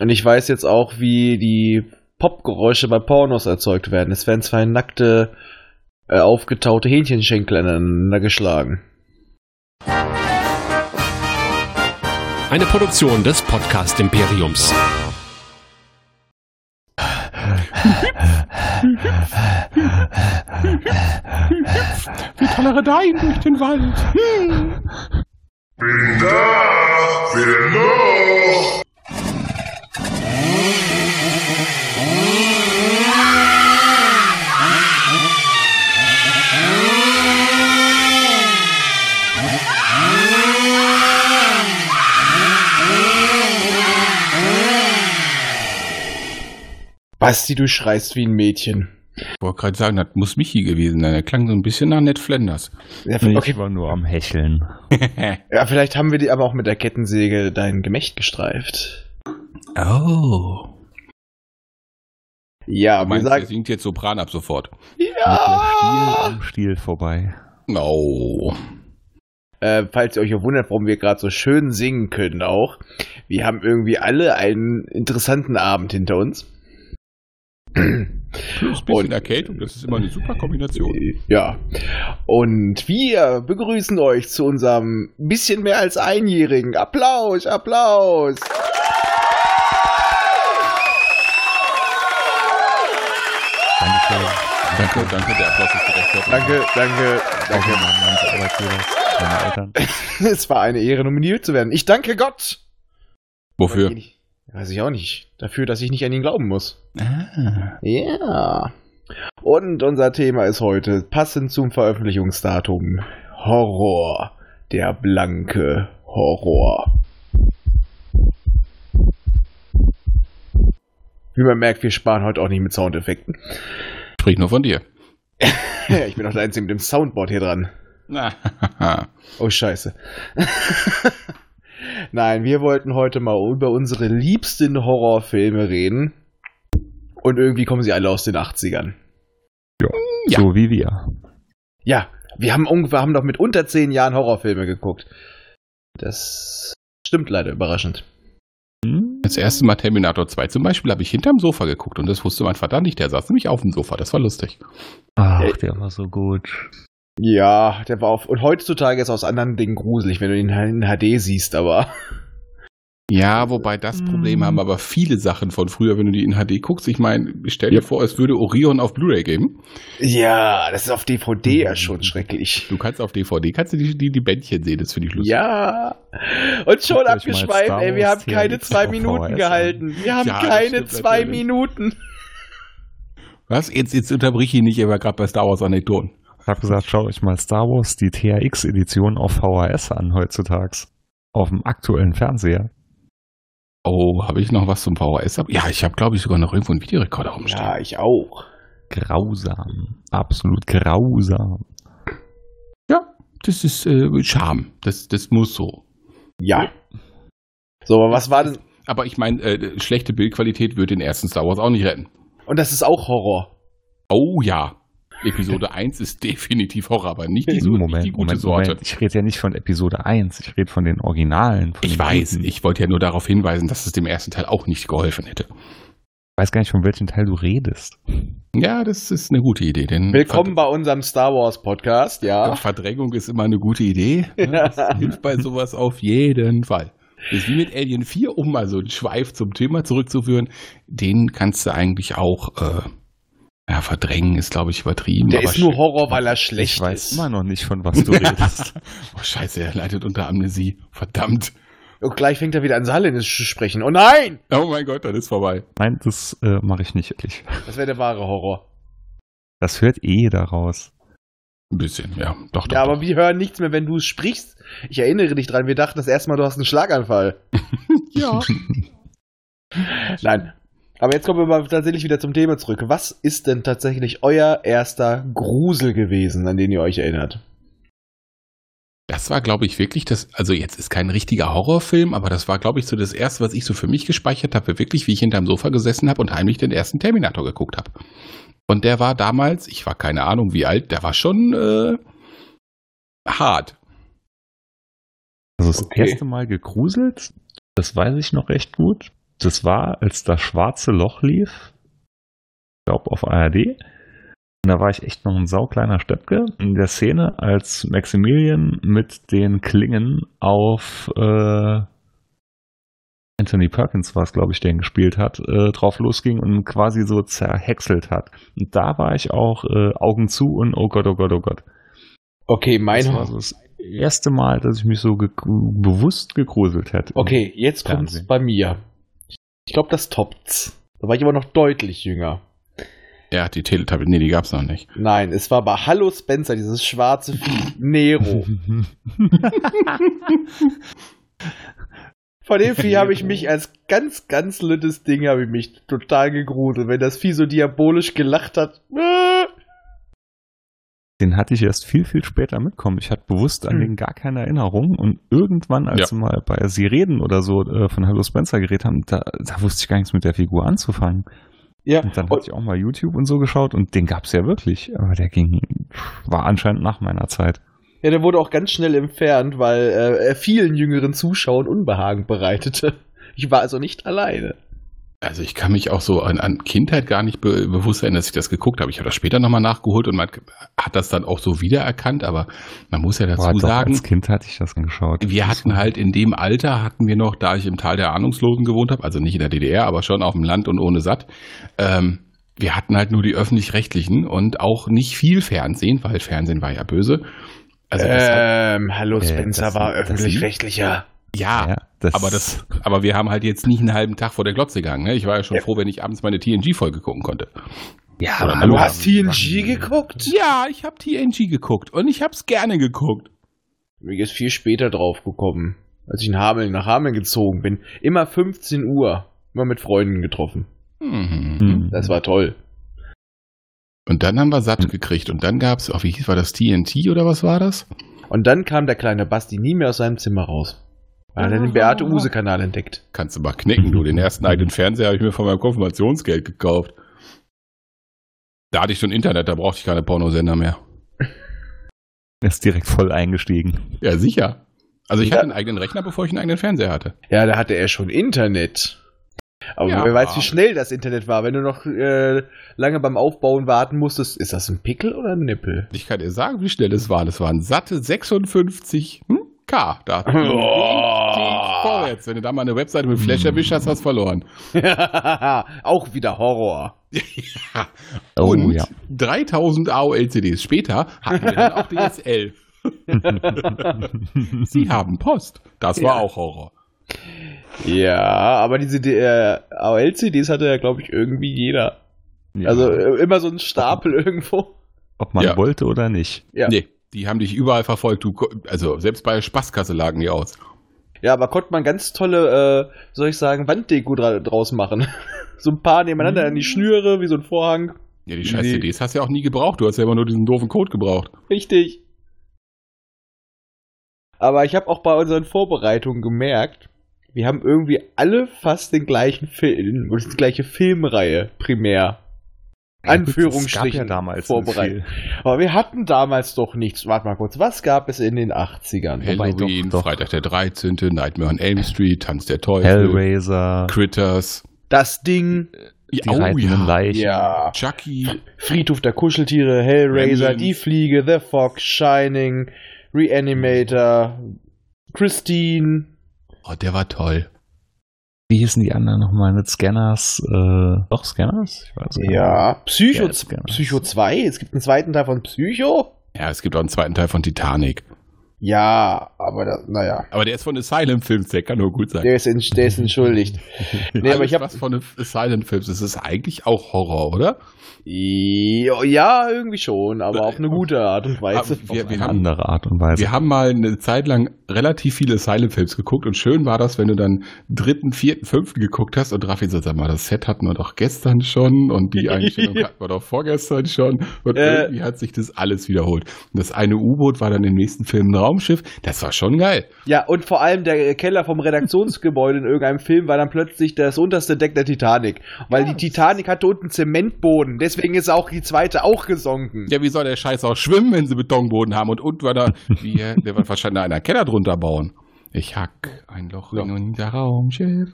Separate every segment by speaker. Speaker 1: Und ich weiß jetzt auch, wie die Popgeräusche bei Pornos erzeugt werden. Es werden zwei nackte, äh, aufgetaute Hähnchenschenkel aneinander geschlagen.
Speaker 2: Eine Produktion des Podcast Imperiums.
Speaker 3: Wie Tolleredeien durch den Wald.
Speaker 4: Hm.
Speaker 5: Bin da, wer noch?
Speaker 1: Basti, du schreist wie ein Mädchen.
Speaker 3: Ich wollte gerade sagen, das muss Michi gewesen sein. Der klang so ein bisschen nach Ned Flanders.
Speaker 1: Ja,
Speaker 4: Ich
Speaker 1: okay,
Speaker 4: war nur am Hecheln.
Speaker 1: ja, vielleicht haben wir dir aber auch mit der Kettensäge dein Gemächt gestreift.
Speaker 3: Oh.
Speaker 1: Ja,
Speaker 3: Aber
Speaker 1: wir
Speaker 3: meinst, der
Speaker 1: sagen.
Speaker 3: singt jetzt Sopran ab sofort.
Speaker 4: Ah. Stiel
Speaker 1: Ja!
Speaker 4: am Stiel vorbei.
Speaker 3: Oh.
Speaker 1: Äh, falls ihr euch auch wundert, warum wir gerade so schön singen können auch. Wir haben irgendwie alle einen interessanten Abend hinter uns.
Speaker 3: Plus ein bisschen Erkältung, das ist immer eine super Kombination.
Speaker 1: Ja. Und wir begrüßen euch zu unserem bisschen mehr als einjährigen Applaus, Applaus.
Speaker 4: Dankeschön.
Speaker 3: Danke, danke, der Applaus ist gerechtfertigt.
Speaker 1: Danke, danke,
Speaker 4: Danke,
Speaker 1: danke.
Speaker 4: Mann, meines Arbeitgebers, meine Eltern.
Speaker 1: Es war eine Ehre, nominiert zu werden. Ich danke Gott.
Speaker 3: Wofür?
Speaker 1: Weiß ich auch nicht. Dafür, dass ich nicht an ihn glauben muss.
Speaker 3: Ah.
Speaker 1: Ja. Und unser Thema ist heute, passend zum Veröffentlichungsdatum, Horror. Der blanke Horror. Wie man merkt, wir sparen heute auch nicht mit Soundeffekten.
Speaker 3: Sprich nur von dir.
Speaker 1: ich bin auch der Einzige mit dem Soundboard hier dran.
Speaker 3: Na,
Speaker 1: Oh, scheiße. Nein, wir wollten heute mal über unsere liebsten Horrorfilme reden. Und irgendwie kommen sie alle aus den 80ern.
Speaker 3: Ja.
Speaker 4: So wie wir.
Speaker 1: Ja, wir haben ungefähr haben doch mit unter zehn Jahren Horrorfilme geguckt. Das stimmt leider überraschend.
Speaker 4: Hm?
Speaker 3: Das erste Mal Terminator 2 zum Beispiel habe ich hinterm Sofa geguckt und das wusste mein Vater nicht. Der saß nämlich auf dem Sofa. Das war lustig.
Speaker 4: Ach, der war so gut.
Speaker 1: Ja, der war auf. Und heutzutage ist er aus anderen Dingen gruselig, wenn du ihn in HD siehst, aber.
Speaker 3: Ja, wobei das Problem haben aber viele Sachen von früher, wenn du die in HD guckst. Ich meine, stell dir vor, es würde Orion auf Blu-ray geben.
Speaker 1: Ja, das ist auf DVD ja schon schrecklich.
Speaker 3: Du kannst auf DVD, kannst du die, die, die Bändchen sehen, das finde ich lustig.
Speaker 1: Ja. Und
Speaker 4: Guckt euch
Speaker 1: schon
Speaker 4: mal
Speaker 1: abgeschweift,
Speaker 4: Star
Speaker 1: ey, wir
Speaker 4: Wars
Speaker 1: haben keine
Speaker 4: TRX
Speaker 1: zwei
Speaker 4: auf
Speaker 1: Minuten
Speaker 4: VHS
Speaker 1: gehalten. Wir haben
Speaker 3: Ja, das
Speaker 1: keine
Speaker 3: stimmt
Speaker 1: zwei
Speaker 3: natürlich.
Speaker 1: Minuten.
Speaker 3: Was? Jetzt, jetzt unterbrich ich nicht, aber gerade bei Star Wars Anekdoten.
Speaker 4: Ich hab gesagt, schaut euch mal Star Wars, die THX-Edition auf VHS an heutzutage. Auf dem aktuellen Fernseher.
Speaker 3: Oh, habe ich noch was zum VHS? ab? Ja, ich habe, glaube ich, sogar noch irgendwo einen Videorekorder rumstehen.
Speaker 1: Ja, ich auch.
Speaker 4: Grausam. Absolut grausam.
Speaker 3: Das ist äh, Scham. Das, das muss so.
Speaker 1: Ja. So, aber was war denn.
Speaker 3: Aber ich meine, äh, schlechte Bildqualität wird den ersten Star Wars auch nicht retten.
Speaker 1: Und das ist auch Horror.
Speaker 3: Oh ja. Episode 1 ist definitiv Horror, aber nicht die, so, nicht die gute Sorte.
Speaker 4: Ich rede ja nicht von Episode 1, ich rede von den Originalen. Von
Speaker 3: Ich
Speaker 4: den
Speaker 3: weiß,
Speaker 4: alten.
Speaker 3: ich wollte ja nur darauf hinweisen, dass es dem ersten Teil auch nicht geholfen hätte.
Speaker 4: Ich weiß gar nicht, von welchem Teil du redest.
Speaker 3: Ja, das ist eine gute Idee, denn
Speaker 1: Willkommen bei unserem Star Wars Podcast,
Speaker 3: Verd-
Speaker 1: ja.
Speaker 3: Verdrängung ist immer eine gute Idee. ne? Das hilft bei sowas auf jeden Fall. Das ist wie mit Alien 4, um mal so einen Schweif zum Thema zurückzuführen. Den kannst du eigentlich auch äh, ja, verdrängen, ist glaube ich übertrieben.
Speaker 1: Der
Speaker 3: aber
Speaker 1: ist nur
Speaker 3: schön.
Speaker 1: Horror, weil er schlecht
Speaker 4: Ich weiß
Speaker 1: ist.
Speaker 4: immer noch nicht, von was du redest.
Speaker 3: Oh, scheiße, er leidet unter Amnesie. Verdammt.
Speaker 1: Und gleich fängt er wieder an Saarländisch zu sprechen. Oh nein!
Speaker 3: Oh mein Gott, das ist vorbei.
Speaker 4: Nein, das äh, mache ich nicht wirklich.
Speaker 1: Das wäre der wahre Horror.
Speaker 4: Das hört eh daraus.
Speaker 3: Ein bisschen, ja. Doch, doch.
Speaker 1: Ja,
Speaker 3: doch.
Speaker 1: aber wir hören nichts mehr, wenn du es sprichst. Ich erinnere dich dran, wir dachten das erste Mal, du hast einen Schlaganfall.
Speaker 3: ja.
Speaker 1: Nein. Aber jetzt kommen wir mal tatsächlich wieder zum Thema zurück. Was ist denn tatsächlich euer erster Grusel gewesen, an den ihr euch erinnert?
Speaker 3: Das war, glaube ich, wirklich das, also jetzt ist kein richtiger Horrorfilm, aber das war, glaube ich, so das erste, was ich so für mich gespeichert habe, wirklich, wie ich hinterm Sofa gesessen habe und heimlich den ersten Terminator geguckt habe. Und der war damals, ich war keine Ahnung wie alt, der war schon äh, hart.
Speaker 4: Also das
Speaker 1: Okay.
Speaker 4: Also erste Mal gegruselt, das weiß ich noch recht gut. das war, als das schwarze Loch lief, glaube auf ARD. Und da war ich echt noch ein saukleiner Stöpke. In der Szene, als Maximilian mit den Klingen auf äh, Anthony Perkins war es, glaube ich, der ihn gespielt hat, äh, drauf losging und quasi so zerhäckselt hat. Und da war ich auch äh, Augen zu und oh Gott, oh Gott, oh Gott.
Speaker 1: Okay, mein
Speaker 4: Das war so das erste Mal, dass ich mich so ge bewusst gegruselt hätte.
Speaker 1: Okay, jetzt kommt's
Speaker 4: Fernsehen.
Speaker 1: bei mir. Ich glaube, das toppt's. Da war ich aber noch deutlich jünger.
Speaker 3: Ja, die Teletubbies, nee, die gab's noch nicht.
Speaker 1: Nein, es war bei Hallo Spencer, dieses schwarze Vieh, Nero. Von dem Vieh habe ich mich als ganz, ganz lüttes Ding habe ich mich total gegrudelt, wenn das Vieh so diabolisch gelacht hat. äh,
Speaker 4: Den hatte ich erst viel, viel später mitkommen. Ich hatte bewusst an
Speaker 1: Hm.
Speaker 4: den gar keine Erinnerung. Und irgendwann, als
Speaker 3: Ja.
Speaker 4: wir mal bei Sie reden oder so äh, von Hello Spencer geredet haben, da, da wusste ich gar nichts mit der Figur anzufangen.
Speaker 1: Ja,
Speaker 4: Und dann
Speaker 1: und-
Speaker 4: hatte ich auch mal YouTube und so geschaut und den gab's ja wirklich. Aber der ging, war anscheinend nach meiner Zeit.
Speaker 1: ja, der wurde auch ganz schnell entfernt, weil äh, er vielen jüngeren Zuschauern Unbehagen bereitete. Ich war also nicht alleine.
Speaker 3: Also ich kann mich auch so an, an Kindheit gar nicht be bewusst erinnern, dass ich das geguckt habe. Ich habe das später nochmal nachgeholt und man hat das dann auch so wiedererkannt, aber man muss ja
Speaker 4: Boah,
Speaker 3: dazu
Speaker 4: doch,
Speaker 3: sagen,
Speaker 4: als Kind hatte ich das dann geschaut.
Speaker 3: wir hatten halt in dem Alter, hatten wir noch, da ich im Tal der Ahnungslosen gewohnt habe, also nicht in der DDR, aber schon auf dem Land und ohne Satt, ähm, wir hatten halt nur die öffentlich-rechtlichen und auch nicht viel Fernsehen, weil Fernsehen war ja böse. Also das hat,
Speaker 1: Ähm, Hallo
Speaker 4: Äh, das- das Lied?
Speaker 3: Äh, ja,
Speaker 4: das,
Speaker 3: aber das, aber wir haben halt jetzt nicht einen halben Tag vor der Glotze gegangen. Ne? Ich war ja schon froh, wenn ich abends meine TNG-Folge gucken konnte.
Speaker 4: ja,
Speaker 3: aber
Speaker 1: Du
Speaker 3: Hallo,
Speaker 1: hast TNG geguckt?
Speaker 3: Ja, ich habe TNG geguckt und ich hab's gerne geguckt.
Speaker 1: Mir ist viel später drauf gekommen, als ich in Hameln nach Hameln gezogen bin. Immer 15 Uhr, immer mit Freunden getroffen.
Speaker 3: Mhm.
Speaker 4: Hm.
Speaker 1: Das war toll.
Speaker 3: Und dann haben wir satt gekriegt und dann gab's, oh, wie hieß war das TNT oder was war das?
Speaker 1: Und dann kam der kleine Basti nie mehr aus seinem Zimmer raus. Weil er den Beate-Use-Kanal entdeckt.
Speaker 3: Kannst du mal knicken, du. Den ersten eigenen Fernseher habe ich mir von meinem Konfirmationsgeld gekauft. Da hatte ich schon Internet, da brauchte ich keine Pornosender mehr.
Speaker 4: ist direkt voll eingestiegen.
Speaker 3: Ja, sicher. Also ich
Speaker 1: Ja.
Speaker 3: hatte einen eigenen Rechner, bevor ich einen eigenen Fernseher hatte.
Speaker 1: Ja, da hatte er schon Internet. Aber
Speaker 3: Ja.
Speaker 1: wer weiß, wie schnell das Internet war. Wenn du noch äh, lange beim Aufbauen warten musstest, ist das ein Pickel oder ein Nippel?
Speaker 3: Ich kann dir sagen, wie schnell es war. Das waren satte 56 hm, K. Da hat
Speaker 1: Oh.
Speaker 3: vorwärts. Wenn du da mal eine Webseite mit Flash erwischt hast, hast du verloren.
Speaker 1: Auch wieder Horror.
Speaker 4: Oh,
Speaker 3: und
Speaker 4: ja.
Speaker 3: 3000 AOL-CDs später hatten wir dann auch DSL. Sie haben Post. Das war
Speaker 1: Ja.
Speaker 3: auch Horror.
Speaker 1: Ja, aber diese äh, AOL-CDs hatte ja, glaube ich, irgendwie jeder.
Speaker 4: Ja.
Speaker 1: Also äh, immer so ein Stapel irgendwo.
Speaker 4: ob man
Speaker 3: ja.
Speaker 4: wollte oder nicht.
Speaker 1: Ja.
Speaker 3: Nee, die haben dich überall verfolgt. Du, ko- also selbst bei der Spaßkasse lagen die aus.
Speaker 1: Ja, aber konnte man ganz tolle, äh, soll ich sagen, Wanddeko dra draus machen. so ein paar nebeneinander an die Schnüre, wie so ein Vorhang.
Speaker 3: Ja, die scheiß
Speaker 1: Nee.
Speaker 3: CDs hast du ja auch nie gebraucht. Du hast ja immer nur diesen doofen Code gebraucht.
Speaker 1: Richtig. Aber ich habe auch bei unseren Vorbereitungen gemerkt, wir haben irgendwie alle fast den gleichen Film, oder die gleiche Filmreihe primär.
Speaker 4: Es gab ja
Speaker 1: Anführungsstrichen
Speaker 4: damals
Speaker 1: vorbereitet. Aber wir hatten damals doch nichts. Warte mal kurz, was gab es in den 80ern?
Speaker 4: Wobei doch,
Speaker 3: Halloween,
Speaker 4: doch.
Speaker 3: Freitag der 13., Nightmare on Elm Street, Tanz der Teufel,
Speaker 4: Hellraiser,
Speaker 3: Critters, Oh
Speaker 1: Das Ding,
Speaker 4: die reitenden Leichen.
Speaker 1: Oh, ja.
Speaker 3: Chucky,
Speaker 1: Friedhof der Kuscheltiere, Hellraiser,
Speaker 3: Gremlins.
Speaker 1: Die Fliege, The Fox, Shining, Reanimator, Christine.
Speaker 3: oh, der war toll.
Speaker 4: Wie hießen die anderen nochmal? Nicht Scanners? Äh, doch, Scanners? Ich weiß gar nicht.
Speaker 1: Ja, Psycho,
Speaker 4: Ja, ist genau.
Speaker 1: Psycho 2. Es gibt einen zweiten Teil von Psycho.
Speaker 3: Ja, es gibt auch einen zweiten Teil von Titanic.
Speaker 1: Ja, aber da, naja.
Speaker 3: Aber der ist von Asylum Films, der kann nur gut sein.
Speaker 1: Der ist, in, der ist entschuldigt. Nee, aber ich
Speaker 3: Alles,
Speaker 1: hab,
Speaker 3: was von Asylum Films ist, ist eigentlich auch Horror, oder?
Speaker 1: ja, irgendwie schon, aber auf eine gute Art und Weise.
Speaker 3: Äh, Aber wir- wir haben-
Speaker 4: Andere Art und Weise.
Speaker 3: Wir haben mal eine Zeit lang relativ viele Silent Films geguckt und schön war das, wenn du dann dritten, vierten, fünften geguckt hast und Raffi so, sag mal, das Set hatten wir doch gestern schon und die Einstellung hatten wir doch vorgestern schon und
Speaker 1: Äh.
Speaker 3: irgendwie hat sich das alles wiederholt. Und das eine U-Boot war dann im nächsten Film ein Raumschiff. Das war schon geil.
Speaker 1: ja, und vor allem der Keller vom Redaktionsgebäude in irgendeinem Film war dann plötzlich das unterste Deck der Titanic. Weil die Titanic hatte unten Zementboden, deswegen ist auch die zweite auch gesunken.
Speaker 3: Ja, wie soll der Scheiß auch schwimmen, wenn sie Betonboden haben und unten war da, wie, äh, der wird wahrscheinlich einen Keller drunter bauen. Ich hack ein Loch in unser Raumschiff.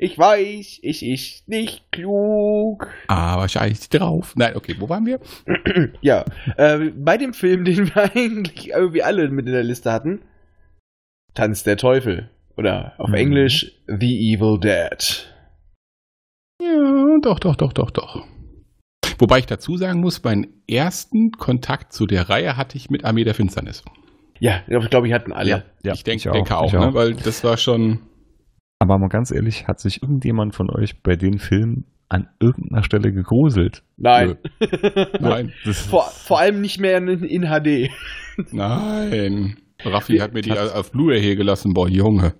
Speaker 1: Ich weiß, ich ich nicht klug.
Speaker 3: Aber scheiß Ah, drauf. Nein, okay, wo waren wir?
Speaker 1: Ja, äh, bei dem Film, den wir eigentlich irgendwie alle mit in der Liste hatten, Tanz der Teufel. Oder auf
Speaker 4: Mhm.
Speaker 1: Englisch The Evil Dead.
Speaker 3: Ja, doch, doch, doch, doch, doch. Wobei ich dazu sagen muss, meinen ersten Kontakt zu der Reihe hatte ich mit Armee der Finsternis.
Speaker 1: Ja, ich glaube, ich hatten alle.
Speaker 4: Ja,
Speaker 3: ich denke
Speaker 4: ich auch,
Speaker 3: denke auch,
Speaker 4: ich
Speaker 3: ne?
Speaker 4: auch.
Speaker 3: weil das war schon.
Speaker 4: Aber mal ganz ehrlich, hat sich irgendjemand von euch bei den Filmen an irgendeiner Stelle gegruselt?
Speaker 1: Nein.
Speaker 3: Nein,
Speaker 4: Das
Speaker 1: Vor, vor allem nicht mehr in, in HD.
Speaker 3: nein. Raffi hat mir die auf Blu-ray hier gelassen, boah, Junge.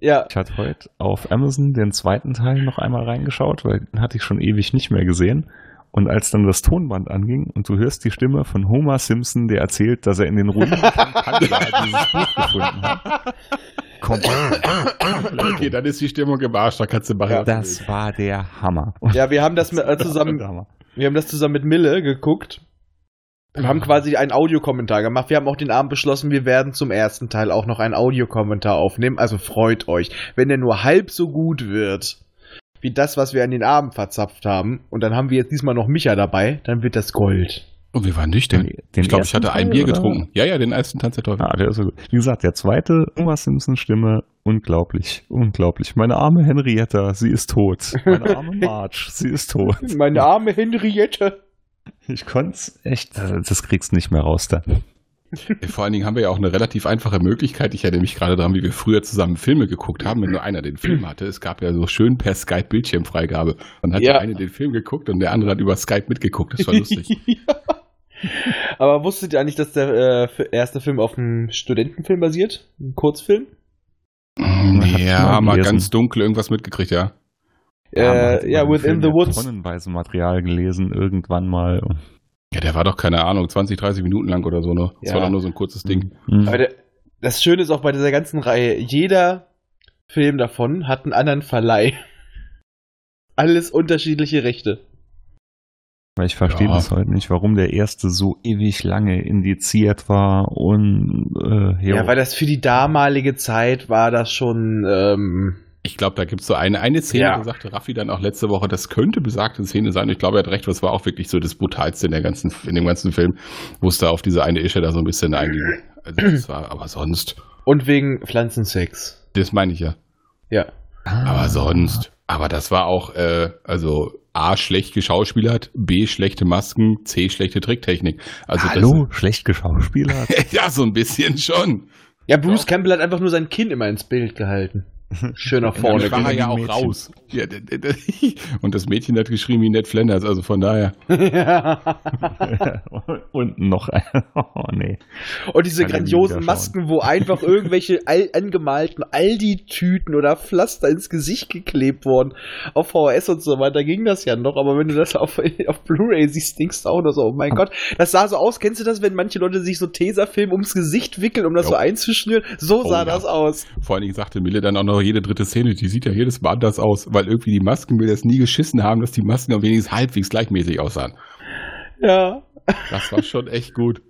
Speaker 1: Ja,
Speaker 4: Ich hatte heute auf Amazon den zweiten Teil noch einmal reingeschaut, weil den hatte ich schon ewig nicht mehr gesehen. Und als dann das Tonband anging und du hörst die Stimme von Homer Simpson, der erzählt, dass er in den Ruinen von Panda dieses Buch gefunden hat.
Speaker 3: Okay,
Speaker 4: Komplett.
Speaker 3: dann ist die Stimmung im Arsch, da kannst du machen. was du willst.
Speaker 4: Das war der Hammer.
Speaker 1: ja wir haben das mit, äh, zusammen
Speaker 4: Hammer.
Speaker 1: Wir haben das zusammen mit Mille geguckt. Wir haben quasi einen Audiokommentar gemacht. Wir haben auch den Abend beschlossen, wir werden zum ersten Teil auch noch einen Audiokommentar aufnehmen. Also freut euch, wenn der nur halb so gut wird wie das, was wir an den Abend verzapft haben. Und dann haben wir jetzt diesmal noch Micha dabei, dann wird das Gold.
Speaker 3: Und wir waren nüchtern.
Speaker 4: Den- den
Speaker 3: ich glaube, ich
Speaker 4: ersten
Speaker 3: hatte ein
Speaker 4: Teil,
Speaker 3: Bier
Speaker 4: oder?
Speaker 3: getrunken. Ja, ja, den ersten Tanz der Teufel.
Speaker 4: Ah, der ist so gut. Wie gesagt, der zweite Homer Simpson Stimme, unglaublich, unglaublich. Meine arme Henrietta, sie ist tot. Meine arme Marge, sie ist tot.
Speaker 1: Meine arme Henriette.
Speaker 4: Ich konnte es echt, das, das kriegst du nicht mehr raus da.
Speaker 3: Vor allen Dingen haben wir ja auch eine relativ einfache Möglichkeit. Ich erinnere mich gerade daran, wie wir früher zusammen Filme geguckt haben, wenn nur einer den Film hatte. Es gab ja so schön per Skype Bildschirmfreigabe. Dann hat
Speaker 1: Ja.
Speaker 3: der eine den Film geguckt und der andere hat über Skype mitgeguckt. Das war lustig.
Speaker 1: Aber wusstet ihr eigentlich, dass der äh, erste Film auf einem Studentenfilm basiert? Ein Kurzfilm? Mm,
Speaker 4: hat
Speaker 3: ja,
Speaker 4: schon mal
Speaker 3: mal
Speaker 4: gelesen.
Speaker 3: ganz dunkel irgendwas mitgekriegt, ja.
Speaker 4: halt
Speaker 1: Äh, ja, Within the Woods.
Speaker 4: Tonnenweise Material gelesen, irgendwann mal.
Speaker 3: Ja, der war doch, keine Ahnung, 20, 30 Minuten lang oder so, ne? Das
Speaker 1: Ja.
Speaker 3: war doch nur so ein kurzes Ding.
Speaker 4: Mhm.
Speaker 1: Aber der, das Schöne ist auch bei dieser ganzen Reihe, jeder Film davon hat einen anderen Verleih. Alles unterschiedliche Rechte.
Speaker 4: Weil ich verstehe
Speaker 3: Ja.
Speaker 4: das heute nicht, warum der erste so ewig lange indiziert war und äh, jo.
Speaker 1: Ja, weil das für die damalige Zeit war das schon. Ähm,
Speaker 3: Ich glaube, da gibt es so eine, eine Szene,
Speaker 1: Ja.
Speaker 3: da sagte Raffi dann auch letzte Woche, das könnte besagte Szene sein. Ich glaube, er hat recht, das war auch wirklich so das Brutalste in, der ganzen, in dem ganzen Film, wo es da auf diese eine Ische da so ein bisschen einging. Also das war, aber sonst,
Speaker 1: und wegen Pflanzensex.
Speaker 3: das meine ich ja.
Speaker 1: Ja.
Speaker 3: Aber sonst, aber das war auch, äh, also A, schlecht geschauspielert, B, schlechte Masken, C, schlechte Tricktechnik. Also
Speaker 4: Hallo, schlecht geschauspielert.
Speaker 3: Das, ja, so ein bisschen schon.
Speaker 1: Ja, Bruce Campbell hat einfach nur sein Kinn immer ins Bild gehalten. Schön nach vorne.
Speaker 3: Damit war er ja auch
Speaker 4: Mädchen.
Speaker 3: raus. Ja, d- d- d- und das Mädchen hat geschrieben wie Ned Flanders, also von daher.
Speaker 4: und noch ein. Oh nee.
Speaker 1: und diese
Speaker 4: Kann er nie
Speaker 1: grandiosen
Speaker 4: wieder
Speaker 1: Masken, wo einfach irgendwelche all angemalten Aldi-Tüten oder Pflaster ins Gesicht geklebt wurden. Auf VHS und so weiter ging das ja noch, aber wenn du das auf, auf Blu-ray siehst, denkst du auch noch so, oh mein Gott. Das sah so aus, kennst du das, wenn manche Leute sich so Tesafilm ums Gesicht wickeln, um das
Speaker 3: Jo.
Speaker 1: so einzuschnüren? So
Speaker 3: Oh
Speaker 1: sah
Speaker 3: ja.
Speaker 1: das aus.
Speaker 3: Vor allen Dingen sagte Mille dann auch noch jede dritte Szene, die sieht ja jedes Mal anders aus, weil irgendwie die Masken mir das nie geschissen haben, dass die Masken am wenigstens halbwegs gleichmäßig aussahen.
Speaker 1: Ja.
Speaker 3: Das war schon echt gut.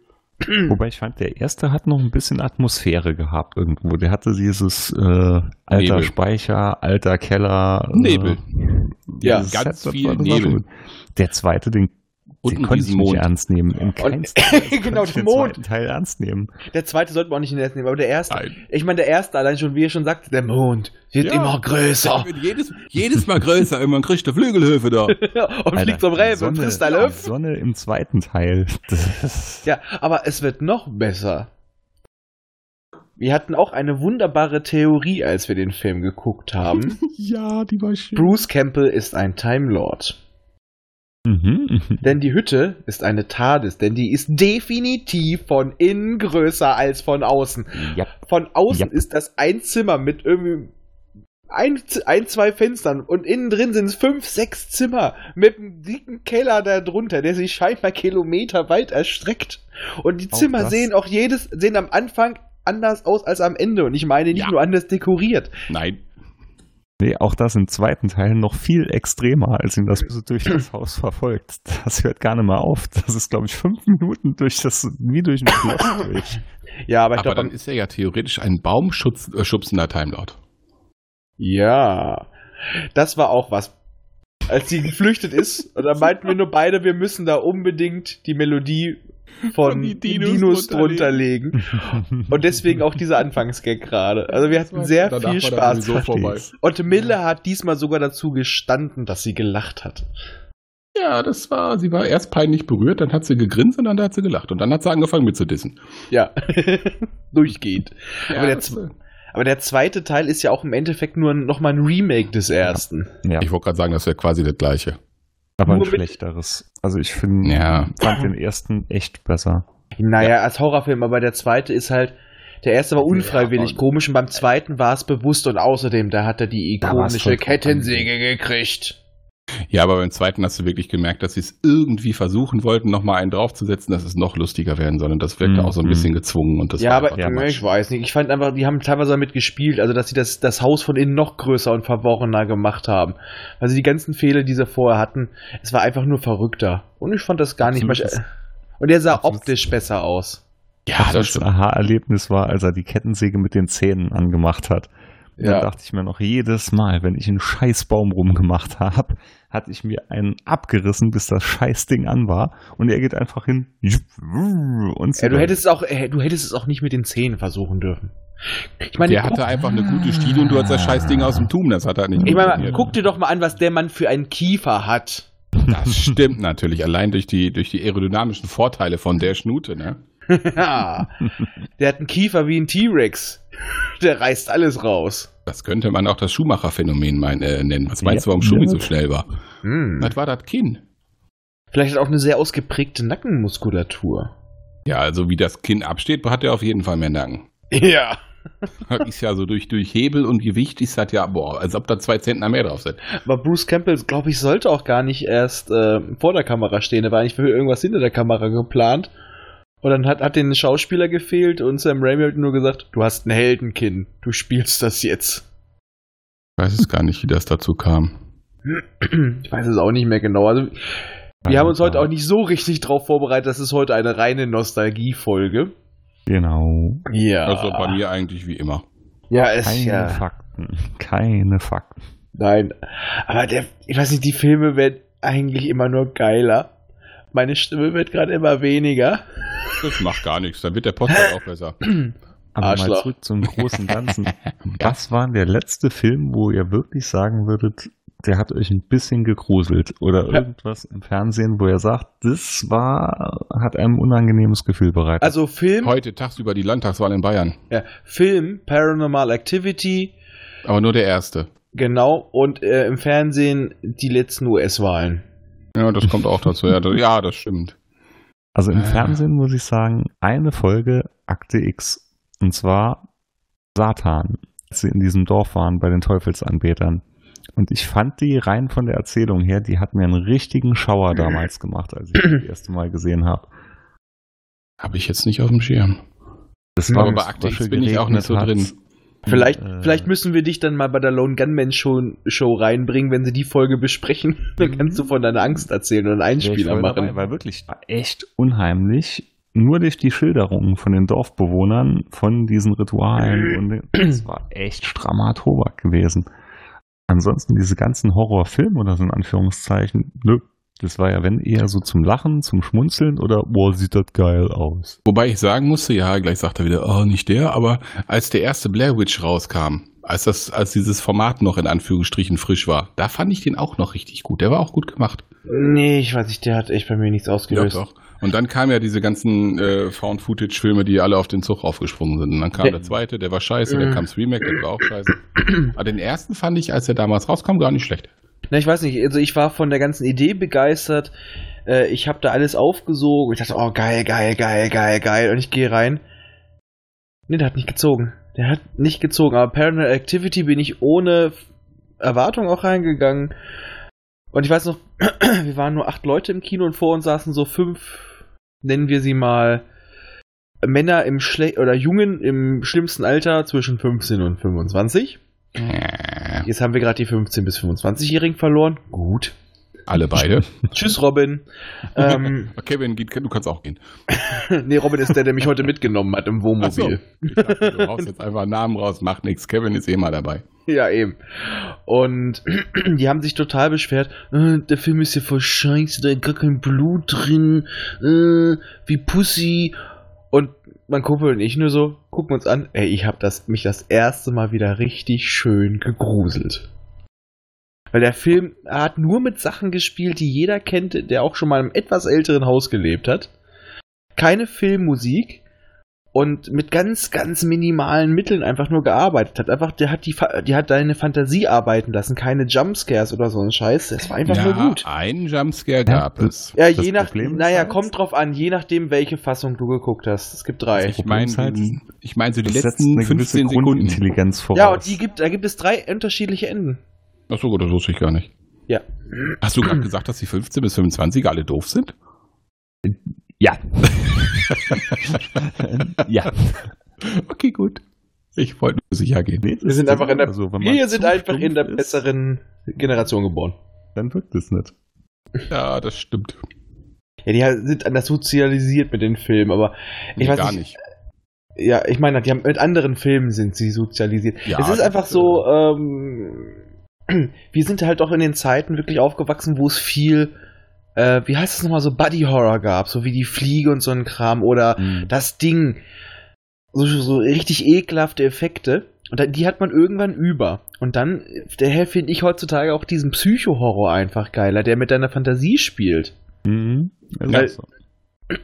Speaker 4: Wobei ich fand, der erste hat noch ein bisschen Atmosphäre gehabt irgendwo. Der hatte dieses äh, alter
Speaker 3: Nebel.
Speaker 4: Speicher, alter Keller.
Speaker 3: Nebel.
Speaker 4: Äh,
Speaker 1: Ja,
Speaker 4: dieses
Speaker 3: ganz
Speaker 4: das
Speaker 3: viel
Speaker 4: war- das war schon
Speaker 3: Nebel.
Speaker 4: gut. Der zweite, den,
Speaker 3: Und
Speaker 4: den
Speaker 3: mit
Speaker 4: konnte ich
Speaker 3: diesem
Speaker 4: nicht
Speaker 3: Mond.
Speaker 4: ernst nehmen. In
Speaker 1: Und,
Speaker 4: keinster Weise konnte
Speaker 1: genau,
Speaker 4: ich
Speaker 1: den
Speaker 4: den
Speaker 1: Mond.
Speaker 4: zweiten Teil ernst nehmen.
Speaker 1: Der zweite sollte man auch nicht in den ersten nehmen, aber der erste.
Speaker 3: Nein.
Speaker 1: Ich meine, der erste allein schon, wie ihr schon sagt, der Mond wird
Speaker 3: Ja.
Speaker 1: immer größer.
Speaker 3: Wird Oh. Jedes, jedes Mal größer, irgendwann kriegt der Flügelhöfe da.
Speaker 1: und fliegt zum
Speaker 4: die
Speaker 1: Reben und
Speaker 4: Sonne-
Speaker 1: frisst alle
Speaker 4: die Sonne im zweiten Teil. Das,
Speaker 1: Ja, aber es wird noch besser. Wir hatten auch eine wunderbare Theorie, als wir den Film geguckt haben.
Speaker 3: Ja, die war schön.
Speaker 1: Bruce Campbell ist ein Time Lord.
Speaker 4: mhm.
Speaker 1: Denn die Hütte ist eine TARDIS, denn die ist definitiv von innen größer als von außen.
Speaker 4: ja.
Speaker 1: Von außen
Speaker 4: Ja.
Speaker 1: ist das ein Zimmer mit irgendwie ein, ein, zwei Fenstern und innen drin sind es fünf, sechs Zimmer mit einem dicken Keller da drunter, der sich scheinbar Kilometer weit erstreckt. Und die
Speaker 3: Oh,
Speaker 4: Auch
Speaker 1: Zimmer
Speaker 4: das.
Speaker 1: sehen auch jedes, sehen am Anfang anders aus als am Ende. Und ich meine nicht
Speaker 3: Ja.
Speaker 1: nur anders dekoriert.
Speaker 3: Nein,
Speaker 4: Nee, auch das im zweiten Teil noch viel extremer, als ihn das durch das Haus verfolgt. Das hört gar nicht mehr auf. Das ist, glaube ich, fünf Minuten durch das, wie durch ein Schloss durch.
Speaker 1: Ja, aber ich
Speaker 3: aber dann
Speaker 1: glaube,
Speaker 3: äh, ist er ja theoretisch ein baumschubsender Timelord.
Speaker 1: ja. Das war auch was. Als sie geflüchtet ist, und da meinten wir nur beide, wir müssen da unbedingt die Melodie von
Speaker 3: Von die
Speaker 1: die
Speaker 3: Dinos
Speaker 1: Dinos, drunter legen. Und deswegen auch dieser Anfangsgag gerade. Also wir hatten sehr
Speaker 3: Danach
Speaker 1: viel
Speaker 3: war dann
Speaker 1: Spaß.
Speaker 3: sowieso vorbei.
Speaker 4: versteh's.
Speaker 1: Und Mille hat diesmal sogar dazu gestanden, dass sie gelacht hat.
Speaker 3: Ja, das war, sie war erst peinlich berührt, dann hat sie gegrinst und dann hat sie gelacht. Und dann hat sie angefangen mitzudissen.
Speaker 1: Ja. Durchgeht.
Speaker 3: Ja,
Speaker 1: Aber der
Speaker 3: das,
Speaker 1: zw-
Speaker 3: äh,
Speaker 1: Aber der zweite Teil ist ja auch im Endeffekt nur nochmal ein Remake des ersten.
Speaker 4: Ja,
Speaker 3: ich wollte gerade sagen, das wäre quasi das Gleiche.
Speaker 4: aber ein
Speaker 1: nur mit-
Speaker 4: schlechteres. Also ich finde,
Speaker 3: Ja.
Speaker 4: fand den ersten echt besser.
Speaker 1: Naja, als Horrorfilm, aber der zweite ist halt. Der erste war unfreiwillig
Speaker 3: Ja, und-
Speaker 1: komisch und beim zweiten war es bewusst und außerdem, da hat er die
Speaker 4: Da war's
Speaker 1: ikonische
Speaker 4: vollkommen
Speaker 1: Kettensäge gekriegt.
Speaker 3: Ja, aber beim zweiten hast du wirklich gemerkt, dass sie es irgendwie versuchen wollten, nochmal einen draufzusetzen, dass es noch lustiger werden soll. Und das wirkte
Speaker 4: Mhm.
Speaker 3: auch so ein bisschen gezwungen. Und das
Speaker 1: ja,
Speaker 3: war
Speaker 1: aber
Speaker 3: einfach too
Speaker 1: ich
Speaker 3: much.
Speaker 1: weiß nicht. Ich fand einfach, die haben teilweise damit gespielt, also dass sie das, das Haus von innen noch größer und verworrener gemacht haben. Also die ganzen Fehler, die sie vorher hatten, es war einfach nur verrückter. Und ich fand das gar nicht.
Speaker 4: Absolut.
Speaker 1: mal- Und er sah
Speaker 4: Absolut.
Speaker 1: optisch besser aus.
Speaker 3: ja, das
Speaker 4: Das
Speaker 3: stimmt.
Speaker 4: Aha-Erlebnis war, als er die Kettensäge mit den Zähnen angemacht hat. Und
Speaker 3: Ja.
Speaker 4: Dann dachte ich mir noch jedes Mal, wenn ich einen Scheißbaum rumgemacht habe, hatte ich mir einen abgerissen, bis das Scheißding an war. Und er geht einfach hin. Und
Speaker 1: Ja, du hättest es auch, äh, du hättest es auch nicht mit den Zähnen versuchen dürfen. Ich meine,
Speaker 3: Der hatte einfach eine gute Stile und du hast das Scheißding aus dem Tum. Das hat er nicht
Speaker 1: Ich meine,
Speaker 3: funktioniert.
Speaker 1: guck dir doch mal an, was der Mann für einen Kiefer hat.
Speaker 3: Das stimmt natürlich. Allein durch die, durch die aerodynamischen Vorteile von der Schnute, ne?
Speaker 1: Ja. der hat einen Kiefer wie ein T-Rex. Der reißt alles raus.
Speaker 3: Das könnte man auch das Schumacher-Phänomen mein, äh, nennen. Was meinst
Speaker 4: Ja,
Speaker 3: du, warum Schumi
Speaker 4: ja.
Speaker 3: so schnell war?
Speaker 1: Hm.
Speaker 3: Das war das Kinn.
Speaker 1: Vielleicht hat er auch eine sehr ausgeprägte Nackenmuskulatur.
Speaker 3: Ja, also wie das Kinn absteht, hat er auf jeden Fall mehr Nacken.
Speaker 1: Ja.
Speaker 3: Das ist ja so durch, durch Hebel und Gewicht ist das ja, boah, als ob da zwei Zentner mehr drauf sind.
Speaker 1: Aber Bruce Campbell, glaube ich, sollte auch gar nicht erst äh, vor der Kamera stehen. Er war eigentlich für irgendwas hinter der Kamera geplant. Und dann hat, hat den Schauspieler gefehlt und Sam Raimi hat nur gesagt, du hast ein Heldenkinn, du spielst das jetzt.
Speaker 3: Ich weiß es gar nicht, wie das dazu kam.
Speaker 1: Ich weiß es auch nicht mehr genau. Also, wir
Speaker 4: Ja,
Speaker 1: haben uns heute
Speaker 4: ja.
Speaker 1: auch nicht so richtig drauf vorbereitet. Das ist heute eine reine Nostalgie-Folge.
Speaker 4: Genau.
Speaker 1: Ja.
Speaker 3: Also bei mir eigentlich wie immer.
Speaker 1: Ja, es,
Speaker 4: Keine
Speaker 1: ja.
Speaker 4: Fakten. Keine Fakten.
Speaker 1: Nein. Aber der, ich weiß nicht, die Filme werden eigentlich immer nur geiler. Meine Stimme wird gerade immer weniger.
Speaker 3: Das macht gar nichts, dann wird der Podcast auch besser.
Speaker 4: Aber Also mal
Speaker 1: Arschloch.
Speaker 4: zurück zum großen Ganzen. Was war denn der letzte Film, wo ihr wirklich sagen würdet, der hat euch ein bisschen gegruselt oder irgendwas im Fernsehen, wo ihr sagt, das war, hat einem unangenehmes Gefühl bereitet.
Speaker 1: Also Film,
Speaker 3: Heute tagsüber die Landtagswahl in Bayern.
Speaker 1: ja, Film, Paranormal Activity,
Speaker 3: Aber nur der erste.
Speaker 1: genau, und äh, im Fernsehen die letzten US-Wahlen.
Speaker 3: Ja, das kommt auch dazu. Ja, das, ja, das stimmt.
Speaker 4: Also im
Speaker 3: äh.
Speaker 4: Fernsehen muss ich sagen, eine Folge Akte X. Und zwar Satan, als sie in diesem Dorf waren bei den Teufelsanbetern. Und ich fand die rein von der Erzählung her, die hat mir einen richtigen
Speaker 3: Mhm.
Speaker 4: Schauer damals gemacht, als ich die das erste Mal gesehen habe.
Speaker 3: Habe ich jetzt nicht auf dem Schirm.
Speaker 4: Das
Speaker 3: Aber
Speaker 4: mir
Speaker 3: bei
Speaker 4: so
Speaker 3: Akte X
Speaker 4: schön
Speaker 3: bin ich auch nicht so
Speaker 4: geregnet
Speaker 3: drin.
Speaker 4: hat.
Speaker 1: Vielleicht,
Speaker 4: Äh,
Speaker 1: vielleicht müssen wir dich dann mal bei der Lone Gunman Show, Show reinbringen, wenn sie die Folge besprechen. Dann kannst du von deiner Angst erzählen und einen
Speaker 4: wär ich
Speaker 1: Einspieler
Speaker 4: voll
Speaker 1: machen.
Speaker 4: Dabei, weil wirklich war echt unheimlich. Nur durch die Schilderungen von den Dorfbewohnern, von diesen
Speaker 1: Äh.
Speaker 4: Ritualen. Und den- das war echt strammer Tobak gewesen. Ansonsten diese ganzen Horrorfilme oder so in Anführungszeichen, nö. Das war ja, wenn eher so zum Lachen, zum Schmunzeln oder, boah, sieht das geil aus.
Speaker 3: Wobei ich sagen musste, ja, gleich sagt er wieder, oh, nicht der, aber als der erste Blair Witch rauskam, als das, als dieses Format noch in Anführungsstrichen frisch war, da fand ich den auch noch richtig gut. Der war auch gut gemacht.
Speaker 1: Nee, ich weiß nicht, der hat echt bei mir nichts ausgelöst.
Speaker 3: Und dann kamen ja diese ganzen äh, Found-Footage-Filme, die alle auf den Zug aufgesprungen sind. Und dann kam
Speaker 1: Der-
Speaker 3: der zweite, der war scheiße, dann
Speaker 1: Mm.
Speaker 3: kam das Remake, der war auch scheiße. Aber den ersten fand ich, als der damals rauskam, gar nicht schlecht.
Speaker 1: Na, ich weiß nicht, also ich war von der ganzen Idee begeistert. Äh, ich habe da alles aufgesogen. Ich dachte, oh geil, geil, geil, geil, geil. Und ich gehe rein. Nee, der hat nicht gezogen. Der hat nicht gezogen. Aber Paranormal Activity bin ich ohne Erwartung auch reingegangen. Und ich weiß noch, wir waren nur acht Leute im Kino und vor uns saßen so fünf, nennen wir sie mal, Männer im Schle oder Jungen im schlimmsten Alter zwischen 15 und
Speaker 3: Äh,
Speaker 1: 25. Jetzt haben wir gerade die 15- bis 25-Jährigen verloren. Gut.
Speaker 3: Alle beide.
Speaker 1: Tschüss, Robin. ähm,
Speaker 3: Kevin, geht- du kannst auch gehen.
Speaker 1: nee, Robin ist der, der mich heute mitgenommen hat im
Speaker 3: Ach so.
Speaker 1: Wohnmobil.
Speaker 3: Ich dachte, du brauchst jetzt einfach einen Namen raus, macht nichts. Kevin ist eh mal dabei.
Speaker 1: Ja, eben. Und die haben sich total beschwert, äh, der Film ist ja voll scheiße, da ist gar kein Blut drin, äh, wie Pussy. Und mein Kumpel und ich nur so, gucken uns an, ey, ich hab das, mich das erste Mal wieder richtig schön gegruselt. Weil der Film hat nur mit Sachen gespielt, die jeder kennt, der auch schon mal in einem etwas älteren Haus gelebt hat. Keine Filmmusik, und mit ganz, ganz minimalen Mitteln einfach nur gearbeitet hat. Einfach, der hat die, Fa- die hat deine Fantasie arbeiten lassen, keine Jumpscares oder so ein Scheiß. Das war einfach nur gut.
Speaker 3: einen Jumpscare gab
Speaker 4: Ja.
Speaker 3: es.
Speaker 1: Ja,
Speaker 4: das
Speaker 1: je nach,
Speaker 4: Problem ist
Speaker 1: naja,
Speaker 4: halt-
Speaker 1: kommt drauf an, je nachdem, welche Fassung du geguckt hast. Es gibt drei.
Speaker 3: Ich
Speaker 4: Problem
Speaker 3: meine,
Speaker 4: ist halt,
Speaker 3: ich meine so die
Speaker 4: Das setzt
Speaker 3: letzten
Speaker 4: eine gewisse
Speaker 3: 15 Sekunden.
Speaker 4: Grundintelligenz voraus.
Speaker 1: Ja, und die gibt, da gibt es drei unterschiedliche Enden.
Speaker 3: Ach so, gut, das wusste ich gar nicht.
Speaker 1: Ja.
Speaker 3: Hast du gerade gesagt, dass die 15 bis 25 alle doof sind?
Speaker 4: Ja. ja.
Speaker 3: Okay, gut. Ich wollte nur sicher gehen.
Speaker 4: Nee, das
Speaker 1: Wir sind
Speaker 4: ist-
Speaker 1: einfach in der,
Speaker 4: also, wenn man
Speaker 1: wir sind
Speaker 4: zu
Speaker 1: einfach in der
Speaker 4: stumpf ist,
Speaker 1: besseren Generation geboren.
Speaker 4: Dann wirkt es nicht.
Speaker 3: Ja, das stimmt.
Speaker 1: Ja, die sind anders sozialisiert mit den Filmen, aber ich
Speaker 3: Nee,
Speaker 1: weiß
Speaker 3: gar
Speaker 1: nicht,
Speaker 3: nicht.
Speaker 1: Ja, ich meine, die haben mit anderen Filmen sind sie sozialisiert.
Speaker 3: Ja,
Speaker 1: es
Speaker 3: das
Speaker 1: ist einfach
Speaker 3: ist,
Speaker 1: so, ähm, wir sind halt auch in den Zeiten wirklich aufgewachsen, wo es viel, äh, wie heißt es nochmal, so Buddy Horror gab, so wie die Fliege und so ein Kram oder das Ding. So, so richtig ekelhafte Effekte. Und dann, die hat man irgendwann über. Und dann, daher finde ich heutzutage auch diesen Psycho-Horror einfach geiler, der mit deiner Fantasie spielt.
Speaker 4: Mhm. Also,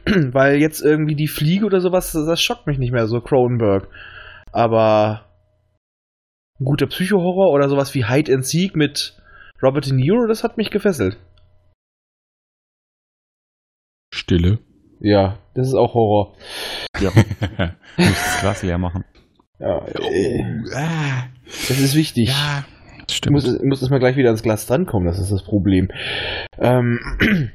Speaker 1: Weil- Weil jetzt irgendwie die Fliege oder sowas, das schockt mich nicht mehr so, Cronenberg. Aber ein guter Psychohorror oder sowas wie Hide and Seek mit Robert De Niro, das hat mich gefesselt.
Speaker 3: Stille.
Speaker 1: Ja, das ist auch Horror.
Speaker 4: Du musst das Glas leer machen.
Speaker 1: Ja, äh,
Speaker 3: ah,
Speaker 1: das ist wichtig.
Speaker 3: ja, das
Speaker 1: Ich
Speaker 3: stimmt.
Speaker 1: muss, ich muss erstmal gleich wieder ans Glas drankommen, das ist das Problem. Ähm,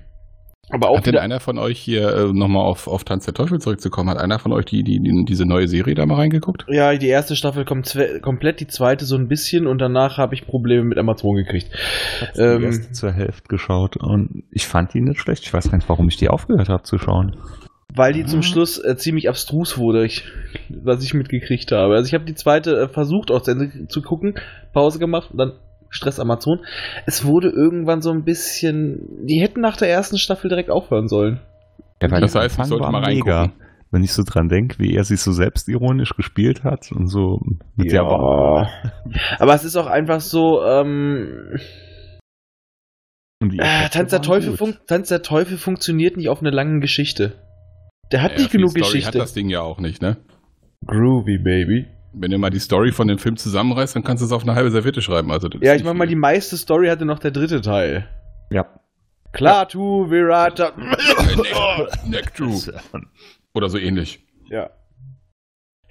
Speaker 1: aber auch
Speaker 3: Hat denn
Speaker 1: wieder,
Speaker 3: einer von euch hier äh, nochmal auf, auf Tanz der Teufel zurückzukommen? Hat einer von euch die, die, die, diese neue Serie da mal reingeguckt?
Speaker 1: ja, die erste Staffel kommt zwe- komplett, die zweite so ein bisschen und danach habe ich Probleme mit Amazon gekriegt.
Speaker 4: Ich habe
Speaker 1: Ähm.
Speaker 4: die erste zur Hälfte geschaut und ich fand die nicht schlecht. Ich weiß gar nicht, warum ich die aufgehört habe zu schauen.
Speaker 1: Weil die zum
Speaker 3: Ah.
Speaker 1: Schluss äh, ziemlich abstrus wurde, ich, was ich mitgekriegt habe. Also ich habe die zweite äh, versucht auch zu Ende zu gucken, Pause gemacht und dann Stress Amazon. Es wurde irgendwann so ein bisschen. Die hätten nach der ersten Staffel direkt aufhören sollen.
Speaker 4: Ja,
Speaker 3: Das heißt, ich sollte mal reingucken.
Speaker 4: Wenn ich so dran denke, wie er sich so selbstironisch gespielt hat und so mit der Wahl.
Speaker 1: Aber es ist auch einfach so, ähm,
Speaker 4: Und die
Speaker 1: äh,
Speaker 4: Effekte
Speaker 1: Tanz, der
Speaker 4: waren
Speaker 1: Teufel
Speaker 4: gut.
Speaker 1: fun- Tanz der Teufel funktioniert nicht auf einer langen Geschichte. Der hat
Speaker 3: Ja,
Speaker 1: nicht
Speaker 3: viel
Speaker 1: genug
Speaker 3: Story hat
Speaker 1: Geschichte.
Speaker 3: das Ding ja auch nicht, ne?
Speaker 1: Groovy, Baby.
Speaker 3: Wenn du mal die Story von dem Film zusammenreißt, dann kannst du es auf eine halbe Serviette schreiben. Also, das
Speaker 1: Ja,
Speaker 3: ist
Speaker 1: ich
Speaker 3: nicht
Speaker 1: meine mal, die
Speaker 3: viel.
Speaker 1: meiste Story hatte noch der dritte Teil.
Speaker 4: Ja.
Speaker 1: Klar, tu, Virata.
Speaker 3: Neck, Neck True. Oder so ähnlich.
Speaker 1: Ja.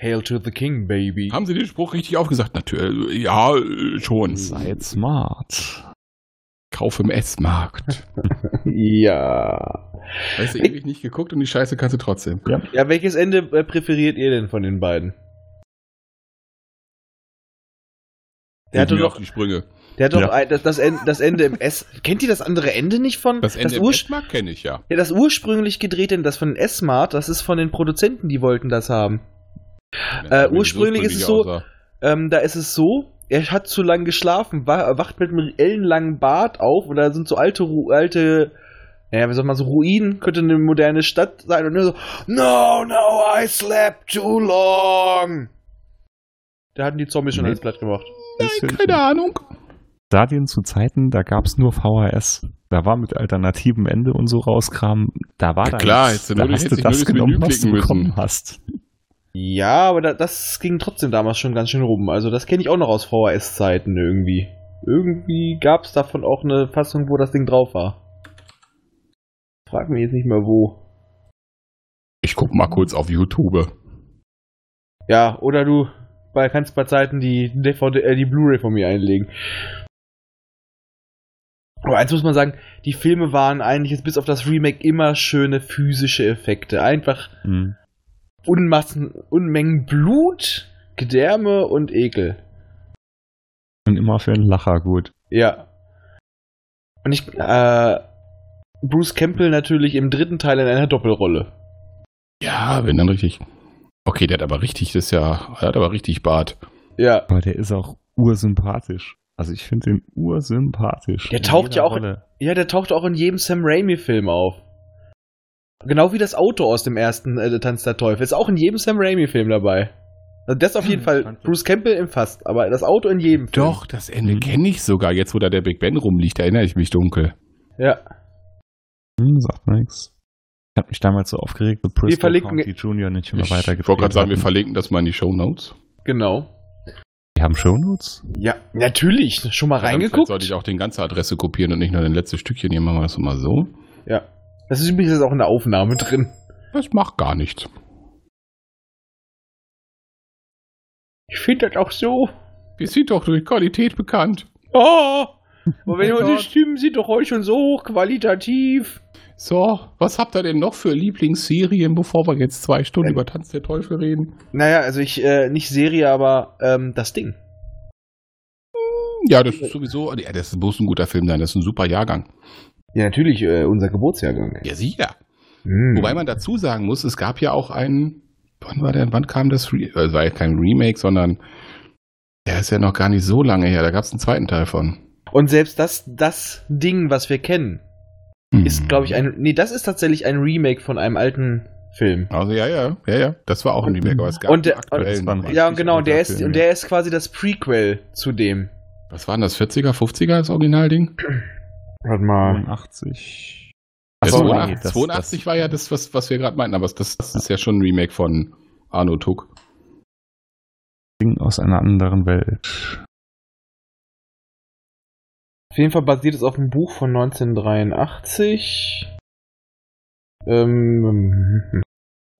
Speaker 1: Hail to the King, Baby.
Speaker 3: Haben sie den Spruch richtig aufgesagt? Natürlich. Ja, äh, schon.
Speaker 4: Seid smart.
Speaker 3: Kauf im S-Markt.
Speaker 1: Ja.
Speaker 3: Weißt du, ewig nicht geguckt und die Scheiße kannst du trotzdem.
Speaker 1: Ja, welches Ende äh, präferiert ihr denn von den beiden? Der
Speaker 3: Hilf
Speaker 1: hatte
Speaker 3: mir
Speaker 1: doch,
Speaker 3: auf die Sprünge.
Speaker 1: der hat doch
Speaker 4: Ja.
Speaker 1: ein, das, das, Ende, das Ende im S. Kennt ihr das andere Ende nicht von?
Speaker 3: Das Ende im
Speaker 1: Ur-
Speaker 3: S-Markt kenne ich ja.
Speaker 1: ja, das ursprünglich gedrehte, das von S-Mart, das ist von den Produzenten, die wollten das haben. Äh, ursprünglich ist es so-
Speaker 3: aussah.
Speaker 1: Ähm, da ist es so, er hat zu lang geschlafen, wa- wacht mit einem ellenlangen Bart auf und da sind so alte, Ru alte, naja, wie soll man so, Ruinen, könnte eine moderne Stadt sein und nur so, no, no, I slept too long. Da hatten die Zombies schon
Speaker 4: Nee.
Speaker 1: alles platt gemacht.
Speaker 3: Nein, Äh, keine Ahnung.
Speaker 4: Stadien zu Zeiten, da gab es nur VHS. Da war mit alternativen Ende und so rauskram. Da war
Speaker 3: Na
Speaker 4: da
Speaker 3: klar,
Speaker 4: nichts.
Speaker 3: hättest du
Speaker 4: da
Speaker 3: nur-
Speaker 4: hast du
Speaker 3: hättest dich
Speaker 4: das
Speaker 3: nur das
Speaker 4: genommen,
Speaker 3: Menü
Speaker 4: was du
Speaker 3: klicken müssen.
Speaker 4: bekommen hast.
Speaker 1: Ja, aber da, das ging trotzdem damals schon ganz schön rum. Also das kenne ich auch noch aus VHS-Zeiten irgendwie. Irgendwie gab es davon auch eine Fassung, wo das Ding drauf war. Frag mich jetzt nicht mehr wo.
Speaker 3: Ich guck mal kurz auf YouTube.
Speaker 1: Ja, oder du bei, kannst bei Zeiten die, DVD, äh, die Blu-ray von mir einlegen. Aber eins muss man sagen, die Filme waren eigentlich jetzt bis auf das Remake immer schöne physische Effekte. Einfach
Speaker 4: Mhm.
Speaker 1: Unmassen, Unmengen Blut, Gedärme und Ekel.
Speaker 4: Und immer für einen Lacher gut.
Speaker 1: Ja. Und ich, äh, Bruce Campbell natürlich im dritten Teil in einer Doppelrolle.
Speaker 3: Ja, wenn dann richtig. Okay, der hat aber richtig, das ist ja, der hat aber richtig Bart.
Speaker 1: Ja.
Speaker 4: Aber der ist auch ursympathisch. Also ich finde den ursympathisch.
Speaker 1: Der
Speaker 4: In
Speaker 1: taucht
Speaker 4: jeder
Speaker 1: ja auch in-
Speaker 4: Rolle.
Speaker 1: Ja, der taucht auch in jedem Sam Raimi-Film auf. Genau wie das Auto aus dem ersten äh, Tanz der Teufel. Ist auch in jedem Sam Raimi-Film dabei. Also das auf jeden
Speaker 3: Hm,
Speaker 1: Fall.
Speaker 4: fand das-
Speaker 1: Bruce Campbell im Fast, aber das Auto in jedem Film.
Speaker 3: Doch, das Ende
Speaker 4: Mhm.
Speaker 3: kenne ich sogar. Jetzt, wo da der Big Ben rumliegt, erinnere ich mich dunkel.
Speaker 1: Ja.
Speaker 4: Hm, sagt mir nix. Ich habe mich damals so aufgeregt, so Prisco
Speaker 1: verlinken-
Speaker 4: County Junior nicht
Speaker 3: Ich
Speaker 4: mehr weitergespielt.
Speaker 3: wollte gerade sagen, wir
Speaker 4: hatten.
Speaker 3: verlinken das mal in die Show Notes.
Speaker 1: Genau.
Speaker 4: Wir haben Shownotes?
Speaker 1: Ja, natürlich. Schon mal
Speaker 3: Vielleicht
Speaker 1: reingeguckt.
Speaker 3: Sollte ich auch den ganze Adresse kopieren und nicht nur den letzte Stückchen. Hier machen wir das mal so.
Speaker 1: Ja. Das ist übrigens jetzt auch in der Aufnahme drin.
Speaker 3: Das macht gar nichts.
Speaker 1: Ich finde das auch so.
Speaker 3: Wir sind doch durch Qualität bekannt.
Speaker 1: Oh! Und wenn
Speaker 3: Oh
Speaker 1: unsere
Speaker 3: Gott.
Speaker 1: Stimmen sind doch heute schon so hochqualitativ.
Speaker 3: So, was habt ihr denn noch für Lieblingsserien, bevor wir jetzt zwei Stunden über Tanz der Teufel reden?
Speaker 1: Naja, also ich, äh, nicht Serie, aber ähm, das Ding.
Speaker 3: Ja, das ist sowieso, ja, das muss ein guter Film sein. Das ist ein super Jahrgang.
Speaker 1: Ja, natürlich, äh, unser Geburtsjahrgang.
Speaker 3: Ja, sicher.
Speaker 1: Hm.
Speaker 4: Mhm.
Speaker 3: Wobei man dazu sagen muss, es gab ja auch einen, wann war der, wann kam das, Re äh, war ja kein Remake, sondern der ist ja noch gar nicht so lange her. Da gab es einen zweiten Teil von.
Speaker 1: Und selbst das, das Ding, was wir kennen,
Speaker 4: Mhm.
Speaker 1: ist, glaube ich, ein. Nee, das ist tatsächlich ein Remake von einem alten Film.
Speaker 3: Also ja, ja, ja, ja. Das war auch ein Remake, aber es gab
Speaker 1: Und der-
Speaker 3: einen aktuellen.
Speaker 4: und- das war ein
Speaker 1: Ja, und
Speaker 4: richtig
Speaker 1: genau, und der
Speaker 4: alter
Speaker 1: ist,
Speaker 4: Film,
Speaker 1: und der ist quasi das Prequel zu dem.
Speaker 3: Was waren das, 40er, 50er, das Originalding?
Speaker 1: Warte mal.
Speaker 4: 81.
Speaker 3: Das
Speaker 1: so,
Speaker 3: 82,
Speaker 4: nee, das-
Speaker 3: 82 war ja das, was, was wir gerade meinten, aber das, das ist ja schon ein Remake von Arno Tuck.
Speaker 4: Ding aus einer anderen Welt.
Speaker 1: Auf jeden Fall basiert es auf einem Buch von 1983. Ähm.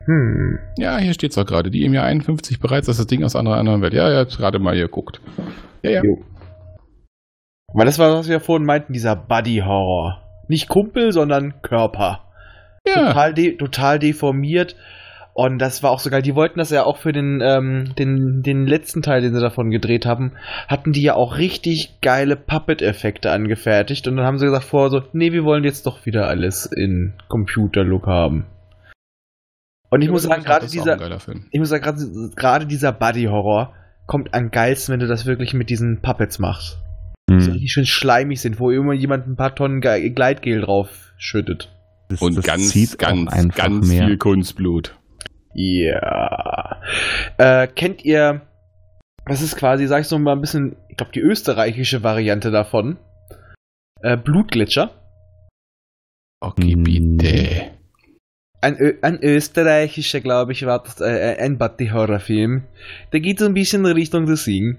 Speaker 1: Hm.
Speaker 3: Ja, hier steht's doch gerade. Die im Jahr 51 bereits, dass das Ding aus einer anderen Welt. Ja, ja, jetzt gerade mal hier guckt. Ja, ja.
Speaker 1: Jo. Weil das war, was wir vorhin meinten, dieser Buddy-Horror. Nicht Kumpel, sondern Körper.
Speaker 3: ja.
Speaker 1: total, de total deformiert. Und das war auch so geil. Die wollten das ja auch für den, ähm, den, den letzten Teil, den sie davon gedreht haben, hatten die ja auch richtig geile Puppet-Effekte angefertigt. Und dann haben sie gesagt vorher so, nee, wir wollen jetzt doch wieder alles in Computer-Look haben. Und ich muss sagen, gerade
Speaker 3: Das ist auch
Speaker 1: dieser,
Speaker 3: Ein geiler Film.
Speaker 1: ich muss sagen, gerade- gerade dieser Buddy-Horror kommt am geilsten, wenn du das wirklich mit diesen Puppets machst. Die so
Speaker 4: Hm.
Speaker 1: richtig schön schleimig sind, wo immer jemand ein paar Tonnen Ge Gleitgel drauf schüttet.
Speaker 4: Das,
Speaker 3: Und
Speaker 4: das
Speaker 3: ganz,
Speaker 4: zieht auch
Speaker 3: ganz,
Speaker 4: einfach
Speaker 3: ganz
Speaker 4: mehr.
Speaker 3: viel Kunstblut.
Speaker 1: Ja. Äh, kennt ihr, das ist quasi, sag ich so mal ein bisschen, ich glaube, die österreichische Variante davon. Äh, Blutgletscher.
Speaker 3: Okay,
Speaker 4: Mhm.
Speaker 3: bitte.
Speaker 1: Ein, Ö ein österreichischer, glaube ich, war das, äh, ein Buddy-Horror-Film. Der geht so ein bisschen in Richtung The Sing.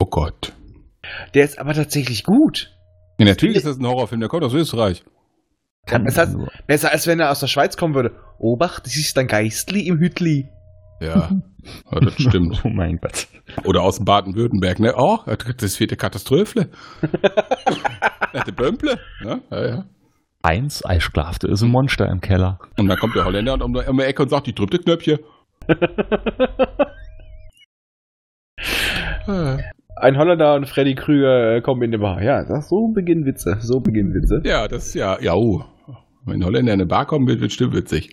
Speaker 3: Oh Gott.
Speaker 1: Der ist aber tatsächlich gut.
Speaker 3: Ja, natürlich ist das ein Horrorfilm, der kommt aus Österreich.
Speaker 4: Kann
Speaker 1: Es hat-
Speaker 4: man nur.
Speaker 1: Besser als wenn er aus der Schweiz kommen würde. Obacht, das ist ein Geistli im Hütli.
Speaker 3: Ja, ja das stimmt.
Speaker 4: Oh mein Gott.
Speaker 3: Oder aus dem Baden-Württemberg, ne? Oh, das wird eine Katastrophe. Eine Bömple. Ne? Ja, ja.
Speaker 4: Eins, Eischklafte ist ein Monster im Keller.
Speaker 3: Und dann kommt der Holländer und um, um die Ecke und sagt, die drückte Knöpfchen.
Speaker 1: Ein Holländer und Freddy Krüger äh, kommen in den Bar. Ja, das, so beginnen Witze. So beginnen Witze.
Speaker 3: Ja, das ist ja, ja, oh. Wenn ein Holländer in eine Bar kommen wird, wird stimmt witzig.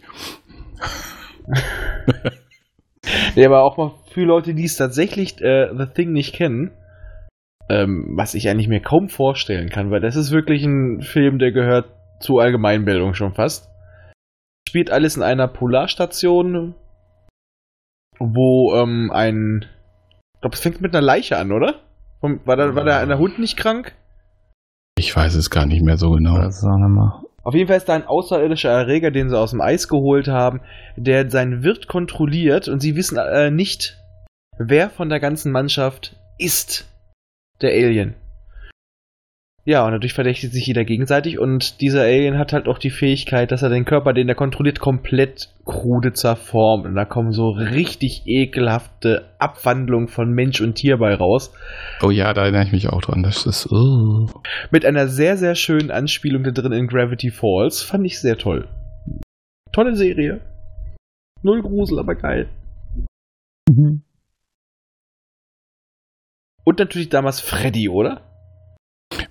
Speaker 1: Nee, aber auch mal für Leute, die es tatsächlich äh, The Thing nicht kennen, ähm, was ich eigentlich mir kaum vorstellen kann, weil das ist wirklich ein Film, der gehört zur Allgemeinbildung schon fast. Spielt alles in einer Polarstation, wo ähm, ein. Ich glaube, es fängt mit einer Leiche an, oder? Vom- War da, war da der Hund nicht krank?
Speaker 3: Ich weiß es gar nicht mehr so genau.
Speaker 4: Also sagen wir mal.
Speaker 1: Auf jeden Fall ist da ein außerirdischer Erreger, den sie aus dem Eis geholt haben, der seinen Wirt kontrolliert und sie wissen äh, nicht, wer von der ganzen Mannschaft ist der Alien. Ja, und dadurch verdächtigt sich jeder gegenseitig und dieser Alien hat halt auch die Fähigkeit, dass er den Körper, den er kontrolliert, komplett krude zerformt. Und da kommen so richtig ekelhafte Abwandlungen von Mensch und Tier bei raus.
Speaker 3: Oh ja, da erinnere ich mich auch dran. Das ist, oh.
Speaker 1: Mit einer sehr, sehr schönen Anspielung da drin in Gravity Falls. Fand ich sehr toll. Tolle Serie. Null Grusel, aber geil. Und natürlich damals Freddy, oder?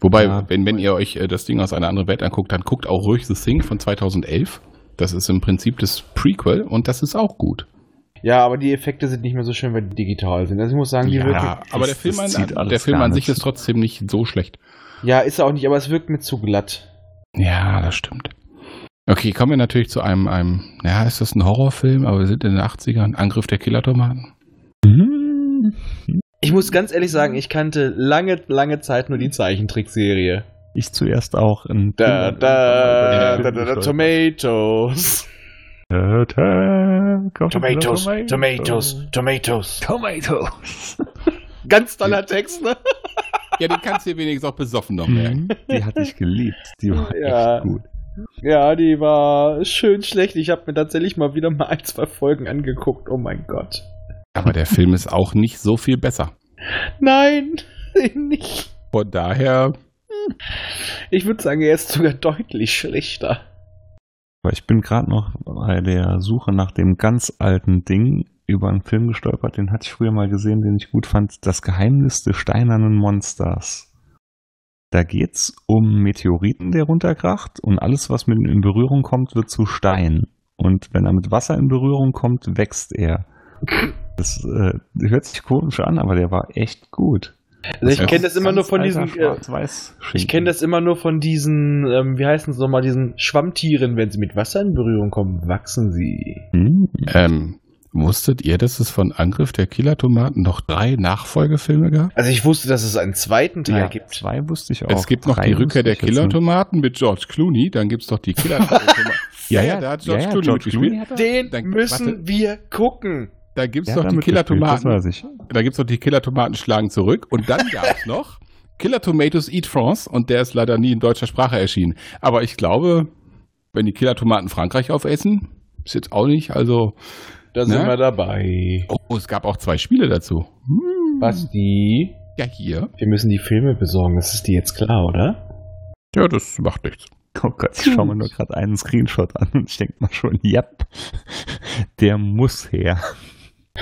Speaker 3: Wobei,
Speaker 4: Ja.
Speaker 3: wenn, wenn ihr euch äh, das Ding aus einer anderen Welt anguckt, dann guckt auch ruhig The Thing von 2011. Das ist im Prinzip das Prequel und das ist auch gut.
Speaker 1: Ja, aber die Effekte sind nicht mehr so schön, weil die digital sind. Also ich muss sagen, die wirken.
Speaker 3: aber der
Speaker 4: das
Speaker 3: Film,
Speaker 4: zieht
Speaker 3: an,
Speaker 4: alles
Speaker 3: der Film
Speaker 4: gar
Speaker 3: an sich
Speaker 4: nicht.
Speaker 3: ist trotzdem nicht so schlecht.
Speaker 1: Ja, ist er auch nicht, aber es wirkt mir zu glatt.
Speaker 3: Ja, das stimmt. Okay, kommen wir natürlich zu einem, einem, ja, ist das ein Horrorfilm, aber wir sind in den 80ern, Angriff der Killertomaten.
Speaker 4: Hm,
Speaker 1: Ich muss ganz ehrlich sagen, ich kannte lange, lange Zeit nur die Zeichentrickserie.
Speaker 4: Ich zuerst auch. in-
Speaker 1: Da, da,
Speaker 4: Äh,
Speaker 1: da, da, da, Tomatoes.
Speaker 4: Äh, da, kommt wieder
Speaker 1: Tomatoes.
Speaker 4: Tomatoes.
Speaker 1: Ganz toller Text, ne?
Speaker 3: Ja, den kannst du dir wenigstens auch besoffen noch merken.
Speaker 4: Mhm, Die hatte ich geliebt. Die war
Speaker 1: Ja.
Speaker 4: echt gut.
Speaker 1: Ja, die war schön schlecht. Ich habe mir tatsächlich mal wieder mal ein, zwei Folgen angeguckt. Oh mein Gott.
Speaker 3: Aber der Film ist auch nicht so viel besser.
Speaker 1: Nein, nicht.
Speaker 3: Von daher,
Speaker 1: Ich würde sagen, er ist sogar deutlich schlechter.
Speaker 4: Aber ich bin gerade noch bei der Suche nach dem ganz alten Ding über einen Film gestolpert. Den hatte ich früher mal gesehen, den ich gut fand. Das Geheimnis des steinernen Monsters. Da geht's um Meteoriten, der runterkracht und alles, was mit ihm in Berührung kommt, wird zu Stein. Und wenn er mit Wasser in Berührung kommt, wächst er. Das äh, hört sich komisch an, aber der war echt gut.
Speaker 1: Also ich kenne das immer nur von diesen. Äh, ich
Speaker 4: Ich
Speaker 1: kenne das immer nur von diesen, ähm, wie heißen sie nochmal, diesen Schwammtieren, wenn sie mit Wasser in Berührung kommen, wachsen sie.
Speaker 4: Hm?
Speaker 3: ähm, wusstet ihr, dass es von Angriff der Killertomaten noch drei Nachfolgefilme gab?
Speaker 1: Also ich wusste, dass es einen zweiten Teil
Speaker 4: Ja,
Speaker 1: gibt.
Speaker 4: zwei wusste ich auch.
Speaker 3: es gibt noch
Speaker 4: Drei
Speaker 3: die Rückkehr
Speaker 4: wusste
Speaker 3: der
Speaker 4: ich jetzt nicht.
Speaker 3: Killertomaten mit George Clooney, dann gibt's doch die Killertomaten.
Speaker 4: Ja, ja, ja, ja, George Clooney hat
Speaker 1: Den
Speaker 3: Dann-
Speaker 1: müssen
Speaker 3: warte.
Speaker 1: wir gucken.
Speaker 3: Da gibt's
Speaker 4: Ja,
Speaker 3: doch die
Speaker 4: damit
Speaker 3: Killertomaten.
Speaker 4: gespielt, Das weiß
Speaker 3: Da gibt's doch die Killertomaten schlagen zurück. Und dann gab's noch Killer Tomatoes Eat France und der ist leider nie in deutscher Sprache erschienen. Aber ich glaube, wenn die Killertomaten Frankreich aufessen, ist jetzt auch nicht. Also,
Speaker 1: Da
Speaker 3: sind
Speaker 1: sind
Speaker 4: Ne?
Speaker 3: wir
Speaker 1: wir dabei.
Speaker 3: oh, es gab auch zwei Spiele dazu.
Speaker 4: Hm.
Speaker 1: Basti,
Speaker 3: Ja, hier.
Speaker 1: wir müssen die Filme besorgen. Das ist dir jetzt klar, oder?
Speaker 3: Ja, das macht nichts.
Speaker 4: ich. Oh Gott, ich schaue mir nur gerade einen Screenshot an und ich denke mal schon, ja, der muss her.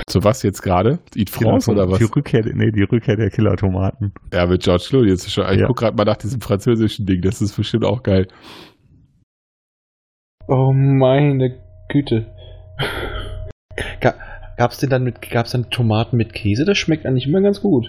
Speaker 3: Zu was jetzt gerade? Eat France oder was?
Speaker 4: Die Rückkehr, nee, die Rückkehr der Killertomaten.
Speaker 3: Ja, mit George Clooney. Jetzt ist schon, ich
Speaker 4: Ja.
Speaker 3: guck gerade mal nach diesem französischen Ding. Das ist bestimmt auch geil.
Speaker 1: Oh meine Güte. Ga- Gab's denn dann mit, gab's dann Tomaten mit Käse? Das schmeckt eigentlich immer ganz gut.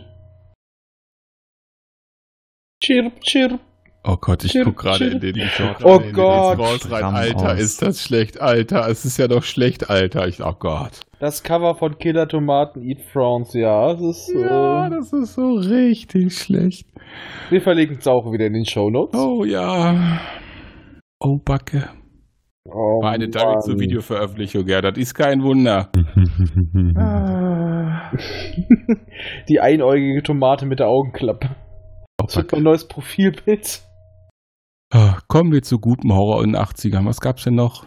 Speaker 1: Chirp, chirp.
Speaker 3: Oh Gott, ich
Speaker 1: Chirp,
Speaker 3: guck gerade
Speaker 1: chirp.
Speaker 3: in den George
Speaker 1: Oh
Speaker 3: Clooney, in den
Speaker 1: Gott.
Speaker 3: Balls rein.
Speaker 4: Ramm
Speaker 3: Alter,
Speaker 4: aus.
Speaker 3: ist das schlecht. Alter, es ist ja doch schlecht, Alter. Ich, oh Gott.
Speaker 1: Das Cover von Killer Tomaten Eat France, ja. Das ist,
Speaker 3: Ja,
Speaker 1: äh,
Speaker 3: das ist so richtig schlecht.
Speaker 1: wir verlinken es auch wieder in den Shownotes.
Speaker 3: Oh ja. Oh Backe.
Speaker 1: Oh,
Speaker 3: War eine Direct-to-Video-Veröffentlichung, ja, das ist kein Wunder.
Speaker 1: Mann. Die einäugige Tomate mit der Augenklappe.
Speaker 3: Oh,
Speaker 1: Das wird mein neues Profilbild.
Speaker 3: Ah, Kommen wir zu gutem Horror in den 80ern. Was gab's denn noch?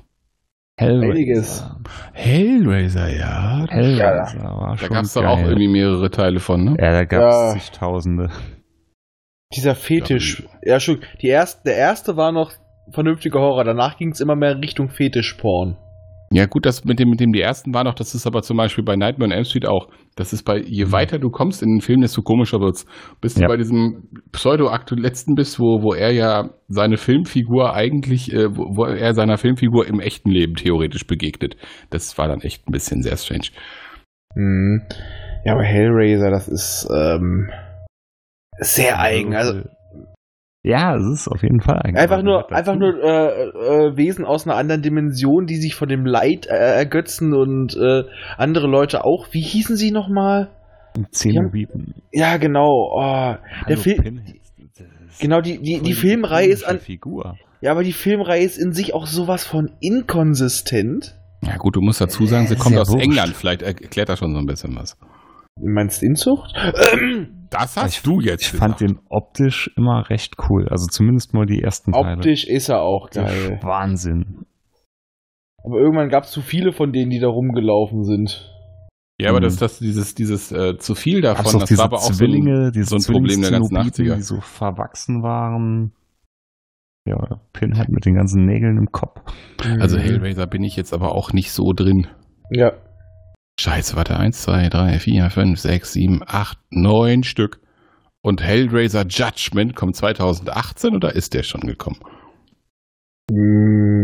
Speaker 1: Einiges.
Speaker 3: Hellraiser, ja.
Speaker 4: Hellraiser war
Speaker 3: Da
Speaker 4: schon
Speaker 3: gab's doch
Speaker 4: geil.
Speaker 3: auch irgendwie mehrere Teile von, ne?
Speaker 4: Ja, da gab's
Speaker 1: Ja.
Speaker 4: zigtausende.
Speaker 1: Dieser Fetisch. Ja, schon. Die erste, der erste war noch vernünftiger Horror. Danach ging es immer mehr Richtung Fetischporn.
Speaker 3: Ja, gut, das mit dem, mit dem die ersten war noch, das ist aber zum Beispiel bei Nightmare on Elm Street auch. Das ist bei, je weiter du kommst in den Film, desto komischer wird's. Bis du
Speaker 4: Mhm. Ja.
Speaker 3: bei diesem Pseudo-Akt letzten bist, wo, wo er ja seine Filmfigur eigentlich, äh, wo, wo er seiner Filmfigur im echten Leben theoretisch begegnet. Das war dann echt ein bisschen sehr strange.
Speaker 1: Mhm. Ja, aber Hellraiser, das ist ähm, sehr eigen. Also
Speaker 4: Ja, es ist auf jeden Fall eigen.
Speaker 1: einfach
Speaker 4: Aber
Speaker 1: nur,
Speaker 4: dazu-
Speaker 1: einfach nur äh, äh, Wesen aus einer anderen Dimension, die sich von dem Leid äh, ergötzen und äh, andere Leute auch. Wie hießen sie nochmal?
Speaker 4: Zenobiten.
Speaker 1: Ja, genau. Oh, der
Speaker 4: Hallo,
Speaker 1: Film.
Speaker 4: Pinhead. Das ist
Speaker 1: Genau, die, die,
Speaker 4: voll
Speaker 1: die Filmreihe ist an.
Speaker 4: komische Figur.
Speaker 1: Ja, aber die Filmreihe ist in sich auch sowas von inkonsistent.
Speaker 3: Ja, gut, du musst dazu sagen, sie kommt
Speaker 4: Äh, sehr
Speaker 3: aus
Speaker 4: wurscht.
Speaker 3: England. Vielleicht erklärt er schon so ein bisschen was.
Speaker 1: Du meinst Inzucht?
Speaker 3: Das hast
Speaker 4: Ich-
Speaker 3: du jetzt.
Speaker 4: Ich fand den optisch immer recht cool. Also zumindest mal die ersten Teile.
Speaker 1: Optisch ist er auch
Speaker 4: Das ist
Speaker 1: geil.
Speaker 4: Wahnsinn.
Speaker 1: Aber irgendwann gab es zu viele von denen, die da rumgelaufen sind.
Speaker 3: ja, aber
Speaker 4: Mhm.
Speaker 3: das, das, dieses, dieses äh, zu viel davon,
Speaker 4: Gab's auch
Speaker 3: das
Speaker 4: diese
Speaker 3: war aber auch so ein-
Speaker 4: Zwillinge, diese
Speaker 3: so ein Problem der ganzen
Speaker 4: Zwillingszenobiten,
Speaker 3: 80er.
Speaker 4: die so verwachsen waren. Ja, Pinhead mit den ganzen Nägeln im Kopf.
Speaker 3: Also Hellraiser bin ich jetzt aber auch nicht so drin.
Speaker 1: Mhm. Ja.
Speaker 3: Scheiße, warte, 1, 2, 3, 4, 5, 6, 7, 8, 9 Stück. Und Hellraiser Judgment kommt 2018 oder ist der schon gekommen?
Speaker 1: Mhm.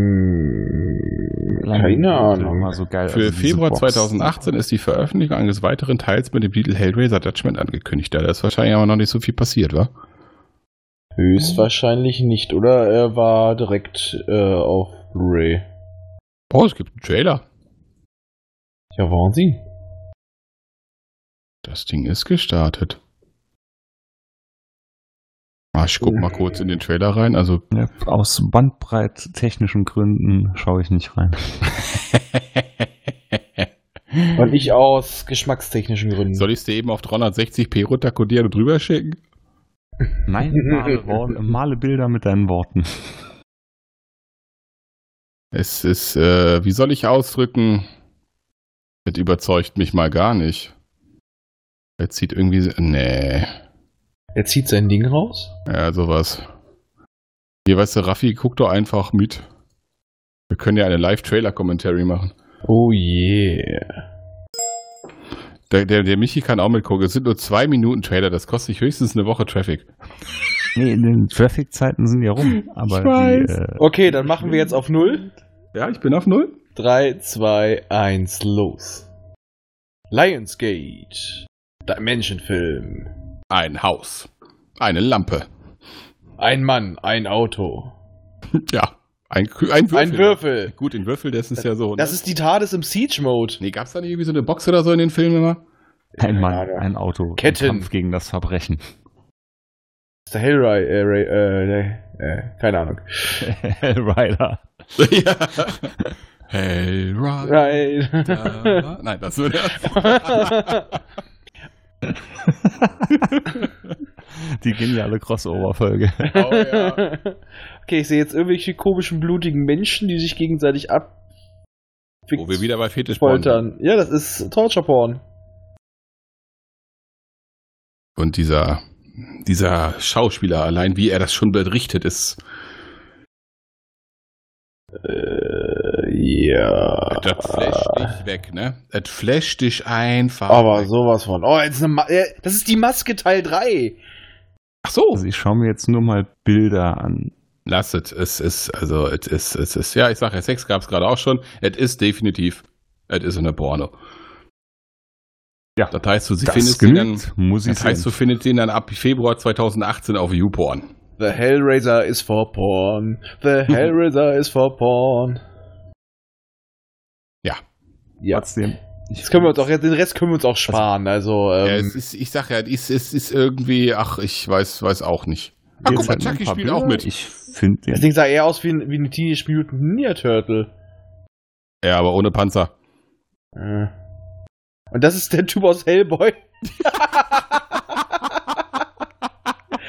Speaker 1: Keine Ahnung.
Speaker 4: Mal so geil,
Speaker 3: Für
Speaker 4: also diese
Speaker 3: Februar
Speaker 4: Box.
Speaker 3: 2018 ist die Veröffentlichung eines weiteren Teils mit dem Titel Hellraiser Judgment angekündigt. Da ist wahrscheinlich aber noch nicht so viel passiert, wa?
Speaker 1: Höchstwahrscheinlich nicht, oder? Er war direkt äh, auf Blu-ray.
Speaker 3: Oh, es gibt einen Trailer.
Speaker 1: Ja, Wahnsinn.
Speaker 3: Das Ding ist gestartet. Ah, ich guck mal
Speaker 4: Äh.
Speaker 3: kurz in den Trailer rein. Also
Speaker 4: Ja, aus bandbreittechnischen Gründen schaue ich nicht rein.
Speaker 1: Und ich aus geschmackstechnischen Gründen.
Speaker 3: soll ich es dir eben auf 360p runterkodieren und drüber schicken?
Speaker 4: Nein, male, Wor- male Bilder mit deinen Worten.
Speaker 3: Es ist, äh, wie soll ich ausdrücken? Das überzeugt mich mal gar nicht. Er zieht irgendwie, nee,
Speaker 1: Er zieht sein Ding raus?
Speaker 3: ja, sowas. Hier, weißt du, Raffi, guck doch einfach mit. Wir können ja eine Live-Trailer-Commentary machen.
Speaker 1: Oh yeah.
Speaker 3: Der, der, der Michi kann auch mitgucken. Es sind nur zwei Minuten Trailer, das kostet dich höchstens eine Woche Traffic.
Speaker 4: Nee, in den Traffic-Zeiten sind ja rum. Aber
Speaker 3: Ich weiß.
Speaker 4: Die, äh,
Speaker 1: Okay, dann machen wir jetzt auf null.
Speaker 3: Ja, ich bin auf Null.
Speaker 1: 3, 2, 1, los. Lionsgate. Dimension-Film.
Speaker 3: Ein Haus. Eine Lampe.
Speaker 1: Ein Mann, ein Auto.
Speaker 3: Ja. Ein, Kü- ein Würfel.
Speaker 1: Ein Würfel.
Speaker 3: Gut, den Würfel, das ist ja so.
Speaker 1: Das
Speaker 3: ne?
Speaker 1: ist die TARDIS im Siege-Mode.
Speaker 3: nee, gab's da nicht irgendwie so eine Box oder so in den Filmen immer?
Speaker 4: ein Mann,
Speaker 1: Ja, ja.
Speaker 4: ein Auto. im
Speaker 1: Ketten.
Speaker 4: Kampf gegen das Verbrechen.
Speaker 1: Das ist der Hellride, äh, Ray- äh, äh, äh, keine Ahnung.
Speaker 4: Rider.
Speaker 3: ja. Hey, Rider.
Speaker 1: Nein.
Speaker 3: Nein, das würde.
Speaker 4: Die geniale Crossover-Folge.
Speaker 3: Oh, ja.
Speaker 1: Okay, ich sehe jetzt irgendwelche komischen, blutigen Menschen, die sich gegenseitig ab...
Speaker 3: Wo wir wieder bei Fetisch sind.
Speaker 1: Foltern. Ja, das ist Torture-Porn.
Speaker 3: Und dieser, dieser Schauspieler, allein wie er das schon berichtet, ist.
Speaker 1: Äh,
Speaker 4: Ah.
Speaker 1: ja.
Speaker 3: Das flasht dich weg, ne? Das flasht dich einfach.
Speaker 1: Aber
Speaker 3: weg.
Speaker 1: sowas von. Oh, jetzt eine Ma äh, Das ist die Maske Teil 3.
Speaker 3: Ach so.
Speaker 4: Also ich schaue mir jetzt nur mal Bilder an.
Speaker 3: Lass es. Es ist, also, es ist, es ist. Ja, ich sag ja, Sex gab's gerade auch schon. Es ist definitiv. Es ist eine Porno.
Speaker 4: Ja.
Speaker 3: Das heißt, du, sie
Speaker 4: Das
Speaker 3: findest ihn dann.
Speaker 4: genügt, muss ich
Speaker 3: Das heißt, du
Speaker 4: sehen.
Speaker 3: findest ihn dann ab Februar 2018 auf YouPorn.
Speaker 1: The Hellraiser is for porn. The Hellraiser is for porn.
Speaker 3: Ja.
Speaker 1: Ja.
Speaker 4: Trotzdem. Ich
Speaker 1: Das können wir uns auch, jetzt- den Rest können wir uns auch sparen. Also, ähm,
Speaker 3: Ja, es ist, ich sag ja, es ist, es ist irgendwie, ach, ich weiß, weiß auch nicht.
Speaker 4: Jetzt
Speaker 3: Ach, Ah, guck mal,
Speaker 4: halt nur ein
Speaker 3: Chucky
Speaker 4: paar
Speaker 3: spielt auch
Speaker 4: Bilder.
Speaker 3: mit.
Speaker 4: Ich finde
Speaker 1: das
Speaker 4: den.
Speaker 1: Ding sah eher aus wie ein, wie ein Teenage Mutant Ninja Turtle.
Speaker 3: Ja, aber ohne Panzer.
Speaker 1: Äh. Und das ist der Typ aus Hellboy.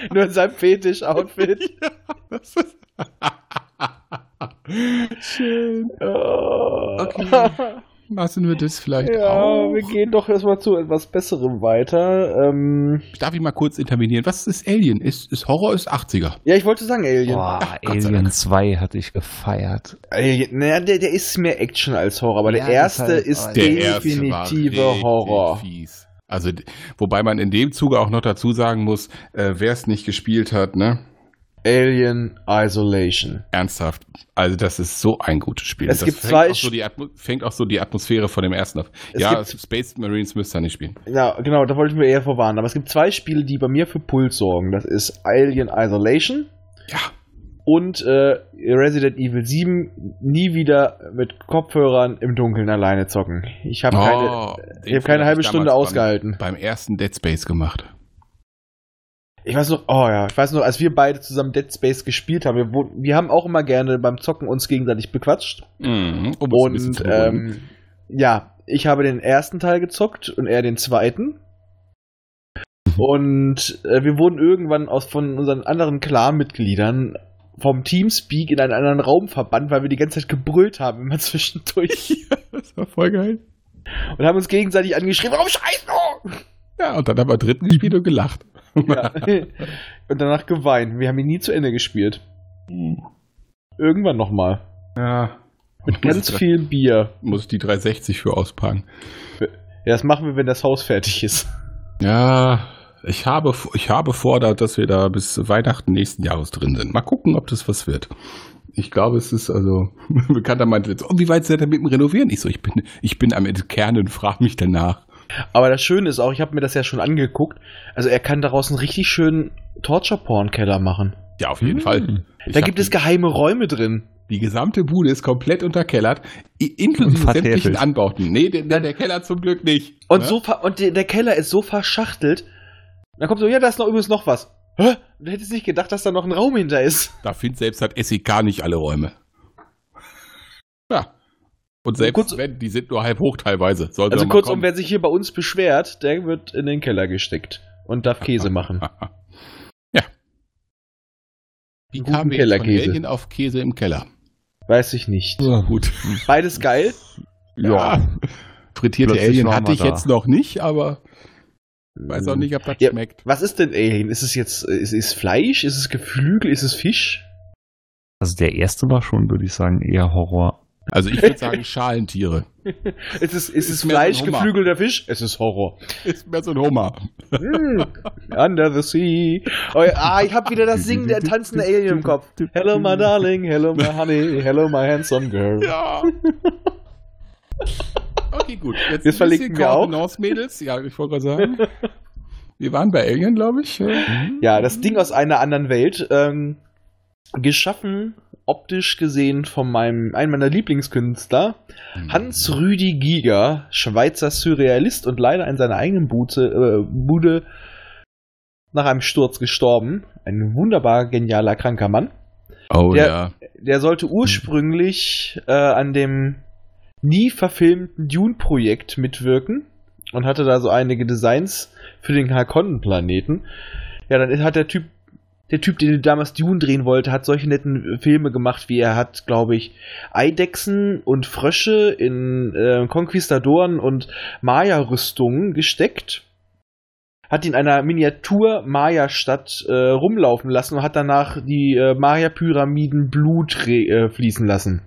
Speaker 1: Nur in seinem Fetisch-Outfit.
Speaker 3: Schön.
Speaker 1: Oh.
Speaker 3: Okay. Lassen wir das vielleicht
Speaker 1: Ja,
Speaker 3: auch.
Speaker 1: wir gehen doch erstmal zu etwas Besserem weiter. Ähm,
Speaker 3: Darf ich mal kurz intervenieren? Was ist Alien? Ist, ist Horror ist 80er.
Speaker 1: ja, ich wollte sagen Alien.
Speaker 4: Boah,
Speaker 3: Gott sei
Speaker 4: Alien 2 hatte ich gefeiert.
Speaker 1: Alien Äh, naja, der, der ist mehr Action als Horror, aber
Speaker 4: Ja,
Speaker 1: der erste
Speaker 4: ist halt-
Speaker 1: ist,
Speaker 4: oh,
Speaker 3: Der erste war
Speaker 1: definitive
Speaker 3: richtig
Speaker 1: Horror.
Speaker 3: Fies. Also, d- wobei man in dem Zuge auch noch dazu sagen muss, äh, wer es nicht gespielt hat, ne?
Speaker 1: Alien Isolation.
Speaker 3: Ernsthaft. Also, das ist so ein gutes Spiel.
Speaker 1: Es
Speaker 3: das
Speaker 1: gibt
Speaker 3: fängt,
Speaker 1: zwei
Speaker 3: auch so
Speaker 1: Sch-
Speaker 3: die Atmo fängt auch so die Atmosphäre von dem ersten ab.
Speaker 1: Es
Speaker 3: ja,
Speaker 1: gibt-
Speaker 3: Space Marines müsst ihr nicht spielen.
Speaker 1: Ja, genau, da wollte ich mir eher vorwarnen. Aber es gibt zwei Spiele, die bei mir für Puls sorgen. Das ist Alien Isolation
Speaker 3: Ja.
Speaker 1: und äh, Resident Evil 7 nie wieder mit Kopfhörern im Dunkeln alleine zocken. Ich
Speaker 3: Oh,
Speaker 1: habe keine, ich hab keine halbe Stunde ausgehalten.
Speaker 3: Beim, beim ersten Dead Space gemacht.
Speaker 1: Ich weiß noch, oh ja, ich weiß noch, als wir beide zusammen Dead Space gespielt haben, wir, wo- wir haben auch immer gerne beim Zocken uns gegenseitig bequatscht.
Speaker 3: Mhm. Um es ein bisschen
Speaker 1: Und
Speaker 3: zu beruhigen.
Speaker 1: ähm, ja, ich habe den ersten Teil gezockt und er den zweiten. Und äh, wir wurden irgendwann aus, von unseren anderen Clan-Mitgliedern vom Teamspeak in einen anderen Raum verbannt, weil wir die ganze Zeit gebrüllt haben, immer zwischendurch.
Speaker 3: das war voll geil.
Speaker 1: und haben uns gegenseitig angeschrieben, warum scheißt du?
Speaker 3: Ja, und dann haben wir dritten gespielt und gelacht.
Speaker 1: Ja. und danach geweint. Wir haben ihn nie zu Ende gespielt.
Speaker 3: Hm.
Speaker 1: Irgendwann nochmal.
Speaker 3: Ja. Mit
Speaker 1: Ganz viel Bier.
Speaker 3: Muss ich die 360 für auspacken.
Speaker 1: Ja, das machen wir, wenn das Haus fertig ist.
Speaker 3: Ja, Ich habe, ich habe vor, da- dass wir da bis Weihnachten nächsten Jahres drin sind. Mal gucken, ob das was wird. Ich glaube, es ist also, ein Bekannter meinte jetzt, oh, wie weit seid ihr mit dem Renovieren? Ich so, ich bin, ich bin am Entkernen und frage mich danach.
Speaker 1: Aber das Schöne ist auch, ich habe mir das ja schon angeguckt, also er kann daraus einen richtig schönen Torture-Porn-Keller machen.
Speaker 3: Ja, auf jeden
Speaker 4: Hm.
Speaker 3: Fall. Ich
Speaker 1: Da
Speaker 3: hab
Speaker 1: gibt
Speaker 3: die,
Speaker 1: es geheime Räume drin.
Speaker 3: die gesamte Bude ist komplett unterkellert, i- inklusive
Speaker 4: Und vertäfelt.
Speaker 3: sämtlichen Anbauten. Nee, der, der, der Keller zum Glück nicht.
Speaker 1: Und,
Speaker 3: Ne?
Speaker 1: so ver- und der, der Keller ist so verschachtelt. Dann kommt so, ja, da ist noch übrigens noch was. Hä? Du hättest nicht gedacht, dass da noch ein Raum hinter ist.
Speaker 3: Da findet selbst hat SEK nicht alle Räume. Ja. Und selbst
Speaker 1: Kurz-
Speaker 3: wenn, die sind nur halb hoch teilweise. Sollen
Speaker 1: Also
Speaker 3: sie mal
Speaker 1: kurzum,
Speaker 3: kommen.
Speaker 1: wer sich hier bei uns beschwert, der wird in den Keller gesteckt und darf Käse machen.
Speaker 3: Ja. Wie
Speaker 1: Guten
Speaker 3: kamen wir jetzt von
Speaker 1: Kellerkäse.
Speaker 3: Alien auf Käse im Keller?
Speaker 1: Weiß ich nicht.
Speaker 3: gut.
Speaker 1: Beides geil.
Speaker 3: Frittierte
Speaker 4: Plötzlich
Speaker 3: Alien
Speaker 4: waren
Speaker 3: hatte
Speaker 4: wir
Speaker 3: ich
Speaker 4: da. Mhm.
Speaker 3: jetzt noch nicht, aber weiß auch nicht, ob das
Speaker 1: Ja.
Speaker 3: schmeckt.
Speaker 1: Was ist denn Alien? Ist es jetzt ist, ist Fleisch? Ist es Geflügel? Ist es Fisch?
Speaker 4: Also der erste war schon, würde ich sagen, eher Horror.
Speaker 3: Also ich würde sagen Schalentiere.
Speaker 1: Ist es, ist es
Speaker 3: Ist mir
Speaker 1: Fleisch,
Speaker 3: ein Hummer.
Speaker 1: Geflügel oder Fisch? Es ist Horror.
Speaker 3: Ist mehr so ein Homer.
Speaker 1: Mm, Under the sea. Oh, ja, ah, ich hab wieder das Singen der tanzende Alien im Kopf. Hello, my darling. Hello, my honey. Hello, my handsome girl.
Speaker 3: Ja. Okay, gut. Jetzt,
Speaker 1: Das verlinken wir auch.
Speaker 3: Mädels. Ja, ich wollte gerade sagen. Wir waren bei Alien, glaube ich.
Speaker 1: Ja, das Ding aus einer anderen Welt. Ähm, geschaffen, optisch gesehen, von meinem, einem meiner Lieblingskünstler, Hans-Rüdi Giger, Schweizer Surrealist und leider in seiner eigenen Bude, äh, Bude nach einem Sturz gestorben. Ein wunderbar genialer, kranker Mann.
Speaker 3: Oh
Speaker 1: Der-
Speaker 3: ja.
Speaker 1: Der sollte ursprünglich äh, an dem nie verfilmten Dune-Projekt mitwirken und hatte da so einige Designs für den Harkonnen-Planeten. Ja, dann hat der Typ, der Typ, den damals Dune drehen wollte, hat solche netten Filme gemacht, wie er hat, glaube ich, Eidechsen und Frösche in äh, Konquistadoren und Maya-Rüstungen gesteckt. Hat ihn in einer Miniatur-Maya-Stadt äh, rumlaufen lassen und hat danach die äh, Maya-Pyramiden Blut re- äh, fließen lassen.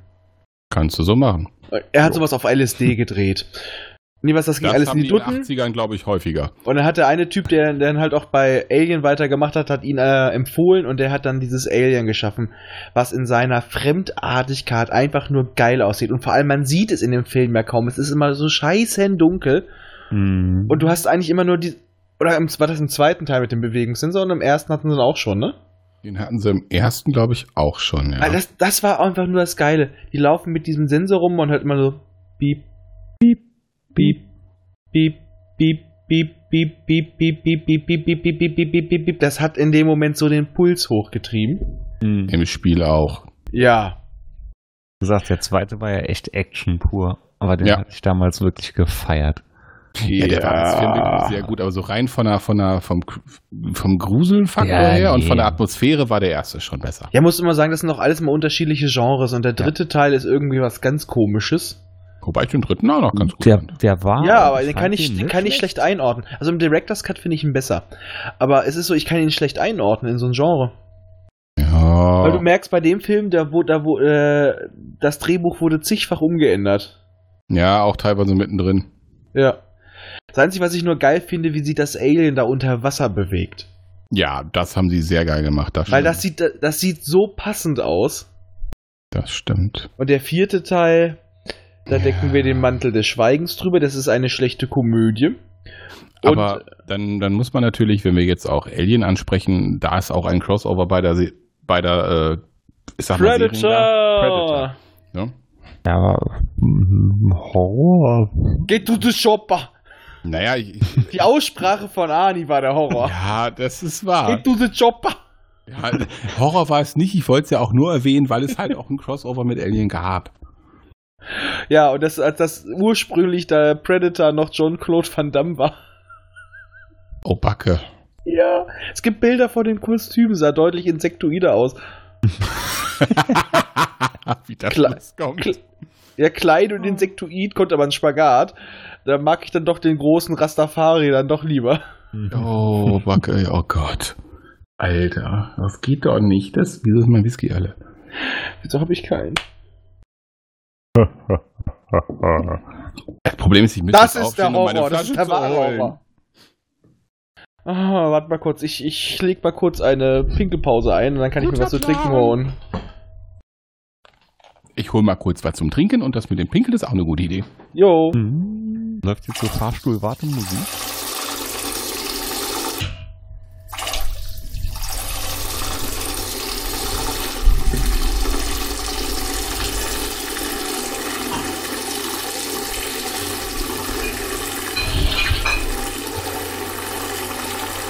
Speaker 3: Kannst du so machen.
Speaker 1: Er hat
Speaker 3: Jo.
Speaker 1: sowas auf LSD gedreht. Nee, was das ging alles in die Dutten.
Speaker 3: 80ern, glaube ich, häufiger.
Speaker 1: Und dann hat der eine Typ, der der dann halt auch bei Alien weitergemacht hat, hat ihn äh, empfohlen und der hat dann dieses Alien geschaffen, was in seiner Fremdartigkeit einfach nur geil aussieht. Und vor allem, man sieht es in dem Film ja kaum. Es ist immer so scheißen dunkel.
Speaker 4: Mhm.
Speaker 1: Und du hast eigentlich immer nur die. Oder im, war das im zweiten Teil mit dem Bewegungssensor und im ersten hatten sie ihn auch schon, ne?
Speaker 3: Den hatten sie im ersten, glaube ich, auch schon. Ja.
Speaker 1: Ah, Das, das war einfach nur das Geile. Die laufen mit diesem Sensor rum und halt immer so piep, piep, piep, piep, piep, piep, piep, piep, piep, piep, piep, piep, piep, piep, piep, piep, piep, piep. Das hat in dem Moment so den Puls hochgetrieben.
Speaker 4: Mhm.
Speaker 3: Im Spiel auch.
Speaker 1: Ja.
Speaker 4: Wie gesagt, der zweite war ja echt Action pur. Aber den
Speaker 3: Ja.
Speaker 4: hatte ich damals wirklich gefeiert.
Speaker 3: Ja, der war das Film wirklich sehr gut, aber so rein von der, von der, vom, vom Gruselfaktor
Speaker 4: Ja,
Speaker 3: her und
Speaker 4: nee.
Speaker 3: von der Atmosphäre war der erste schon besser.
Speaker 1: Ja, muss immer sagen, das sind noch alles mal unterschiedliche Genres und der dritte Teil ist irgendwie was ganz komisches.
Speaker 3: Wobei ich den dritten auch noch ganz gut
Speaker 4: Der,
Speaker 3: fand.
Speaker 4: der war.
Speaker 1: ja, aber den
Speaker 4: fand
Speaker 1: kann ich, den
Speaker 4: nicht
Speaker 1: kann ich schlecht einordnen. Also im Director's Cut finde ich ihn besser. Aber es ist so, ich kann ihn schlecht einordnen in so ein Genre. Weil du
Speaker 3: Ja,
Speaker 1: merkst, bei dem Film, da wo, da wo, äh, das Drehbuch wurde zigfach umgeändert.
Speaker 3: ja, auch teilweise mittendrin.
Speaker 1: Ja. Das Einzige, was ich nur geil finde, wie sich das Alien da unter Wasser bewegt.
Speaker 3: Ja, das haben sie sehr geil gemacht. Das
Speaker 1: Weil
Speaker 3: stimmt.
Speaker 1: das sieht, das sieht so passend aus.
Speaker 3: das stimmt.
Speaker 1: Und der vierte Teil, da decken wir den Mantel des Schweigens drüber. Das ist eine schlechte Komödie. Und-
Speaker 3: Aber dann, dann muss man natürlich, wenn wir jetzt auch Alien ansprechen, da ist auch ein Crossover bei der, Se- bei der äh, ich sag mal, Serie da. Predator.
Speaker 1: Predator!
Speaker 3: Ja?
Speaker 4: Ja, aber mm, Horror.
Speaker 1: Geht du zu Shopper!
Speaker 3: Naja, ich,
Speaker 1: Die Aussprache von Ani war der Horror.
Speaker 3: ja, das ist wahr.
Speaker 1: Geht du zu Chopper!
Speaker 3: Ja, Horror war es nicht. Ich wollte es ja auch nur erwähnen, weil es halt auch ein Crossover mit Alien gab.
Speaker 1: Ja, und das, als das ursprünglich der Predator noch John-Claude Van Damme war.
Speaker 3: Oh, Backe.
Speaker 1: Ja, es gibt Bilder von den Kostümen, sah deutlich insektoide aus.
Speaker 3: Wie das
Speaker 1: Klar.
Speaker 3: alles kommt.
Speaker 1: Kl- Ja, klein und insektoid, konnte aber ein Spagat. Da mag ich dann doch den großen Rastafari dann doch lieber.
Speaker 3: Oh, Backe. Oh Gott. Alter, das geht doch nicht. Das, wieso ist mein Whisky alle?
Speaker 1: Wieso habe ich keinen?
Speaker 3: Das Problem ist, ich müsste
Speaker 1: Das
Speaker 3: jetzt
Speaker 1: ist der
Speaker 3: aufstehen, um meine
Speaker 1: Horror, das
Speaker 3: Flasche
Speaker 1: ist der
Speaker 3: zu
Speaker 1: wahre
Speaker 3: holen.
Speaker 1: Horror. Ah, warte mal kurz, ich, ich leg mal kurz eine Pinkelpause ein und dann kann ich mir was zu trinken holen.
Speaker 3: Ich hole mal kurz was zum Trinken und das mit dem Pinkel ist auch eine gute Idee.
Speaker 1: Jo.
Speaker 4: Mhm. Läuft jetzt so Fahrstuhl-Wartemusik.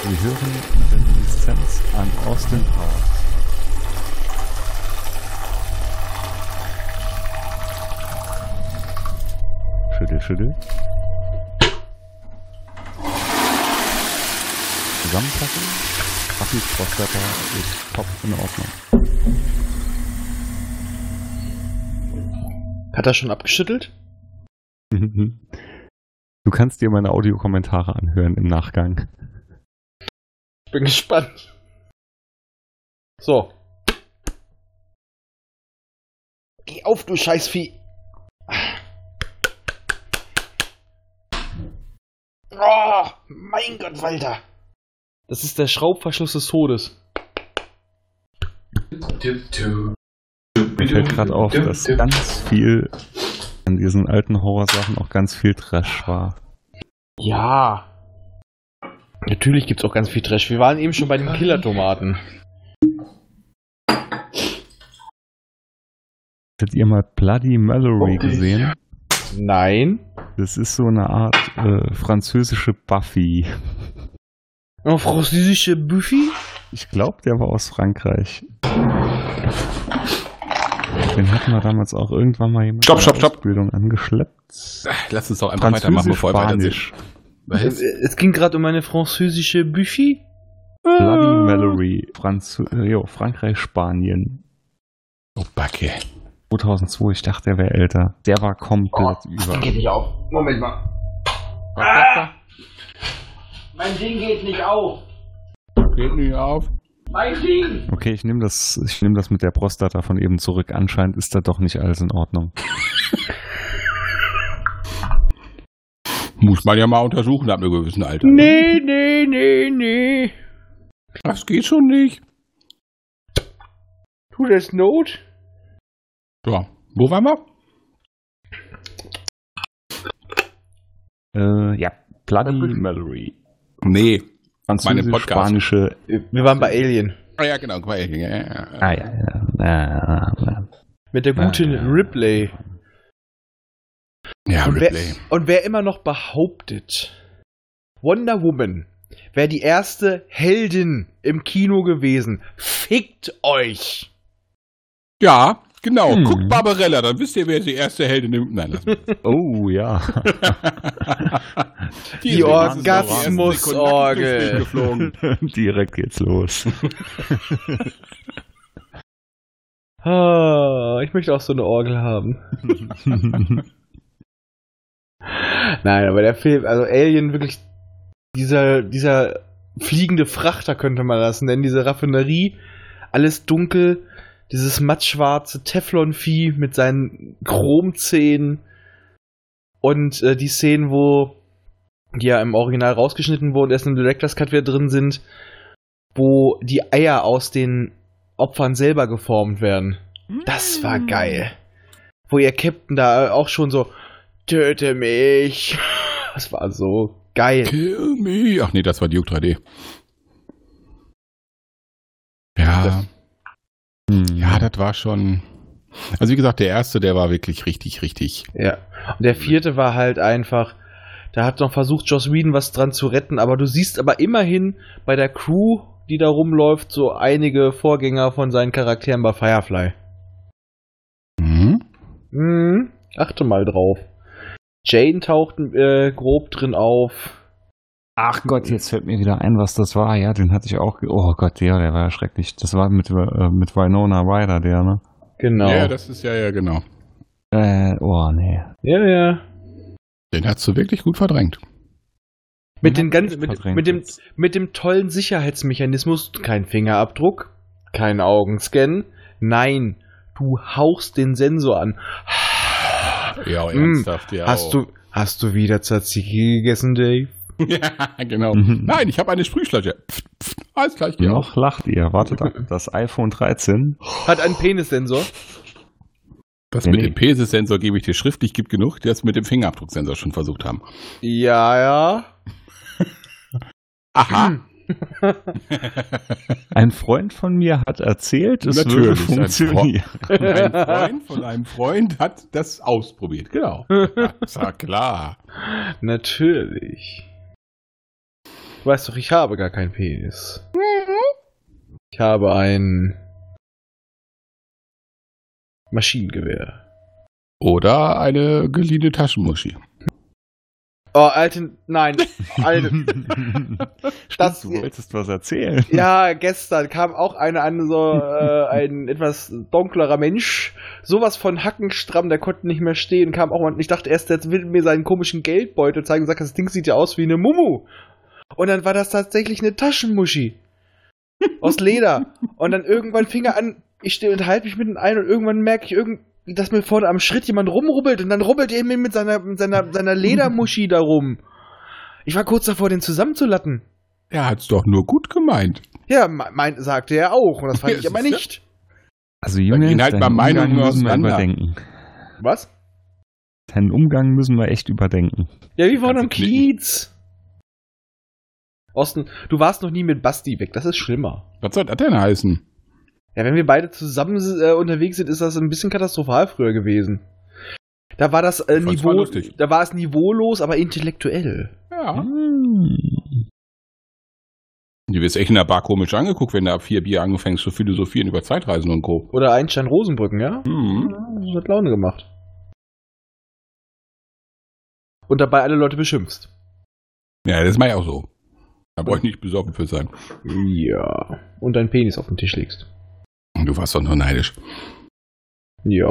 Speaker 4: Wir hören Reminiszenz an Austin Powers. Schüttel, schüttel. Zusammenpacken. Waffel Prostata ist top in Ordnung.
Speaker 1: Hat er schon abgeschüttelt?
Speaker 4: Mhm. Du kannst dir meine Audiokommentare anhören im Nachgang.
Speaker 1: Ich bin gespannt. So. Geh auf, du Scheißvieh. Oh, mein Gott, Walter. Das ist der Schraubverschluss des Todes.
Speaker 4: Mir fällt gerade auf, dass ganz viel an diesen alten Horrorsachen auch ganz viel Trash war.
Speaker 1: Ja. Natürlich gibt's auch ganz viel Trash. Wir waren eben schon bei den Killertomaten.
Speaker 4: Hättet ihr mal Bloody Mallory gesehen?
Speaker 1: Nein.
Speaker 4: Das ist so eine Art äh, französische Buffy.
Speaker 1: Oh, französische Buffy?
Speaker 4: Ich glaube, der war aus Frankreich. Den hatten wir damals auch irgendwann mal jemand
Speaker 3: Stopp,
Speaker 4: bei
Speaker 3: stopp,
Speaker 4: der
Speaker 3: stopp.
Speaker 4: Ausbildung angeschleppt.
Speaker 3: Lass uns doch einfach weitermachen, bevor wir weiter sind.
Speaker 4: Französisch-Spanisch.
Speaker 1: Es, es ging gerade um eine französische Buffy.
Speaker 4: Bloody Mallory, Franz äh, jo, Frankreich, Spanien.
Speaker 3: Oh, Backe.
Speaker 4: 2002, ich dachte, der wäre älter. Der war komplett über.
Speaker 1: Geht nicht auf. Moment mal. Mein Ding geht nicht auf.
Speaker 3: Geht nicht auf.
Speaker 1: Mein Ding!
Speaker 4: Okay, ich nehme das, ich nehm das mit der Prostata von eben zurück. Anscheinend ist da doch nicht alles in Ordnung.
Speaker 3: Muss man ja mal untersuchen, ab einem gewissen Alter. ne?
Speaker 1: Nee, nee, nee, nee.
Speaker 3: Das geht schon nicht.
Speaker 1: Tut es Not?
Speaker 3: So, wo waren wir?
Speaker 4: Äh, ja, Bloody Mallory.
Speaker 3: Nee. Meinem Podcast.
Speaker 4: Französisch-spanische.
Speaker 1: Wir waren bei Alien.
Speaker 3: Ah ja, genau. Ja, ja, ja.
Speaker 4: Ah, ja, ja, ja, ja.
Speaker 1: Mit der guten
Speaker 4: Ah.
Speaker 1: Ripley.
Speaker 3: ja
Speaker 1: und,
Speaker 3: Ripley.
Speaker 1: wer, und wer immer noch behauptet, Wonder Woman wäre die erste Heldin im Kino gewesen, fickt euch!
Speaker 3: Ja, genau.
Speaker 4: Hm.
Speaker 3: Guckt Barbarella, dann wisst ihr, wer die erste Heldin im... Nein, lass mich.
Speaker 4: Oh, ja.
Speaker 1: Die
Speaker 3: ist wenigstens
Speaker 1: Orgasmus-
Speaker 3: noch die ersten Sekunden
Speaker 1: Orgel.
Speaker 3: durchs Bild geflogen.
Speaker 4: Direkt geht's los.
Speaker 1: Ah, ich möchte auch so eine Orgel haben. Nein, aber der Film, also Alien wirklich, dieser, dieser fliegende Frachter könnte man das nennen, diese Raffinerie, alles dunkel, dieses mattschwarze Teflonvieh mit seinen Chromzähnen und äh, die Szenen, wo die ja im Original rausgeschnitten wurden, erst im Director's Cut wieder drin sind, wo die Eier aus den Opfern selber geformt werden. Das war geil. Wo ihr Captain da auch schon so, töte mich. Das war so geil.
Speaker 3: Kill me. Ach nee, das war Duke 3D. Ja. Hm.
Speaker 1: Das-
Speaker 3: Ja, das war schon. Also wie gesagt, der erste, der war wirklich richtig, richtig.
Speaker 1: Ja. Und der vierte war halt einfach, da hat noch versucht, Joss Whedon was dran zu retten, aber du siehst aber immerhin bei der Crew, die da rumläuft, so einige Vorgänger von seinen Charakteren bei Firefly.
Speaker 3: Mhm.
Speaker 1: Mhm. Achte mal drauf. Jane taucht äh, grob drin auf.
Speaker 4: Ach Gott, jetzt fällt mir wieder ein, was das war. Ja, den hatte ich auch. ge- Oh Gott, ja, der war ja schrecklich. Das war mit, äh, mit Winona Ryder, der, ne?
Speaker 1: Genau.
Speaker 3: Ja, das ist ja, ja, genau.
Speaker 4: Äh, oh, nee.
Speaker 1: ja, ja.
Speaker 3: Den hast du wirklich gut verdrängt.
Speaker 1: Mit,
Speaker 4: Den
Speaker 1: den
Speaker 4: hab ich
Speaker 1: ganzen, mit,
Speaker 4: verdrängt
Speaker 1: mit, dem,
Speaker 4: jetzt.
Speaker 1: mit dem tollen Sicherheitsmechanismus, kein Fingerabdruck, kein Augenscan. Nein, du hauchst den Sensor an.
Speaker 3: Ja,
Speaker 1: Mm, hast, du, hast du wieder Tzatziki gegessen, Dave?
Speaker 3: ja, genau.
Speaker 4: Mhm.
Speaker 3: Nein, ich habe eine Sprühschleiche. Pft, pft, alles gleich, geh auch.
Speaker 4: Noch lacht ihr. Wartet ab. Das iPhone 13.
Speaker 1: Hat einen Penissensor.
Speaker 3: Das
Speaker 4: Nee,
Speaker 3: mit
Speaker 4: nee.
Speaker 3: dem Pesis-Sensor gebe ich dir schriftlich, gibt genug, die das mit dem Fingerabdrucksensor schon versucht haben.
Speaker 1: Ja, ja.
Speaker 3: Aha.
Speaker 4: Ein Freund von mir hat erzählt, es
Speaker 3: Natürlich,
Speaker 4: würde
Speaker 3: ein Freund.
Speaker 4: funktionieren.
Speaker 3: ein Freund von einem Freund hat das ausprobiert, genau. Ja, ist ja klar.
Speaker 1: Natürlich. Du weißt doch, ich habe gar keinen Penis. Ich habe ein Maschinengewehr.
Speaker 3: Oder eine geliehene Taschenmuschi.
Speaker 1: Oh, Alten, nein, Alten. Das-
Speaker 4: Stimmt, du wolltest was erzählen.
Speaker 1: Ja, gestern kam auch eine an, so äh, ein etwas dunklerer Mensch, sowas von hackenstramm, der konnte nicht mehr stehen, kam auch und ich dachte erst, jetzt will mir seinen komischen Geldbeutel zeigen und sagt, das Ding sieht ja aus wie eine Mumu. Und dann war das tatsächlich eine Taschenmuschi. Aus Leder. Und dann irgendwann fing er an, ich stehe und halte mich mitten ein und irgendwann merke ich irgend, dass mir vorne am Schritt jemand rumrubbelt und dann rubbelt er mir mit seiner, mit seiner, seiner Ledermuschi da rum. Ich war kurz davor, den zusammenzulatten.
Speaker 3: Er hat's doch nur gut gemeint.
Speaker 1: Ja, me- mein, sagte er auch. Und das fand
Speaker 3: Ja,
Speaker 1: ich aber
Speaker 3: siehste.
Speaker 1: nicht.
Speaker 4: Also
Speaker 3: gehen
Speaker 4: Julian,
Speaker 3: halt
Speaker 4: deinen
Speaker 3: mal Meinungen
Speaker 4: Umgang müssen wir
Speaker 3: auseinander.
Speaker 4: überdenken.
Speaker 1: Was?
Speaker 4: Deinen Umgang müssen wir echt überdenken.
Speaker 1: Ja, wir waren
Speaker 3: Kannst
Speaker 1: am
Speaker 3: du knicken.
Speaker 1: Kiez. Osten, du warst noch nie mit Basti weg. Das ist schlimmer.
Speaker 3: Was soll das denn heißen?
Speaker 1: Ja, wenn wir beide zusammen äh, unterwegs sind, ist das ein bisschen katastrophal früher gewesen. Da war das äh,
Speaker 3: fand's
Speaker 1: Niveau,
Speaker 3: mal lustig.
Speaker 1: da war es niveaulos, aber intellektuell.
Speaker 4: Ah.
Speaker 3: Ja.
Speaker 4: Hm.
Speaker 3: Du wirst echt in der Bar komisch angeguckt, wenn du ab vier Bier anfängst zu philosophieren über Zeitreisen und Co.
Speaker 1: Oder Einstein Rosenbrücken, ja?
Speaker 3: Hm.
Speaker 1: Das hat Laune gemacht. Und dabei alle Leute beschimpfst.
Speaker 3: Ja, das mache ich auch so. Da brauche ich nicht besorgt für sein.
Speaker 1: Ja. Und deinen Penis auf den Tisch legst.
Speaker 3: Du warst doch nur neidisch.
Speaker 1: Ja.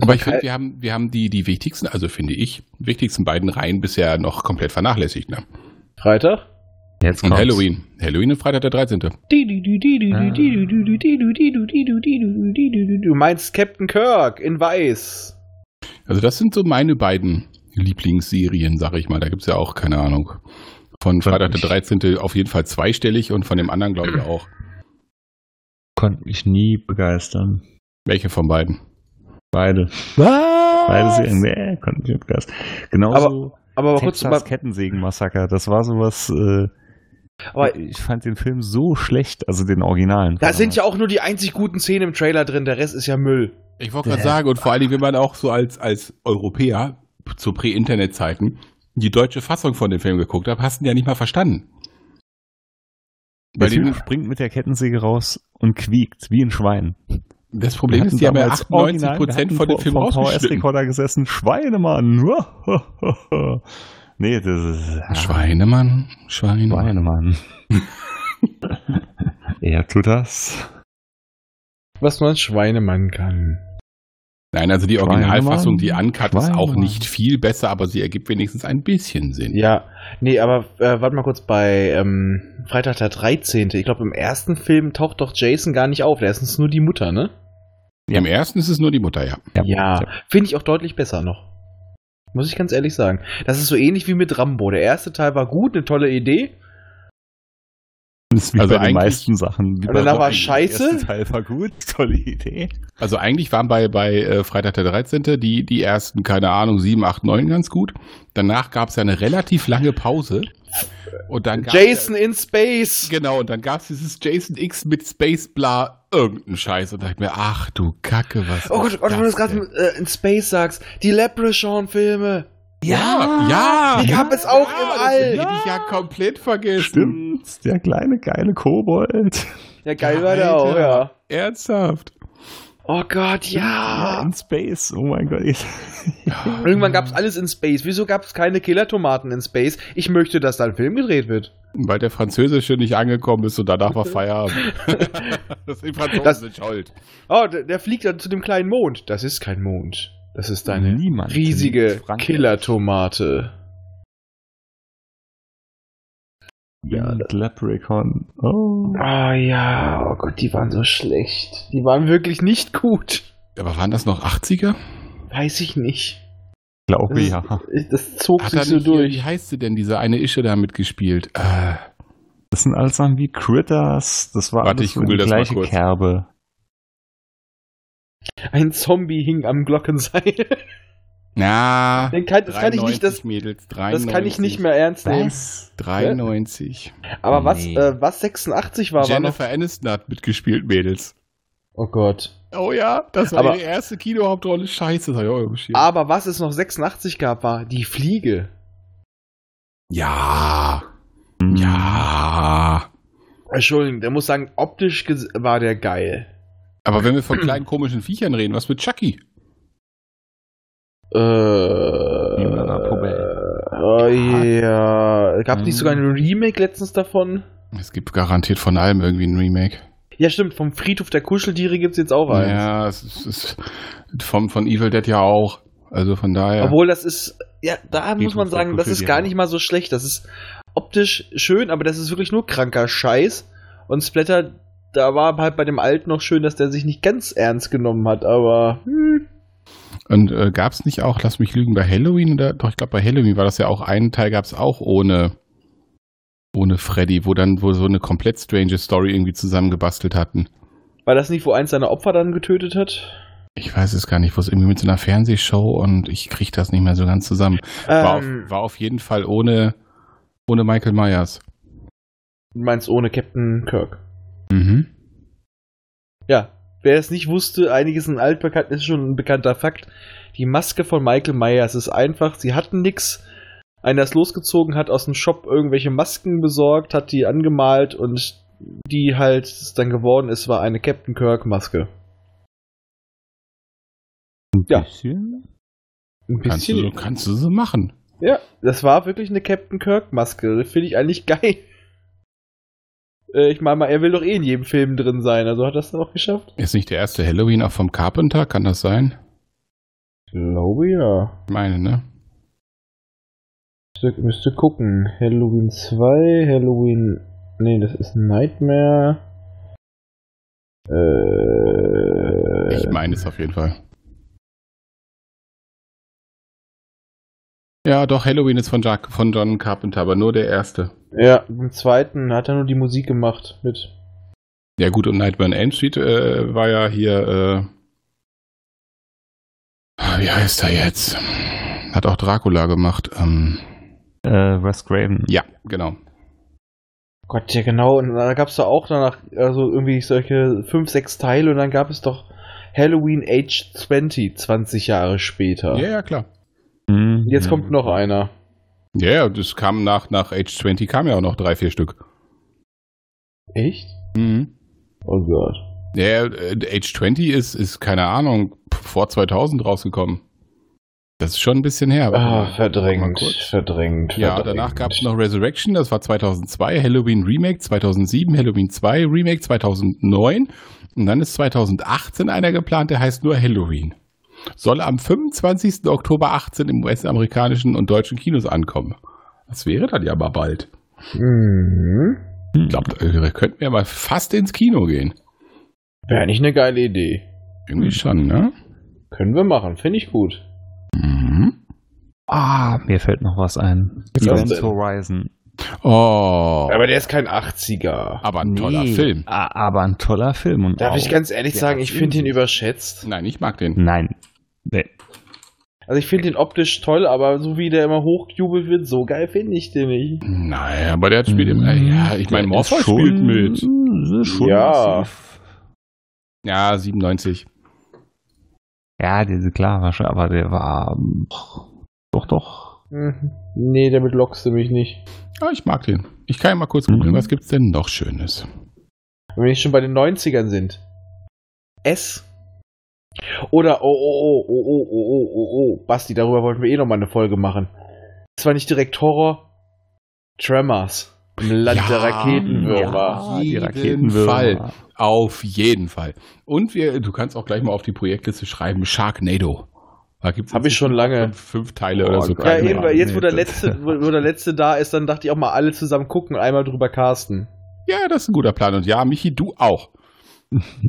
Speaker 3: Aber ich finde, wir haben, wir haben die, die wichtigsten, also finde ich, wichtigsten beiden Reihen bisher noch komplett vernachlässigt. Ne?
Speaker 1: Freitag?
Speaker 4: Jetzt
Speaker 3: Und
Speaker 4: kommt's.
Speaker 3: Halloween. Halloween und Freitag der 13.
Speaker 1: Du meinst Captain Kirk in weiß.
Speaker 3: Also das sind so meine beiden Lieblingsserien, sag ich mal. Da gibt's ja auch, keine Ahnung, von Freitag der 13. auf jeden Fall zweistellig und von dem anderen glaube ich auch.
Speaker 4: Konnte mich nie begeistern.
Speaker 3: Welche von beiden?
Speaker 4: Beide. Beide Serien. Nee, konnte mich nicht begeistern. Genauso
Speaker 1: Aber mal kurz,
Speaker 4: Texas
Speaker 1: mal,
Speaker 4: Kettensägenmassaker. Das war sowas. Äh,
Speaker 1: aber
Speaker 4: ich fand den Film so schlecht, also den Originalen.
Speaker 1: da sind ja auch nur die einzig guten Szenen im Trailer drin, der Rest ist ja Müll.
Speaker 3: Ich wollte gerade sagen, und vor allen Dingen, wenn man auch so als, als Europäer zu Prä-Internet-Zeiten die deutsche Fassung von dem Film geguckt hat, hast du ihn ja nicht mal verstanden.
Speaker 4: Der
Speaker 3: Weil die-
Speaker 4: Typ springt mit der Kettensäge raus und quiekt wie ein Schwein.
Speaker 3: Das Problem ist, die haben ja 98 Prozent von dem Film rausgeschnitten.
Speaker 4: VHS-Rekorder gesessen. Schweinemann. nee, das ist.
Speaker 3: Schweinemann, Schweinemann.
Speaker 4: Schweinemann. er tut das.
Speaker 1: Was nur ein Schweinemann kann.
Speaker 3: Nein, also die Originalfassung, die
Speaker 4: Schweinemann,
Speaker 3: Uncut ist auch
Speaker 4: Schweinemann.
Speaker 3: nicht viel besser, aber sie ergibt wenigstens ein bisschen Sinn.
Speaker 1: Ja, nee, aber äh, warte mal kurz bei ähm, Freitag der 13. Ich glaube, im ersten Film taucht doch Jason gar nicht auf. Der ist nur die Mutter, ne?
Speaker 3: Im ersten ist es nur die Mutter, ja.
Speaker 1: Ja, finde ich auch deutlich besser noch. Muss ich ganz ehrlich sagen. Das ist so ähnlich wie mit Rambo. Der erste Teil war gut, eine tolle Idee.
Speaker 4: Das ist wie
Speaker 3: Also
Speaker 4: bei den
Speaker 3: eigentlich-
Speaker 4: meisten Sachen. Wie
Speaker 1: Aber danach
Speaker 4: Robin.
Speaker 1: war
Speaker 4: Der
Speaker 1: scheiße.
Speaker 4: erste Teil war gut. Tolle Idee.
Speaker 3: Also eigentlich waren bei, bei äh, Freitag der 13. Die, die ersten, keine Ahnung, 7, 8, 9 ganz gut. Danach gab es ja eine relativ lange Pause. Und dann gab's-
Speaker 1: Jason in Space.
Speaker 3: Genau, und dann gab es dieses Jason X mit Space Bla irgendeinen Scheiß. Und dachte mir, ach du Kacke, was
Speaker 1: Oh Gott,
Speaker 3: ist
Speaker 1: oh Gott, wenn du das gerade
Speaker 3: denn?
Speaker 1: äh, in Space sagst. Die Leprechaun-Filme.
Speaker 3: Ja, ja.
Speaker 1: Die
Speaker 3: ja,
Speaker 1: gab es auch
Speaker 3: ja,
Speaker 1: im
Speaker 3: das
Speaker 1: All.
Speaker 3: hab ich ja komplett vergessen.
Speaker 4: Stimmt. Der kleine, geile Kobold.
Speaker 1: Ja, geil war der
Speaker 3: Alter.
Speaker 1: auch, ja.
Speaker 3: Ernsthaft.
Speaker 1: Oh Gott, ja.
Speaker 4: In Space. Oh mein Gott.
Speaker 1: Irgendwann gab's alles in Space. Wieso gab's keine Killer-Tomaten in Space? Ich möchte, dass da ein Film gedreht wird.
Speaker 3: Weil der Französische nicht angekommen ist und danach war Feierabend. das sind die Franzosen
Speaker 1: Das-
Speaker 3: sind schuld.
Speaker 1: Oh, der, der fliegt dann zu dem kleinen Mond. Das ist kein Mond. Das ist eine
Speaker 4: Niemand
Speaker 1: riesige
Speaker 4: kennt Frank-
Speaker 1: Killer-Tomate.
Speaker 4: Ja, Leprechaun. Oh.
Speaker 1: Ah ja, oh Gott, die waren so schlecht. Die waren wirklich nicht gut.
Speaker 3: Aber waren das noch 80er?
Speaker 1: Weiß ich nicht.
Speaker 4: glaube ja.
Speaker 1: Ich- Das zog
Speaker 3: Hat
Speaker 1: sich
Speaker 3: er
Speaker 1: so
Speaker 3: nicht hier,
Speaker 1: durch.
Speaker 3: wie heißt sie denn, diese eine Ische da mitgespielt? Äh,
Speaker 4: Das sind alles Sachen wie Critters. Das war
Speaker 3: Warte,
Speaker 4: alles
Speaker 3: ich
Speaker 4: so
Speaker 3: google
Speaker 4: die
Speaker 3: das mal
Speaker 4: gleiche
Speaker 3: kurz.
Speaker 4: Kerbe.
Speaker 1: Ein Zombie hing am Glockenseil.
Speaker 3: na,
Speaker 1: Den kann, das kann ich nicht, das,
Speaker 3: 93 Mädels,
Speaker 1: das kann ich nicht mehr ne? ernst
Speaker 3: 93.
Speaker 1: nehmen.
Speaker 3: 93.
Speaker 1: Aber was,
Speaker 4: Nee.
Speaker 1: äh, was 86 war, war noch.
Speaker 3: Jennifer Aniston hat mitgespielt, Mädels.
Speaker 1: Oh Gott.
Speaker 3: Oh ja, das war
Speaker 1: Aber- Ah.
Speaker 3: ihre erste Kinohauptrolle. Scheiße, das hab ich auch überschieden.
Speaker 1: Aber was es noch 86 gab, war die Fliege.
Speaker 3: Ja, ja.
Speaker 1: Entschuldigung, der muss sagen, optisch ges- war der geil.
Speaker 3: Aber wenn wir von kleinen komischen Viechern reden, was mit Chucky?
Speaker 1: Äh, oh ja. Gab nicht
Speaker 4: Mhm.
Speaker 1: sogar ein Remake letztens davon?
Speaker 3: Es gibt garantiert von allem irgendwie ein Remake.
Speaker 1: Ja, stimmt, vom Friedhof der Kuscheltiere gibt's jetzt auch eins.
Speaker 3: Ja, es ist, es ist vom, von Evil Dead ja auch. Also von daher.
Speaker 1: Obwohl das ist, ja, da muss man
Speaker 4: der
Speaker 1: sagen, das ist gar nicht mal so schlecht. Das ist optisch schön, aber das ist wirklich nur kranker Scheiß. Und Splatter, da war halt bei dem Alten noch schön, dass der sich nicht ganz ernst genommen hat, aber hm,
Speaker 3: Und äh, gab es nicht auch, lass mich lügen, bei Halloween oder? Doch, ich glaube, bei Halloween war das ja auch einen Teil, gab es auch ohne, ohne Freddy, wo dann wo so eine komplett strange Story irgendwie zusammengebastelt hatten.
Speaker 1: war das nicht, wo eins seiner Opfer dann getötet hat?
Speaker 3: Ich weiß es gar nicht, wo es irgendwie mit so einer Fernsehshow und ich kriege das nicht mehr so ganz zusammen. War,
Speaker 1: Ähm,
Speaker 3: auf, war auf jeden Fall ohne, ohne Michael Myers.
Speaker 1: du meinst ohne Captain Kirk.
Speaker 3: Mhm.
Speaker 1: Ja, wer es nicht wusste, einiges in altbekannt ist schon ein bekannter Fakt. Die Maske von Michael Myers ist einfach, sie hatten nix. Einer ist losgezogen, hat aus dem Shop irgendwelche Masken besorgt, hat die angemalt und die halt es dann geworden ist, war eine Captain Kirk Maske. Ja.
Speaker 4: Bisschen?
Speaker 1: Ein
Speaker 3: Kannst, du, so-
Speaker 1: bisschen.
Speaker 3: kannst du so machen.
Speaker 1: Ja, das war wirklich eine Captain Kirk Maske. Das Finde ich eigentlich geil. Äh, Ich meine mal, er will doch eh in jedem Film drin sein, also hat das dann auch geschafft?
Speaker 3: Ist nicht der erste Halloween auch vom Carpenter? Kann das sein?
Speaker 1: Ich glaube ja.
Speaker 3: Ich meine, ne?
Speaker 1: Müsste, müsste gucken. Halloween 2, Halloween. Nee, das ist Nightmare. Äh,
Speaker 3: Ich meine es auf jeden Fall. Ja, doch, Halloween ist von, Jack, von John Carpenter, aber nur der erste.
Speaker 1: ja, im zweiten hat er nur die Musik gemacht mit.
Speaker 3: Ja, gut, und Nightmare on Elm Street äh, war ja hier. Äh, wie heißt er jetzt? Hat auch Dracula gemacht. Ähm,
Speaker 4: Äh, Wes Craven.
Speaker 3: ja, genau.
Speaker 1: Gott, ja genau. Und da gab es doch auch danach, also irgendwie solche 5, 6 Teile und dann gab es doch Halloween Age 20, 20 Jahre später.
Speaker 3: Ja, ja, klar.
Speaker 4: Mhm.
Speaker 1: Jetzt kommt noch einer.
Speaker 3: Ja, ja, das kam nach, nach Age 20 kam ja auch noch drei, vier Stück.
Speaker 1: Echt?
Speaker 3: Mhm.
Speaker 1: Oh Gott.
Speaker 3: Ja, äh, Age 20 ist, ist, keine Ahnung, vor 2000 rausgekommen. Das ist schon ein bisschen her.
Speaker 1: Ah,
Speaker 3: Mal
Speaker 1: verdrängt,
Speaker 3: kurz.
Speaker 1: verdrängt.
Speaker 3: Ja,
Speaker 1: verdrängt.
Speaker 3: danach gab es noch Resurrection, das war 2002, Halloween Remake 2007, Halloween 2 Remake 2009 und dann ist 2018 einer geplant, der heißt nur Halloween. Soll am 25. Oktober 18 im US-amerikanischen und deutschen Kinos ankommen. Das wäre dann ja mal bald.
Speaker 1: Mhm.
Speaker 3: Ich glaube, da könnten wir mal fast ins Kino gehen.
Speaker 1: Wäre nicht eine geile Idee.
Speaker 3: Irgendwie schon, ne?
Speaker 1: Können wir machen, finde ich gut.
Speaker 3: Mhm.
Speaker 4: Ah, mir fällt noch was ein.
Speaker 1: was
Speaker 4: Event
Speaker 1: denn?
Speaker 4: Horizon.
Speaker 3: Oh.
Speaker 1: Aber der ist kein 80er.
Speaker 3: Aber ein toller
Speaker 4: Nee,
Speaker 3: Film.
Speaker 4: a- Aber ein toller Film. Und
Speaker 1: Darf
Speaker 4: auch-
Speaker 1: ich ganz ehrlich
Speaker 4: Ja,
Speaker 1: sagen, ich
Speaker 4: natürlich.
Speaker 1: finde ihn überschätzt.
Speaker 3: Nein, ich mag den.
Speaker 4: Nein. Nee.
Speaker 1: Also ich finde ihn optisch toll, aber so wie der immer hochgejubelt wird, so geil finde ich den nicht.
Speaker 3: Nein, aber der spielt immer.
Speaker 4: Mhm.
Speaker 3: Ja, ich meine,
Speaker 4: Der
Speaker 3: Morpheus
Speaker 4: ist schon-
Speaker 3: spielt mit.
Speaker 4: ist Schon
Speaker 1: Ja.
Speaker 4: massiv.
Speaker 3: Ja, 97.
Speaker 4: Ja, diese klar war schon, aber der war ähm, doch doch.
Speaker 1: Mhm. Nee, damit lockst du mich nicht.
Speaker 3: Ja, Ah, ich mag den. Ich kann ja mal kurz googeln,
Speaker 4: Mhm.
Speaker 3: was gibt's denn noch Schönes?
Speaker 1: Wenn wir nicht schon bei den 90ern sind. S. Oder oh oh oh oh oh oh oh oh oh. Basti, darüber wollten wir eh nochmal eine Folge machen. Zwar nicht direkt Horror, Tremors. Im Land
Speaker 3: Ja,
Speaker 1: der Raketenwürmer.
Speaker 4: Ja, die
Speaker 3: jeden
Speaker 4: Raketenwürmer.
Speaker 3: Fall. Auf jeden Fall. Und wir, du kannst auch gleich mal auf die Projektliste schreiben Sharknado. Da gibt's
Speaker 1: Hab ich schon
Speaker 3: inzwischen
Speaker 1: lange.
Speaker 3: fünf, fünf Teile oder
Speaker 4: Oh,
Speaker 3: so. Genau.
Speaker 1: Ja,
Speaker 4: geil.
Speaker 3: Keine
Speaker 1: eben, weil
Speaker 3: Ahnung.
Speaker 1: jetzt, wo der,
Speaker 4: Nee, das-
Speaker 1: letzte, wo, wo der letzte da ist, dann dachte ich auch mal, alle zusammen gucken und einmal drüber casten.
Speaker 3: ja, das ist ein guter Plan. Und ja, Michi, du auch. Ja.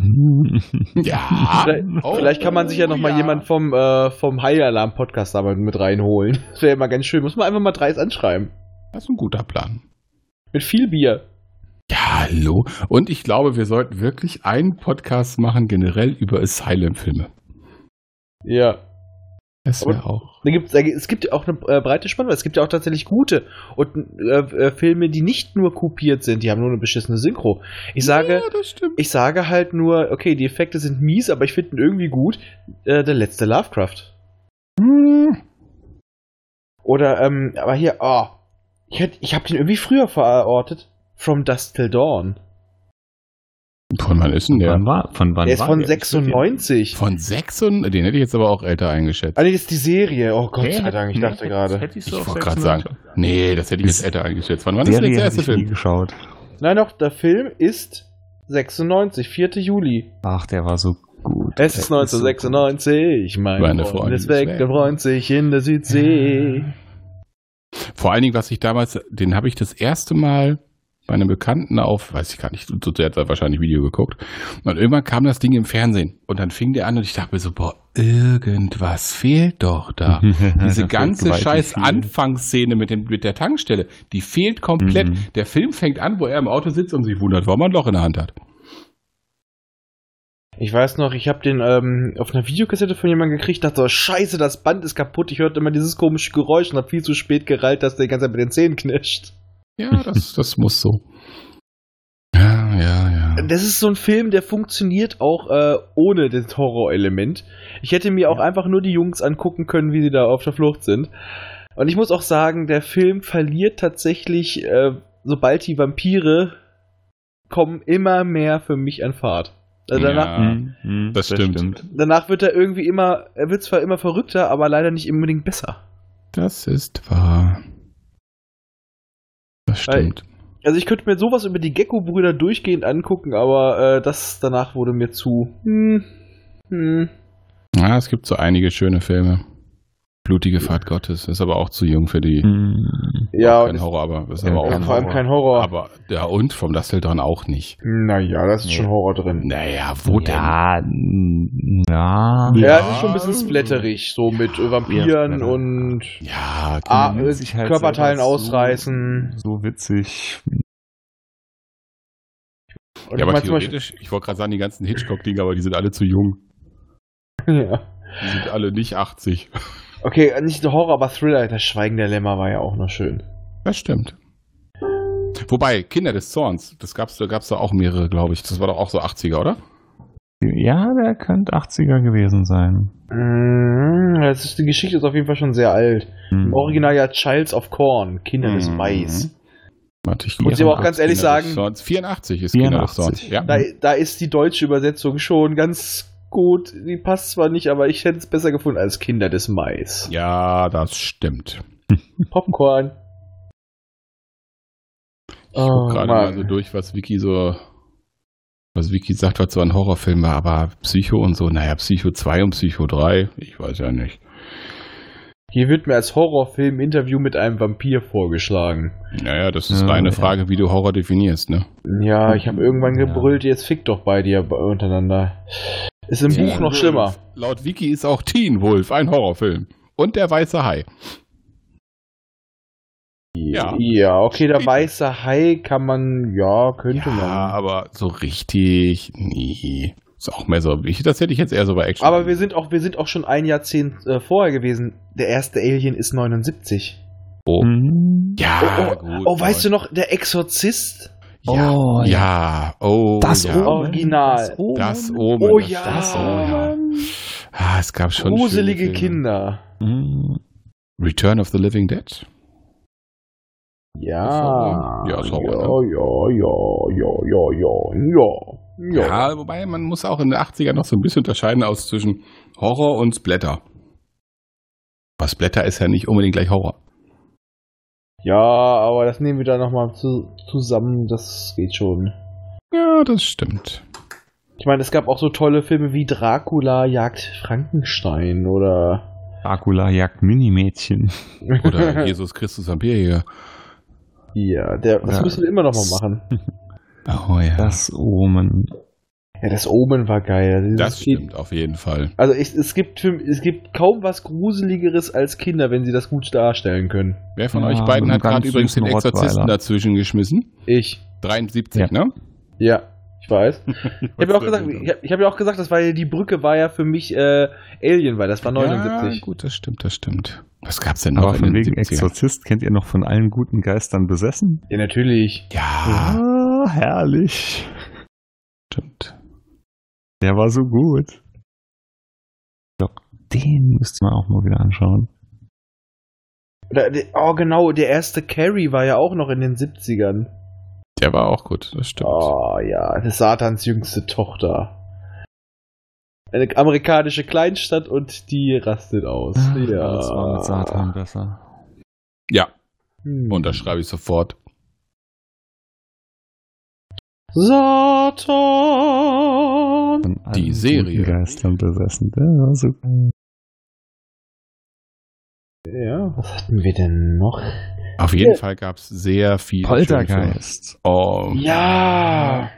Speaker 1: Vielleicht,
Speaker 3: Oh,
Speaker 1: vielleicht kann man sich ja nochmal
Speaker 3: ja.
Speaker 1: mal jemand vom, äh, vom High Alarm Podcast da mal mit reinholen. Das wäre ja mal ganz schön. Muss man einfach mal dreis anschreiben.
Speaker 3: Das ist ein guter Plan.
Speaker 1: Mit viel Bier.
Speaker 3: Ja, hallo. Und ich glaube, wir sollten wirklich einen Podcast machen, generell über Asylum-Filme.
Speaker 1: Ja.
Speaker 3: Das wäre
Speaker 1: Und-
Speaker 3: auch.
Speaker 1: Da gibt's, da, es gibt ja auch eine äh, breite Spannweite. Es gibt ja auch tatsächlich gute und äh, äh, Filme, die nicht nur kopiert sind. Die haben nur eine beschissene Synchro. Ich sage,
Speaker 3: Ja, das stimmt.
Speaker 1: ich sage halt nur, okay, die Effekte sind mies, aber ich finde ihn irgendwie gut. Äh, der letzte Lovecraft.
Speaker 3: Hm.
Speaker 1: Oder ähm, aber hier, oh, ich, hätt- ich habe den irgendwie früher verortet. From Dusk Till Dawn.
Speaker 3: Von wann ist denn der?
Speaker 4: Wann war, von wann
Speaker 1: der ist
Speaker 4: war
Speaker 1: von
Speaker 4: der? Ich würd den-
Speaker 1: 96.
Speaker 3: Von 6 und den hätte ich jetzt aber auch älter eingeschätzt.
Speaker 1: Ah, nee, das ist die Serie. Oh Gott
Speaker 4: Nee,
Speaker 1: sei Dank, ich
Speaker 4: nee,
Speaker 1: dachte
Speaker 4: hätte-
Speaker 1: gerade.
Speaker 4: hätte so
Speaker 3: Ich
Speaker 4: auf
Speaker 3: wollte
Speaker 4: 96
Speaker 3: gerade sagen. Nee, das hätte ich jetzt älter eingeschätzt. Wann war das denn
Speaker 4: Serie
Speaker 3: der
Speaker 4: habe
Speaker 3: erste
Speaker 4: ich nie
Speaker 3: Film?
Speaker 4: geschaut.
Speaker 1: Nein, doch, der Film ist 96, 4. Juli.
Speaker 4: Ach, der war so gut.
Speaker 1: Es ist 1996, mein
Speaker 3: Meine
Speaker 1: meine
Speaker 3: Freundin
Speaker 1: Freund ist
Speaker 3: ist
Speaker 1: weg,
Speaker 3: weg.
Speaker 1: der freut sich in der Südsee.
Speaker 3: Vor allen Dingen, was ich damals, den habe ich das erste Mal bei einem Bekannten auf, weiß ich gar nicht, zu der Zeit wahrscheinlich Video geguckt. Und irgendwann kam das Ding im Fernsehen. Und dann fing der an und ich dachte mir so, boah, irgendwas fehlt doch
Speaker 4: Mhm.
Speaker 3: da. Diese ganze scheiß Anfangsszene mit, dem, mit der Tankstelle, die fehlt komplett.
Speaker 4: Mhm.
Speaker 3: Der Film fängt an, wo er im Auto sitzt und sich wundert, warum er ein Loch in der Hand hat.
Speaker 1: Ich weiß noch, ich habe den ähm, auf einer Videokassette von jemandem gekriegt, dachte so, scheiße, das Band ist kaputt, ich hörte immer dieses komische Geräusch und hab viel zu spät gerallt, dass der die ganze Zeit mit den Zähnen knirscht.
Speaker 3: Ja, das, das muss so. Ja, ja, ja.
Speaker 1: Das ist so ein Film, der funktioniert auch äh, ohne das Horrorelement. Ich hätte mir auch einfach nur die Jungs angucken können, wie sie da auf der Flucht sind. Und ich muss auch sagen, der Film verliert tatsächlich, äh, sobald die Vampire kommen, immer mehr für mich an Fahrt. Also danach,
Speaker 3: Ja, das
Speaker 4: Mhm. Das,
Speaker 3: stimmt.
Speaker 4: stimmt.
Speaker 1: danach wird er irgendwie immer, er wird zwar immer verrückter, aber leider nicht unbedingt besser.
Speaker 3: das ist wahr. Das
Speaker 1: Weil-
Speaker 3: stimmt.
Speaker 1: Also ich könnte mir sowas über die Gecko-Brüder durchgehend angucken, aber äh, das danach wurde mir zu. Hm, hm.
Speaker 3: Ja, es gibt so einige schöne Filme. Blutige Fahrt Gottes ist aber auch zu jung für die.
Speaker 4: Mhm.
Speaker 1: Ja,
Speaker 3: kein
Speaker 1: und
Speaker 3: Horror, aber ist
Speaker 4: Ja,
Speaker 3: aber auch
Speaker 4: kein-
Speaker 3: ein
Speaker 1: vor allem
Speaker 3: Horror.
Speaker 1: kein Horror.
Speaker 3: Aber ja und vom Dustel Dawn auch nicht.
Speaker 1: Naja, das ist
Speaker 4: Nee.
Speaker 1: schon Horror drin.
Speaker 3: Naja, wo
Speaker 4: Ja, n- ja.
Speaker 1: Ja,
Speaker 3: Ja.
Speaker 1: es ist schon ein bisschen splatterig, so mit äh,
Speaker 4: Ja,
Speaker 1: Vampiren
Speaker 4: Splatter.
Speaker 1: und
Speaker 3: denn? Ja,
Speaker 1: ah,
Speaker 4: nimmt
Speaker 1: äh,
Speaker 4: sich halt
Speaker 1: Körperteilen
Speaker 4: selber zu.
Speaker 1: ausreißen.
Speaker 4: So witzig.
Speaker 1: Und
Speaker 3: ja,
Speaker 1: ich
Speaker 3: aber
Speaker 1: mein zum Beispiel-
Speaker 3: theoretisch, ich wollte gerade sagen, die ganzen Hitchcock-Dinger, aber die sind alle zu jung.
Speaker 1: ja.
Speaker 3: Die sind alle nicht 80.
Speaker 1: Okay, äh, nicht nur Horror, aber Thriller. Das Schweigen der Lämmer war ja auch noch schön.
Speaker 3: Das stimmt. Wobei, Kinder des Zorns, das gab's, da gab's da auch mehrere, glaube ich. Das war doch auch so 80er, oder?
Speaker 4: Ja, der könnte 80er gewesen sein.
Speaker 1: Mm, Das ist, die Geschichte ist auf jeden Fall schon sehr alt.
Speaker 4: Mhm.
Speaker 1: Im Original ja Childs of Corn, Kinder des
Speaker 3: Mhm.
Speaker 1: Mais.
Speaker 3: Warte, ich
Speaker 1: Muss ich aber auch ganz ehrlich
Speaker 3: Kinder des
Speaker 1: sagen-
Speaker 3: Zorns. 84 ist Kinder des
Speaker 4: 84.
Speaker 3: Zorns. Ja.
Speaker 1: Da, da ist die deutsche Übersetzung schon ganz gut. Die passt zwar nicht, aber ich hätte es besser gefunden als Kinder des Mais.
Speaker 3: ja, das stimmt.
Speaker 1: Popcorn.
Speaker 3: Ich guck
Speaker 1: Oh,
Speaker 3: gerade mal
Speaker 1: Mann.
Speaker 3: so durch, was Vicky so, was Vicky sagt, was so ein Horrorfilm war, aber Psycho und so, naja, Psycho 2 und Psycho 3, ich weiß ja nicht.
Speaker 1: Hier wird mir als Horrorfilm Interview mit einem Vampir vorgeschlagen.
Speaker 3: Naja, das ist
Speaker 4: Ja,
Speaker 3: deine
Speaker 4: ja.
Speaker 3: Frage, wie du Horror definierst, ne?
Speaker 1: Ja, ich habe irgendwann
Speaker 4: Ja.
Speaker 1: gebrüllt, jetzt fickt doch bei dir untereinander. Ist im Buch noch schlimmer.
Speaker 3: Laut Vicky ist auch Teen Wolf ein Horrorfilm. Und der weiße Hai. Ja.
Speaker 1: Ja, okay, der weiße Hai kann man, ja, könnte
Speaker 3: Ja,
Speaker 1: man.
Speaker 3: aber so richtig, nee. Ist auch mehr so, ich, das hätte ich jetzt eher so bei Action.
Speaker 1: Aber wir sind auch, wir sind auch schon ein Jahrzehnt äh, vorher gewesen. Der erste Alien ist 79.
Speaker 4: Mhm.
Speaker 3: Ja,
Speaker 1: oh, oh,
Speaker 3: gut.
Speaker 1: oh, weißt du noch, der Exorzist?
Speaker 3: noch? Ja,
Speaker 4: Oh,
Speaker 3: ja. oh,
Speaker 4: Das
Speaker 3: ja.
Speaker 4: Omen.
Speaker 1: Original.
Speaker 4: Omen.
Speaker 3: Das Omen.
Speaker 1: Oh
Speaker 3: das
Speaker 1: ja.
Speaker 3: Das, oh ja. Ah, es gab schon
Speaker 1: Gruselige
Speaker 3: schöne Filme.
Speaker 1: Kinder.
Speaker 4: Mhm.
Speaker 3: Return of the Living Dead.
Speaker 1: Ja.
Speaker 3: Ja, ist auch, ne?
Speaker 1: ja, ja, ja, ja, ja, ja, ja.
Speaker 3: Ja, wobei man muss auch in den 80ern noch so ein bisschen unterscheiden aus zwischen Horror und Splatter. Aber Splatter ist ja nicht unbedingt gleich Horror.
Speaker 1: Ja, aber das nehmen wir dann nochmal zu, zusammen, das geht schon.
Speaker 3: Ja, das stimmt.
Speaker 1: Ich meine, es gab auch so tolle Filme wie Dracula jagt Frankenstein oder.
Speaker 4: Dracula jagt Minimädchen.
Speaker 3: Oder Jesus Christus Vampirjäger.
Speaker 1: Ja, der, das
Speaker 4: Ja.
Speaker 1: müssen wir immer noch mal machen.
Speaker 3: Oh ja.
Speaker 4: Das Omen.
Speaker 1: Ja, das Omen war geil.
Speaker 3: Das
Speaker 1: Dieses-
Speaker 3: stimmt auf jeden Fall.
Speaker 1: Also ich, es, gibt für, es gibt kaum was Gruseligeres als Kinder, wenn sie das gut darstellen können.
Speaker 3: Wer von
Speaker 4: Ja,
Speaker 3: euch
Speaker 4: mit
Speaker 3: beiden
Speaker 4: einem
Speaker 3: hat
Speaker 4: ganz
Speaker 3: gerade übrigens den
Speaker 4: süßen
Speaker 3: Exorzisten
Speaker 4: Rottweiler.
Speaker 3: dazwischen geschmissen?
Speaker 1: Ich.
Speaker 3: 73,
Speaker 4: Ja.
Speaker 3: ne?
Speaker 1: Ja, ich weiß. Ich habe ja, auch gesagt- ich hab, ich hab ja auch gesagt, das war ja, die Brücke war ja für mich äh, Alien, weil das war 79.
Speaker 3: Ja, gut, das stimmt, das stimmt. Was gab's denn noch
Speaker 4: Aber von
Speaker 3: in den
Speaker 4: wegen
Speaker 3: 70ern?
Speaker 4: Exorzist kennt ihr noch von allen guten Geistern besessen?
Speaker 1: Ja, natürlich.
Speaker 3: Ja,
Speaker 4: Ah, herrlich.
Speaker 3: stimmt.
Speaker 4: Der war so gut. Ich glaube, den müsste man auch mal wieder anschauen.
Speaker 1: Oder, der- oh, genau, der erste Carrie war ja auch noch in den 70ern.
Speaker 3: Der war auch gut, das stimmt.
Speaker 1: Oh ja, das Satans jüngste Tochter. Eine amerikanische Kleinstadt und die rastet aus. ja.
Speaker 4: Das war mit Satan besser.
Speaker 3: Ja,
Speaker 1: Hm.
Speaker 3: und das schreibe ich sofort.
Speaker 1: Satan!
Speaker 4: Von allen
Speaker 3: Die
Speaker 4: guten
Speaker 3: Serie.
Speaker 4: Geistern besessen. Der war so gut.
Speaker 1: Ja, was hatten wir denn noch?
Speaker 3: Auf jeden Fall gab's sehr viel.
Speaker 4: Poltergeist.
Speaker 3: Oh.
Speaker 1: Ja!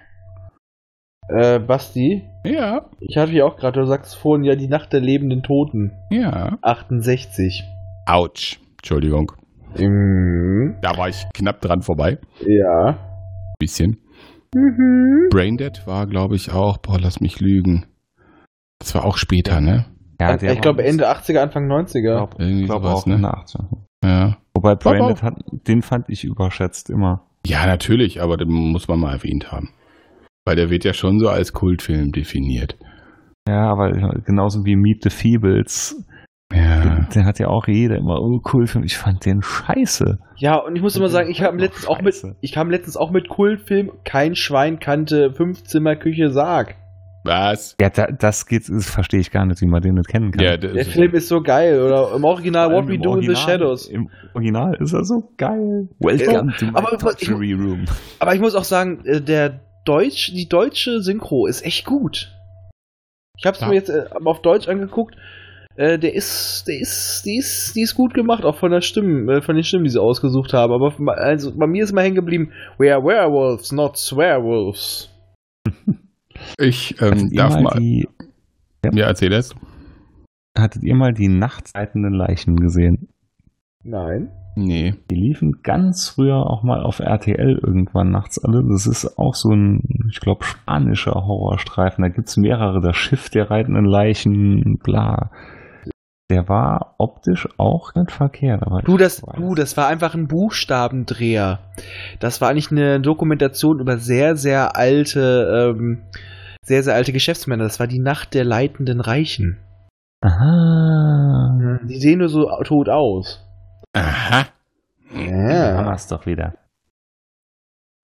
Speaker 1: Äh, Basti,
Speaker 3: Ja,
Speaker 1: ich hatte ja auch gerade, du sagst vorhin ja die Nacht der lebenden Toten.
Speaker 3: ja.
Speaker 1: 68.
Speaker 3: Autsch. Entschuldigung.
Speaker 1: Mhm.
Speaker 3: Da war ich knapp dran vorbei.
Speaker 1: Ja.
Speaker 3: Bisschen. Braindead war, glaube ich, auch. Boah, lass mich lügen. Das war auch später, ne?
Speaker 4: Ja, der
Speaker 1: ich glaube
Speaker 4: war-
Speaker 1: Ende 80er, Anfang 90er.
Speaker 4: glaub,
Speaker 3: Irgendwie
Speaker 4: glaub
Speaker 3: sowas,
Speaker 4: auch
Speaker 3: ne?
Speaker 4: in der 18.
Speaker 3: Ja.
Speaker 4: Wobei
Speaker 3: Glaub
Speaker 4: Braindead, hat, den fand ich überschätzt immer.
Speaker 3: Ja, natürlich, aber den muss man mal erwähnt haben. Weil der wird ja schon so als Kultfilm definiert.
Speaker 4: Ja, aber genauso wie Meet the Feebles,
Speaker 3: Ja.
Speaker 4: den, den hat ja auch jeder immer, oh cool, Film. ich fand den scheiße.
Speaker 1: Ja, und ich muss immer sagen, ich kam
Speaker 4: Oh,
Speaker 1: letztens auch mit,
Speaker 4: Scheiße.
Speaker 1: ich kam letztens auch mit Kultfilm, kein Schwein kannte Fünfzimmerküche Sarg.
Speaker 3: Was?
Speaker 4: Ja, da, das geht, das verstehe ich gar nicht, wie man den nicht kennen kann.
Speaker 3: Ja,
Speaker 1: Der
Speaker 3: das ist,
Speaker 1: Film ist so geil, oder im Original
Speaker 4: Vor allem
Speaker 1: What We
Speaker 4: im
Speaker 1: Do in the
Speaker 4: Original-
Speaker 1: Shadows.
Speaker 4: Im Original ist er so geil. Welcome to my
Speaker 1: aber-
Speaker 4: Torture Room.
Speaker 1: Aber ich muss auch sagen, äh, der Deutsch, die deutsche Synchro ist echt gut. Ich habe es
Speaker 3: Ja.
Speaker 1: mir jetzt äh, auf Deutsch angeguckt. Äh, der ist, der ist, die ist, die ist gut gemacht, auch von der Stimme, äh, von den Stimmen, die sie ausgesucht haben. Aber von- also, bei mir ist mal hängen geblieben, we are werewolves, not swearwolves.
Speaker 3: ich ähm,
Speaker 4: Hattet ihr
Speaker 3: darf
Speaker 4: mal
Speaker 3: mal.
Speaker 4: die,
Speaker 3: Ja, erzähl das.
Speaker 4: hattet ihr mal die nachtreitenden Leichen gesehen?
Speaker 1: Nein.
Speaker 3: Nee.
Speaker 4: Die liefen ganz früher auch mal auf RTL irgendwann nachts alle. Das ist auch so ein, ich glaube, spanischer Horrorstreifen. Da gibt es mehrere. Das Schiff der reitenden Leichen, bla. Der war optisch auch nicht verkehrt. Aber
Speaker 1: Du, das, du, das war einfach ein Buchstabendreher. Das war eigentlich eine Dokumentation über sehr, sehr alte, ähm, sehr, sehr alte Geschäftsmänner. Das war die Nacht der leitenden Reichen.
Speaker 4: Aha.
Speaker 1: Hm, Die sehen nur so tot aus.
Speaker 3: Aha.
Speaker 4: Da haben wir es doch wieder.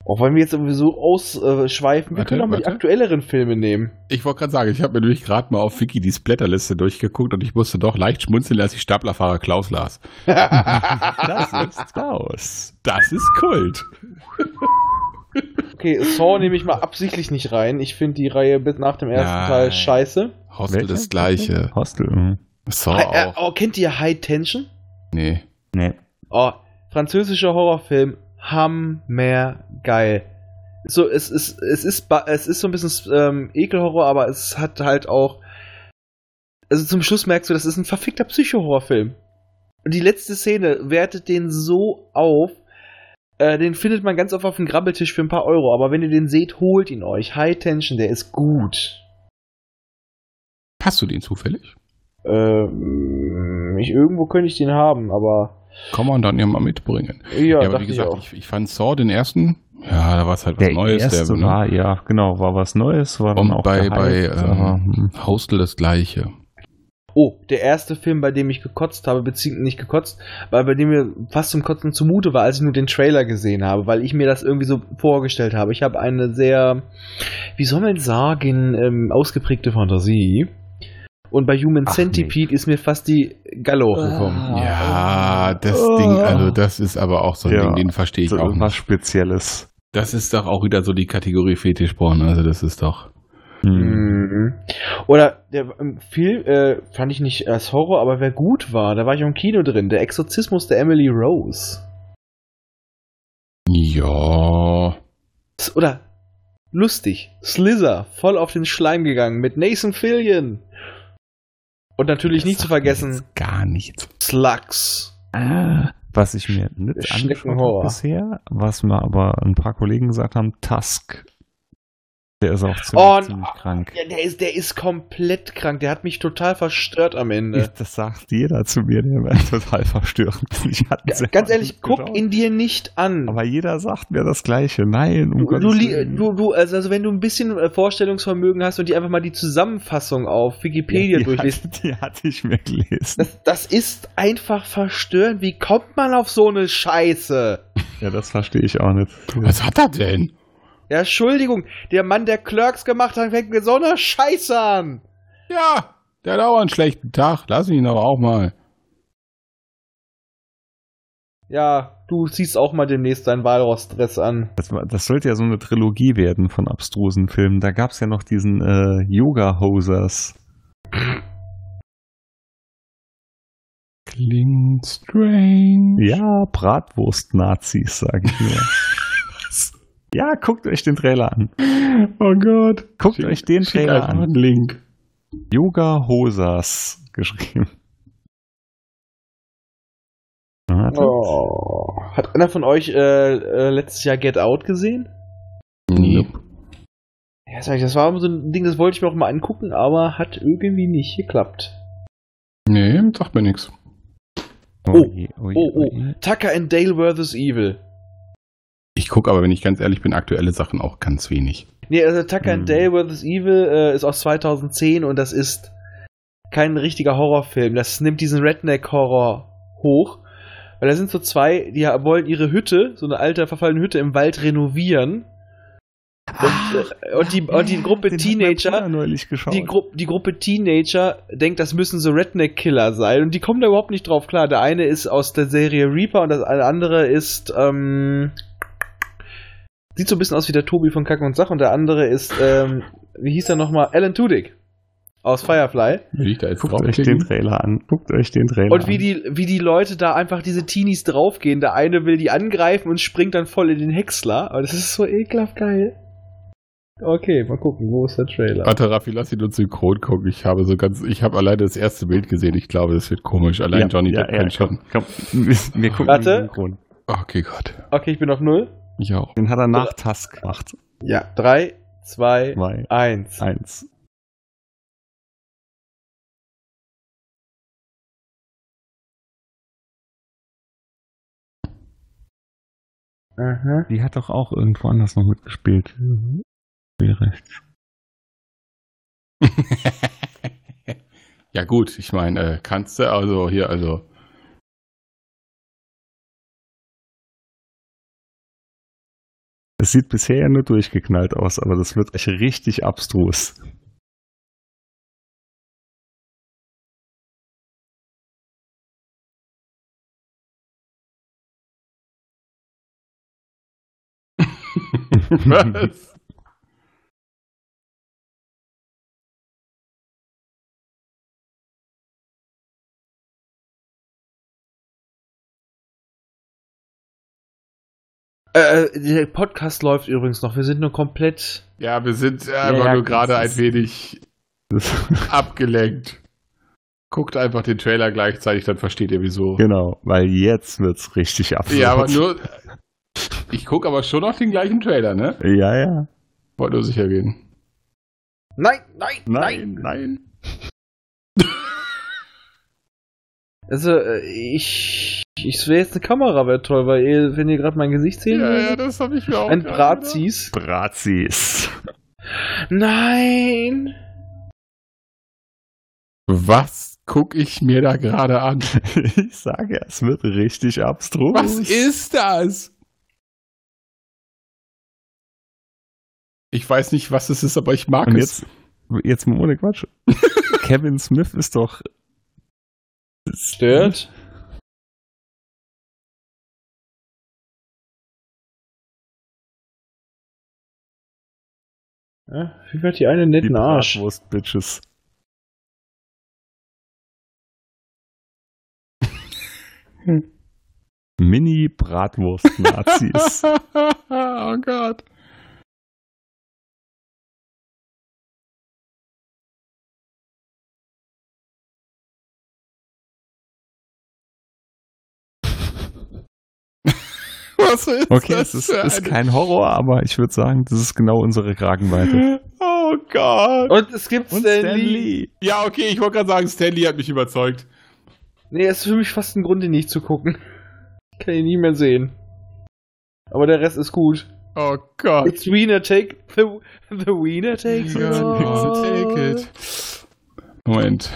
Speaker 1: Auch wenn wir jetzt sowieso ausschweifen, wir
Speaker 3: Warte,
Speaker 1: können auch mal die
Speaker 3: warte.
Speaker 1: aktuelleren Filme nehmen.
Speaker 3: Ich wollte gerade sagen, ich habe mir nämlich gerade mal auf Wiki die Splatterliste durchgeguckt und ich musste doch leicht schmunzeln, als ich Staplerfahrer Klaus las.
Speaker 4: Das ist raus.
Speaker 3: Das ist Kult.
Speaker 1: Okay, Saw nehme ich mal absichtlich nicht rein. Ich finde die Reihe bis nach dem ersten
Speaker 3: Nein.
Speaker 1: Teil scheiße.
Speaker 3: Hostel
Speaker 4: Welcher?
Speaker 3: das gleiche.
Speaker 4: Hostel. mhm.
Speaker 3: Saw
Speaker 1: Hi- äh,
Speaker 3: auch.
Speaker 1: oh, kennt ihr High Tension?
Speaker 3: Nee.
Speaker 4: Nee.
Speaker 1: Oh, französischer Horrorfilm, hammergeil. So, es ist, es ist, ba- es ist so ein bisschen ähm, Ekelhorror, aber es hat halt auch. Also zum Schluss merkst du, das ist ein verfickter Psycho-Horrorfilm. Und die letzte Szene wertet den so auf. Äh, den findet man ganz oft auf dem Grabbeltisch für ein paar Euro, aber wenn ihr den seht, holt ihn euch. High Tension, der ist gut.
Speaker 3: Hast du den zufällig?
Speaker 1: Ähm, ich, irgendwo könnte ich den haben, aber.
Speaker 3: Kann man dann ja mal mitbringen.
Speaker 1: Ja,
Speaker 3: Ja, aber
Speaker 1: dachte
Speaker 3: wie
Speaker 1: ich
Speaker 3: gesagt,
Speaker 1: auch.
Speaker 3: ich, ich fand Saw den ersten. Ja, da war es halt was
Speaker 4: Der
Speaker 3: Neues.
Speaker 4: erste
Speaker 3: der, ne?
Speaker 4: war, ja, genau, war was Neues. War dann
Speaker 3: Und
Speaker 4: auch
Speaker 3: bei-
Speaker 4: gehypt,
Speaker 3: bei, ähm,
Speaker 4: aber, hm.
Speaker 3: Hostel das gleiche.
Speaker 1: Oh, der erste Film, bei dem ich gekotzt habe, beziehungsweise nicht gekotzt, weil bei dem mir fast zum Kotzen zumute war, als ich nur den Trailer gesehen habe, weil ich mir das irgendwie so vorgestellt habe. Ich habe eine sehr, wie soll man sagen, ähm, ausgeprägte Fantasie. Und bei Human
Speaker 4: Ach,
Speaker 1: Centipede ist mir fast die Galle hochgekommen.
Speaker 3: Ja, das
Speaker 4: Oh.
Speaker 3: Ding, also das ist aber auch so ein
Speaker 4: Ja.
Speaker 3: Ding, den verstehe ich
Speaker 4: so,
Speaker 3: auch
Speaker 4: was
Speaker 3: nicht.
Speaker 4: Spezielles.
Speaker 3: Das ist doch auch wieder so die Kategorie Fetischporn, also das ist doch.
Speaker 4: Hm.
Speaker 1: Mhm. Oder der ähm, Film äh, fand ich nicht als Horror, aber wer gut war, da war ich auch im Kino drin. Der Exorzismus der Emily Rose.
Speaker 3: Ja.
Speaker 1: Oder Lustig. Slither, voll auf den Schleim gegangen mit Nathan Fillion. Und natürlich nicht zu vergessen,
Speaker 3: Gar nichts.
Speaker 1: Slugs.
Speaker 4: Äh, Was ich mir nicht angeschaut
Speaker 1: Schneckenhorror.
Speaker 4: habe bisher, was mir aber ein paar Kollegen gesagt haben, Tusk. Der ist auch ziemlich,
Speaker 1: Oh,
Speaker 4: ziemlich krank.
Speaker 1: Ja, der ist, der ist komplett krank. Der hat mich total verstört am Ende.
Speaker 4: Ich, das sagt jeder zu mir, der war total verstörend. Ich hatte
Speaker 1: Ja,
Speaker 4: selber
Speaker 1: ganz ehrlich,
Speaker 4: nicht
Speaker 1: guck
Speaker 4: geschaut.
Speaker 1: ihn dir nicht an.
Speaker 4: Aber jeder sagt mir das Gleiche. Nein,
Speaker 1: Du,
Speaker 4: um
Speaker 1: du,
Speaker 4: Gottes
Speaker 1: li-
Speaker 4: Willen.
Speaker 1: du, du, also, also wenn du ein bisschen äh, Vorstellungsvermögen hast und dir einfach mal die Zusammenfassung auf Wikipedia
Speaker 4: die,
Speaker 1: durchliest,
Speaker 4: hatte, die hatte ich mir gelesen.
Speaker 1: das, das ist einfach verstörend. Wie kommt man auf so eine Scheiße?
Speaker 4: Ja, das verstehe ich auch nicht.
Speaker 3: Was hat er denn?
Speaker 1: Ja, Entschuldigung, der Mann, der Clerks gemacht hat, fängt mit so einer Scheiße an.
Speaker 3: Ja, der hat auch einen schlechten Tag. Lass ihn doch auch mal.
Speaker 1: Ja, du ziehst auch mal demnächst deinen Walross-Dress an.
Speaker 4: Das, war- das sollte ja so eine Trilogie werden von abstrusen Filmen. Da gab es ja noch diesen äh, Yoga-Hosers.
Speaker 3: Klingt strange.
Speaker 4: Ja, Bratwurst-Nazis, sage ich nur. ja, guckt euch den Trailer an.
Speaker 3: Oh Gott.
Speaker 4: Guckt euch den
Speaker 3: schick
Speaker 4: Trailer
Speaker 3: einfach
Speaker 4: an.
Speaker 3: einen Link.
Speaker 4: Yoga-Hosers geschrieben. Ah, das-
Speaker 1: Oh. Hat einer von euch äh, äh, letztes Jahr Get Out gesehen?
Speaker 3: Nee.
Speaker 1: Ja, sag ich, das war so ein Ding, das wollte ich mir auch mal angucken, aber hat irgendwie nicht geklappt.
Speaker 3: Nee, sagt mir nichts.
Speaker 1: Oh,
Speaker 4: je, je,
Speaker 1: Oh, oh.
Speaker 4: je.
Speaker 1: Tucker and Dale vs. Evil.
Speaker 3: Ich gucke aber, wenn ich ganz ehrlich bin, aktuelle Sachen auch ganz wenig.
Speaker 1: Nee, also Tucker
Speaker 4: Hm.
Speaker 1: and Dale vs. Evil äh, ist aus 2010 und das ist kein richtiger Horrorfilm. Das nimmt diesen Redneck-Horror hoch. Weil da sind so zwei, die wollen ihre Hütte, so eine alte verfallene Hütte im Wald renovieren. Und, äh, und, die, und die Gruppe
Speaker 4: Ah. Den hat mein Bruder
Speaker 1: Teenager,
Speaker 4: neulich geschaut.
Speaker 1: die, Gru die Gruppe Teenager denkt, das müssen so Redneck-Killer sein. Und die kommen da überhaupt nicht drauf klar. Der eine ist aus der Serie Reaper und das andere ist, ähm, sieht so ein bisschen aus wie der Tobi von Kack und Sach und der andere ist, ähm, wie hieß er nochmal? Alan Tudyk aus Firefly.
Speaker 3: Will ich da jetzt
Speaker 4: Guckt euch den
Speaker 3: draufklicken?
Speaker 4: Trailer an. Guckt euch den Trailer
Speaker 1: Und wie
Speaker 4: an.
Speaker 1: die, wie die Leute da einfach diese Teenies draufgehen. Der eine will die angreifen und springt dann voll in den Häcksler. Aber das ist so ekelhaft geil. Okay, mal gucken, wo ist der Trailer?
Speaker 3: Warte, Raffi, lass ihn uns synchron gucken. Ich habe so ganz, ich habe alleine das erste Bild gesehen. Ich glaube, das wird komisch. Allein Johnny Depp kann schon.
Speaker 4: Komm, wir, wir gucken
Speaker 1: Warte.
Speaker 4: den Grund.
Speaker 3: Okay, Gott.
Speaker 1: Okay, ich bin auf Null.
Speaker 3: Ich auch.
Speaker 4: Den hat er nach Task gemacht.
Speaker 1: Ja. Drei, zwei,
Speaker 4: Zwei,
Speaker 1: eins.
Speaker 4: eins.
Speaker 1: Aha.
Speaker 4: Die hat doch auch irgendwo anders noch mitgespielt. Recht.
Speaker 3: ja, gut. Ich meine, äh, kannst du also hier, also.
Speaker 4: Es sieht bisher ja nur durchgeknallt aus, aber das wird echt richtig abstrus.
Speaker 3: Was?
Speaker 1: Äh, der Podcast läuft übrigens noch. Wir sind nur komplett.
Speaker 3: Ja, wir sind äh,
Speaker 4: Ja,
Speaker 3: aber
Speaker 4: ja,
Speaker 3: nur gerade
Speaker 4: das
Speaker 3: ein
Speaker 4: ist-
Speaker 3: wenig
Speaker 4: Das,
Speaker 3: abgelenkt. Guckt einfach den Trailer gleichzeitig, dann versteht ihr wieso.
Speaker 4: genau, weil jetzt wird's richtig abstrus.
Speaker 3: Ja, aber nur. Ich gucke aber schon noch den gleichen Trailer, ne?
Speaker 4: Ja, ja.
Speaker 3: Wollte nur sicher gehen.
Speaker 1: Nein, nein,
Speaker 4: Nein,
Speaker 3: nein.
Speaker 1: Also, äh, ich. Ich wäre jetzt eine Kamera, wäre toll, weil ihr, wenn ihr gerade mein Gesicht sehen
Speaker 3: Ja, ja,
Speaker 1: würdet,
Speaker 3: das habe ich mir auch. ne?
Speaker 1: ein
Speaker 3: gerade
Speaker 1: Brat
Speaker 3: gedacht.
Speaker 1: ziehst.
Speaker 4: Brazis.
Speaker 1: Nein!
Speaker 3: Was guck ich mir da gerade an?
Speaker 4: Ich sage, ja, es wird richtig abstrus.
Speaker 3: Was ist das? Ich weiß nicht, was es ist, aber ich mag
Speaker 4: Und
Speaker 3: es.
Speaker 4: jetzt, jetzt mal ohne Quatsch. Kevin Smith ist doch.
Speaker 1: Stört? Ja, wie wird die eine
Speaker 4: Die
Speaker 1: netten Arsch?
Speaker 4: Bratwurst-Bitches. Hm. Mini-Bratwurst-Nazis.
Speaker 3: oh Gott. Was ist
Speaker 4: Okay,
Speaker 3: das
Speaker 4: es ist,
Speaker 3: für
Speaker 4: ist
Speaker 3: eine-
Speaker 4: kein Horror, aber ich würde sagen, das ist genau unsere Kragenweite.
Speaker 3: Oh Gott.
Speaker 1: Und es gibt Stan Lee.
Speaker 3: Ja, okay, ich wollte gerade sagen, Stanley hat mich überzeugt.
Speaker 1: Nee, es ist für mich fast ein Grund, ihn nicht zu gucken. Ich kann ihn nie mehr sehen. Aber der Rest ist gut.
Speaker 3: Oh Gott.
Speaker 1: It's Wiener Take. The, the Wiener Takes it all.
Speaker 3: Take it. Moment.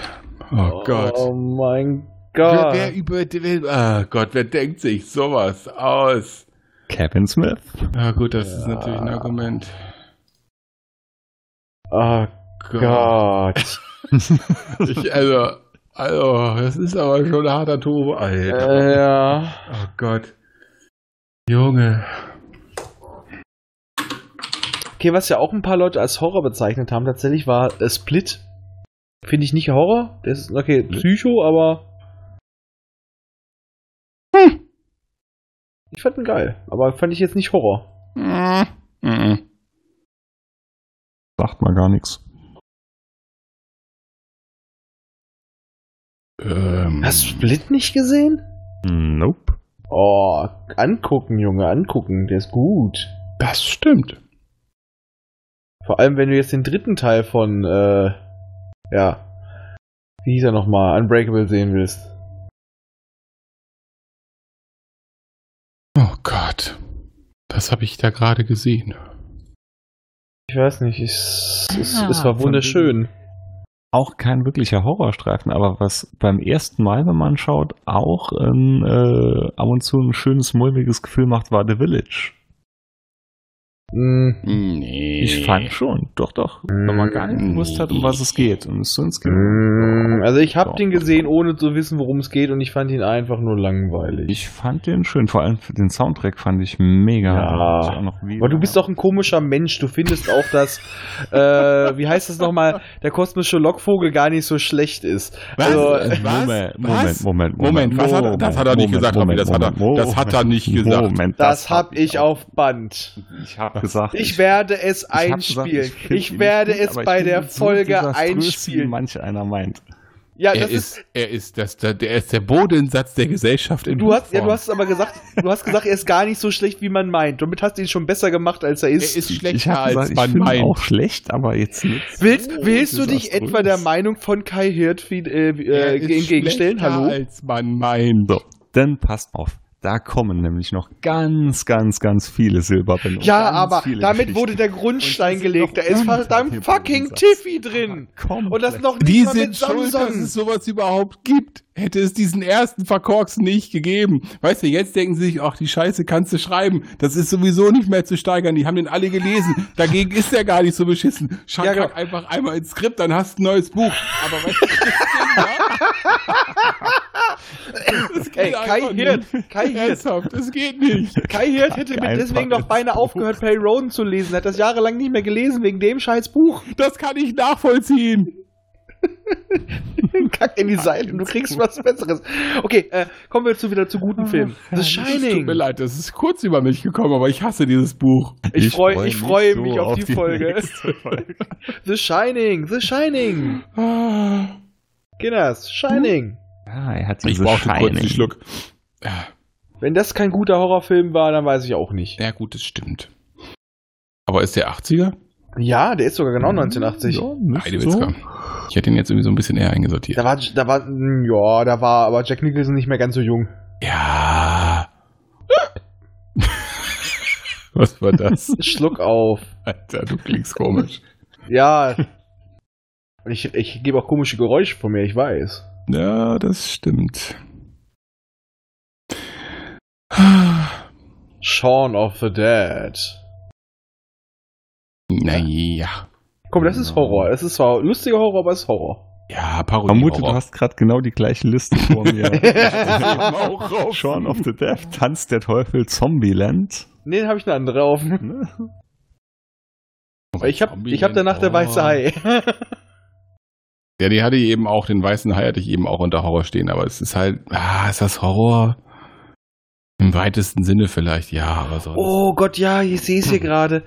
Speaker 3: Oh, Gott.
Speaker 1: Oh mein
Speaker 3: Wer,
Speaker 1: Gott.
Speaker 3: wer über, wer, oh Gott, wer denkt sich sowas aus?
Speaker 4: Kevin Smith.
Speaker 3: Na gut, das ist natürlich ein Argument.
Speaker 1: Oh Gott.
Speaker 3: Ich, also, also, das ist aber schon ein harter Turbo, Alter.
Speaker 1: äh, ja.
Speaker 3: Oh Gott. Junge.
Speaker 1: Okay, was ja auch ein paar Leute als Horror bezeichnet haben, tatsächlich war äh, Split. Finde ich nicht Horror. Das ist, okay, Psycho, aber.
Speaker 3: Hm.
Speaker 1: Ich fand ihn geil. Aber fand ich jetzt nicht Horror.
Speaker 3: Mhm.
Speaker 4: Sagt mal gar nichts.
Speaker 3: Ähm,
Speaker 1: Hast du Split nicht gesehen?
Speaker 4: Nope.
Speaker 1: Oh, angucken, Junge, angucken. Der ist gut.
Speaker 3: das stimmt.
Speaker 1: Vor allem, wenn du jetzt den dritten Teil von, äh, ja, wie hieß er nochmal, Unbreakable sehen willst.
Speaker 3: Oh Gott. Das habe ich da gerade gesehen.
Speaker 1: Ich weiß nicht, es, es,
Speaker 4: Ah,
Speaker 1: es war
Speaker 4: von
Speaker 1: wunderschön.
Speaker 4: Auch kein wirklicher Horrorstreifen, aber was beim ersten Mal, wenn man schaut, auch ähm, äh, ab und zu ein schönes, mulmiges Gefühl macht, war The Village.
Speaker 1: Mm,
Speaker 3: Nee.
Speaker 4: Ich fand schon, doch, doch. Wenn man gar nicht gewusst hat, um was es geht und es sonst geht.
Speaker 1: mm, also ich hab
Speaker 4: Doch.
Speaker 1: den gesehen, ohne zu wissen, worum es geht und ich fand ihn einfach nur langweilig.
Speaker 4: Ich fand den schön, vor allem für den Soundtrack fand ich mega.
Speaker 1: Ja.
Speaker 4: Ich auch noch wieder-
Speaker 1: Aber du bist doch ein komischer Mensch. Du findest auch, dass, äh, wie heißt das nochmal, der kosmische Lockvogel gar nicht so schlecht ist.
Speaker 3: Was?
Speaker 1: Also,
Speaker 4: Äh, Moment, Moment, Moment, Moment,
Speaker 3: Moment, was hat er- das hat er nicht gesagt, Robby, das hat er- das hat er nicht gesagt.
Speaker 4: Moment,
Speaker 1: das hab ich
Speaker 4: auch.
Speaker 1: auf Band.
Speaker 4: Ich habe gesagt.
Speaker 1: Ich werde es
Speaker 4: ich hab
Speaker 1: einspielen.
Speaker 4: gesagt,
Speaker 1: ich
Speaker 4: find ihn
Speaker 1: werde
Speaker 4: gut,
Speaker 1: es
Speaker 4: aber ich
Speaker 1: bei
Speaker 4: finde
Speaker 1: der
Speaker 4: ihn so
Speaker 1: Folge
Speaker 4: desaströs, Wie
Speaker 1: einspielen.
Speaker 4: manch einer meint.
Speaker 1: Ja,
Speaker 3: er
Speaker 1: das ist.
Speaker 3: ist, er ist, das, der, der ist der Bodensatz der Gesellschaft in
Speaker 1: Du hast, ja, du
Speaker 3: Buchform.
Speaker 1: hast es aber gesagt, du hast gesagt, er ist gar nicht so schlecht, wie man meint. Damit hast du ihn schon besser gemacht, als er ist.
Speaker 3: er ist
Speaker 4: ich
Speaker 3: schlechter
Speaker 4: hab gesagt,
Speaker 3: als
Speaker 4: ich
Speaker 3: man
Speaker 4: finde ihn
Speaker 3: meint.
Speaker 4: auch schlecht, aber jetzt nicht.
Speaker 1: willst
Speaker 4: so
Speaker 1: willst du dich
Speaker 4: desaströs.
Speaker 1: etwa der Meinung von Kai Hirtfried äh,
Speaker 3: Er
Speaker 1: äh,
Speaker 3: ist
Speaker 1: entgegenstellen?
Speaker 3: schlechter,
Speaker 1: Hallo?
Speaker 3: als man meint.
Speaker 4: So, dann passt auf. Da kommen nämlich noch ganz, ganz, ganz viele Silberbennen. und
Speaker 1: Ja,
Speaker 4: ganz
Speaker 1: aber
Speaker 4: viele
Speaker 1: damit
Speaker 4: Geschichten.
Speaker 1: wurde der Grundstein gelegt. Da ist verdammt fucking Tiffy drin. Und das noch nicht
Speaker 3: Die
Speaker 1: mal mit
Speaker 3: sind schuld, dass
Speaker 1: Samsung.
Speaker 3: es sowas überhaupt gibt. Hätte es diesen ersten Verkorks nicht gegeben. Weißt du, jetzt denken sie sich, ach, die Scheiße kannst du schreiben. Das ist sowieso nicht mehr zu steigern. Die haben den alle gelesen. Dagegen ist der gar nicht so beschissen. Schau
Speaker 1: Ja, genau.
Speaker 3: einfach einmal ins Skript, dann hast du ein neues Buch. Aber weißt du, das geht, ja? Das geht
Speaker 1: Ey, Kai
Speaker 3: einfach
Speaker 1: Hirt,
Speaker 3: nicht.
Speaker 1: Kai Hirt.
Speaker 3: Ernsthaft, das geht nicht.
Speaker 1: Kai Hirt hätte mit
Speaker 4: Einfach
Speaker 1: deswegen doch beinahe
Speaker 4: ins
Speaker 1: aufgehört, Perry Roden zu lesen. Er hat das jahrelang nicht mehr gelesen wegen dem scheiß Buch.
Speaker 3: Das kann ich nachvollziehen.
Speaker 1: Kack in die Seiten, du kriegst was Besseres. Okay, äh, kommen wir jetzt zu- wieder zu guten Filmen. The
Speaker 3: Es tut mir
Speaker 1: Shining.
Speaker 3: leid, das ist kurz über mich gekommen, aber ich hasse dieses Buch.
Speaker 1: Ich freue
Speaker 4: freu
Speaker 1: ich freu
Speaker 4: so
Speaker 1: mich auf, die, Folge.
Speaker 4: nächste Folge.
Speaker 1: The Shining, The Shining.
Speaker 3: Ah.
Speaker 1: Kinders, Shining.
Speaker 4: ja, er hat
Speaker 3: Ich
Speaker 4: diese
Speaker 3: brauchte kurz einen
Speaker 4: Shining.
Speaker 3: Schluck.
Speaker 1: Wenn das kein guter Horrorfilm war, dann weiß ich auch nicht.
Speaker 3: Ja, gut, das stimmt. Aber ist der 80er?
Speaker 1: Ja, der ist sogar genau 1980.
Speaker 4: Ja, nicht
Speaker 3: Heide
Speaker 4: so.
Speaker 3: Witzka. Ich hätte ihn jetzt irgendwie so ein bisschen eher eingesortiert.
Speaker 1: Da war, da war, mm, ja, da war aber Jack Nicholson nicht mehr ganz so jung.
Speaker 3: Ja. Was war das?
Speaker 1: Schluck auf.
Speaker 3: Alter, du klingst komisch.
Speaker 1: Ja. Und ich, ich gebe auch komische Geräusche von mir, ich weiß.
Speaker 3: Ja, das stimmt.
Speaker 1: Shaun of the Dead.
Speaker 3: Naja.
Speaker 1: Komm, das ist Horror. Das ist zwar lustiger Horror, aber es ist Horror.
Speaker 3: Ja,
Speaker 4: Ich
Speaker 3: Parodie.
Speaker 4: Vermute, du hast gerade genau die gleiche Liste vor mir. Shaun of the Death, Tanz der Teufel, Zombieland.
Speaker 1: Nee, dann habe ich eine andere auf.
Speaker 4: Ne?
Speaker 1: Ich habe ich hab danach der weiße Hai.
Speaker 3: Ja, die hatte ich eben auch, den weißen Hai hatte ich eben auch unter Horror stehen, aber es ist halt, ah, ist das Horror? Im weitesten Sinne vielleicht, ja, aber sonst.
Speaker 1: Oh Gott, ja, ich sehe es hier gerade.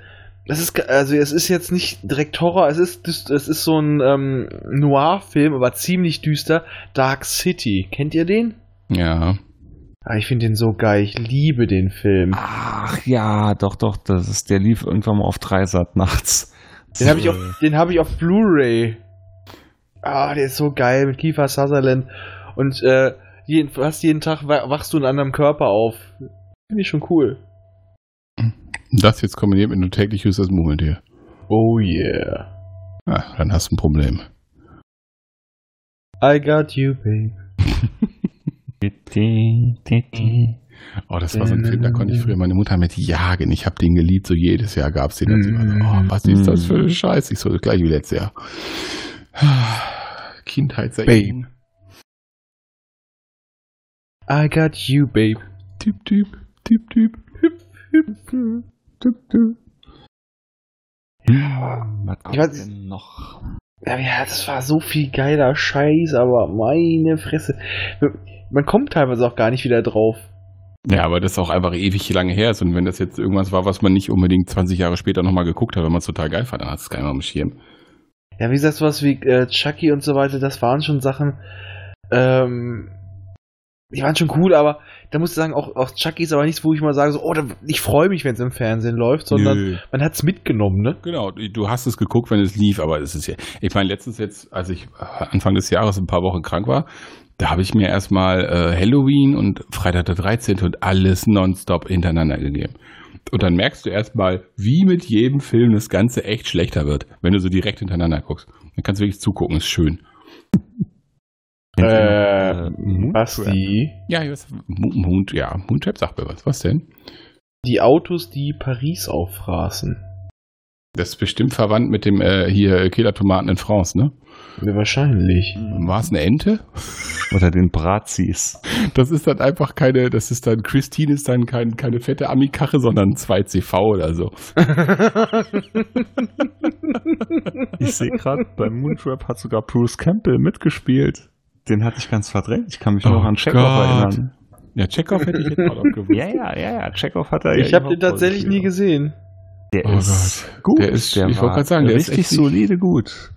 Speaker 1: Das ist, ge- also es ist jetzt nicht direkt Horror, es ist, düst- es ist so ein ähm, Noir-Film, aber ziemlich düster. Dark City, kennt ihr den?
Speaker 3: Ja.
Speaker 1: Ah, ich finde den so geil. Ich liebe den Film.
Speaker 4: Ach ja, doch, doch, das ist, der lief irgendwann mal auf Dreisat nachts.
Speaker 1: Den habe ich auf, den habe ich auf Blu-ray. Ah, der ist so geil mit Kiefer Sutherland und äh, jeden, fast jeden Tag wa- wachst du in einem anderen Körper auf. Finde ich schon cool.
Speaker 3: Das jetzt kombiniert mit nur täglich höchstes Moment hier.
Speaker 1: Oh yeah.
Speaker 3: Ah, dann hast du ein Problem.
Speaker 1: I got you, babe.
Speaker 3: Oh, das war so ein Film, da konnte ich früher meine Mutter mit jagen. Ich habe den geliebt, so jedes Jahr gab es den. Und sie war
Speaker 1: Mhm.
Speaker 3: so, oh, was ist das für ein Scheiß? Ich so, das gleiche wie letztes Jahr. Kindheitserinnerung.
Speaker 1: I got you, babe.
Speaker 3: Typ, Typ, Typ, Typ. Hüp, hüp, Typ, Typ.
Speaker 4: Was kommt
Speaker 1: weiß-
Speaker 4: denn noch?
Speaker 1: Ja, ja, das war so viel geiler Scheiß, aber meine Fresse. Man kommt teilweise auch gar nicht wieder drauf.
Speaker 3: Ja, aber das ist auch einfach ewig lange her ist. Und wenn das jetzt irgendwas war, was man nicht unbedingt 20 Jahre später nochmal geguckt hat, wenn man es total geil fand, dann hat es keiner am Schirm.
Speaker 1: Ja, wie gesagt, sowas wie äh, Chucky und so weiter, das waren schon Sachen, ähm, die waren schon cool, aber da muss ich sagen, auch, auch Chucky ist aber nichts, wo ich mal sage, so, oh, da, ich freue mich, wenn es im Fernsehen läuft, sondern
Speaker 3: Nö.
Speaker 1: man hat's mitgenommen, ne?
Speaker 3: Genau, du hast es geguckt, wenn es lief, aber es ist ja. Ich meine, letztens jetzt, als ich äh, Anfang des Jahres ein paar Wochen krank war, da habe ich mir erstmal äh, Halloween und Freitag der 13. und alles nonstop hintereinander gegeben. Und dann merkst du erstmal, wie mit jedem Film das Ganze echt schlechter wird, wenn du so direkt hintereinander guckst. Dann kannst du wirklich zugucken, ist schön.
Speaker 1: Äh,
Speaker 4: Moon
Speaker 1: Basti,
Speaker 3: Ja, jetzt, Moon, Moon, ja, Moontrap sagt mir was. Was denn?
Speaker 1: die Autos, die Paris auffraßen.
Speaker 3: Das ist bestimmt verwandt mit dem äh, hier Killer-Tomaten in France, ne?
Speaker 1: Ja, wahrscheinlich.
Speaker 3: War es eine Ente?
Speaker 4: Oder den Brazis.
Speaker 3: Das ist dann einfach keine, das ist dann, Christine ist dann kein, keine fette Ami-Karre, sondern 2CV oder so.
Speaker 4: Ich sehe gerade, beim Moontrap hat sogar Bruce Campbell mitgespielt. Den hatte ich ganz verdrängt. Ich kann mich nur
Speaker 3: Oh
Speaker 4: noch an Chekhov
Speaker 3: Gott.
Speaker 4: erinnern.
Speaker 3: Ja, Chekhov hätte ich jetzt auch noch gewusst.
Speaker 4: Ja, ja, ja, ja. Chekhov hat er
Speaker 1: ich habe den tatsächlich nie gesehen.
Speaker 4: Der
Speaker 3: Oh
Speaker 4: ist gut.
Speaker 3: Der ist- ich
Speaker 4: war
Speaker 3: wollte gerade sagen, der ist
Speaker 4: richtig
Speaker 3: echt nicht-
Speaker 4: solide gut.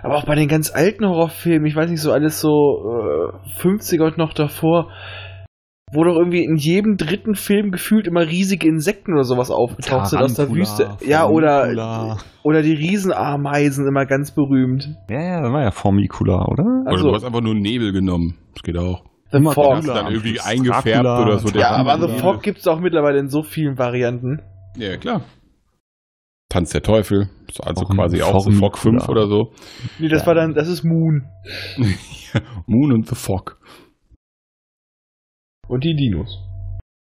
Speaker 1: Aber auch bei den ganz alten Horrorfilmen, ich weiß nicht, so alles so äh, 50er und noch davor, wo doch irgendwie in jedem dritten Film gefühlt immer riesige Insekten oder sowas aufgetaucht sind aus der Wüste. Ja, oder, oder die Riesenameisen, immer ganz berühmt.
Speaker 4: Ja, ja, das war ja Formicula, oder?
Speaker 3: Oder
Speaker 1: Also,
Speaker 3: du hast einfach nur Nebel genommen. Das geht auch.
Speaker 1: The
Speaker 4: immer
Speaker 1: Fog.
Speaker 3: Hast du
Speaker 4: Dracula.
Speaker 3: dann irgendwie
Speaker 4: Dracula.
Speaker 3: eingefärbt oder so. der
Speaker 1: Ja,
Speaker 3: Rahmen
Speaker 1: aber The
Speaker 3: Nebel.
Speaker 1: Fog gibt's auch mittlerweile in so vielen Varianten.
Speaker 3: Ja, klar. Tanz der Teufel. Ist also
Speaker 4: Auch ein
Speaker 3: quasi auch The
Speaker 4: Form-
Speaker 3: Fog 5
Speaker 4: Ja.
Speaker 3: oder so.
Speaker 1: Nee, das
Speaker 4: Ja.
Speaker 1: war dann, das ist Moon.
Speaker 3: Moon und The Fog.
Speaker 1: Und die Dinos.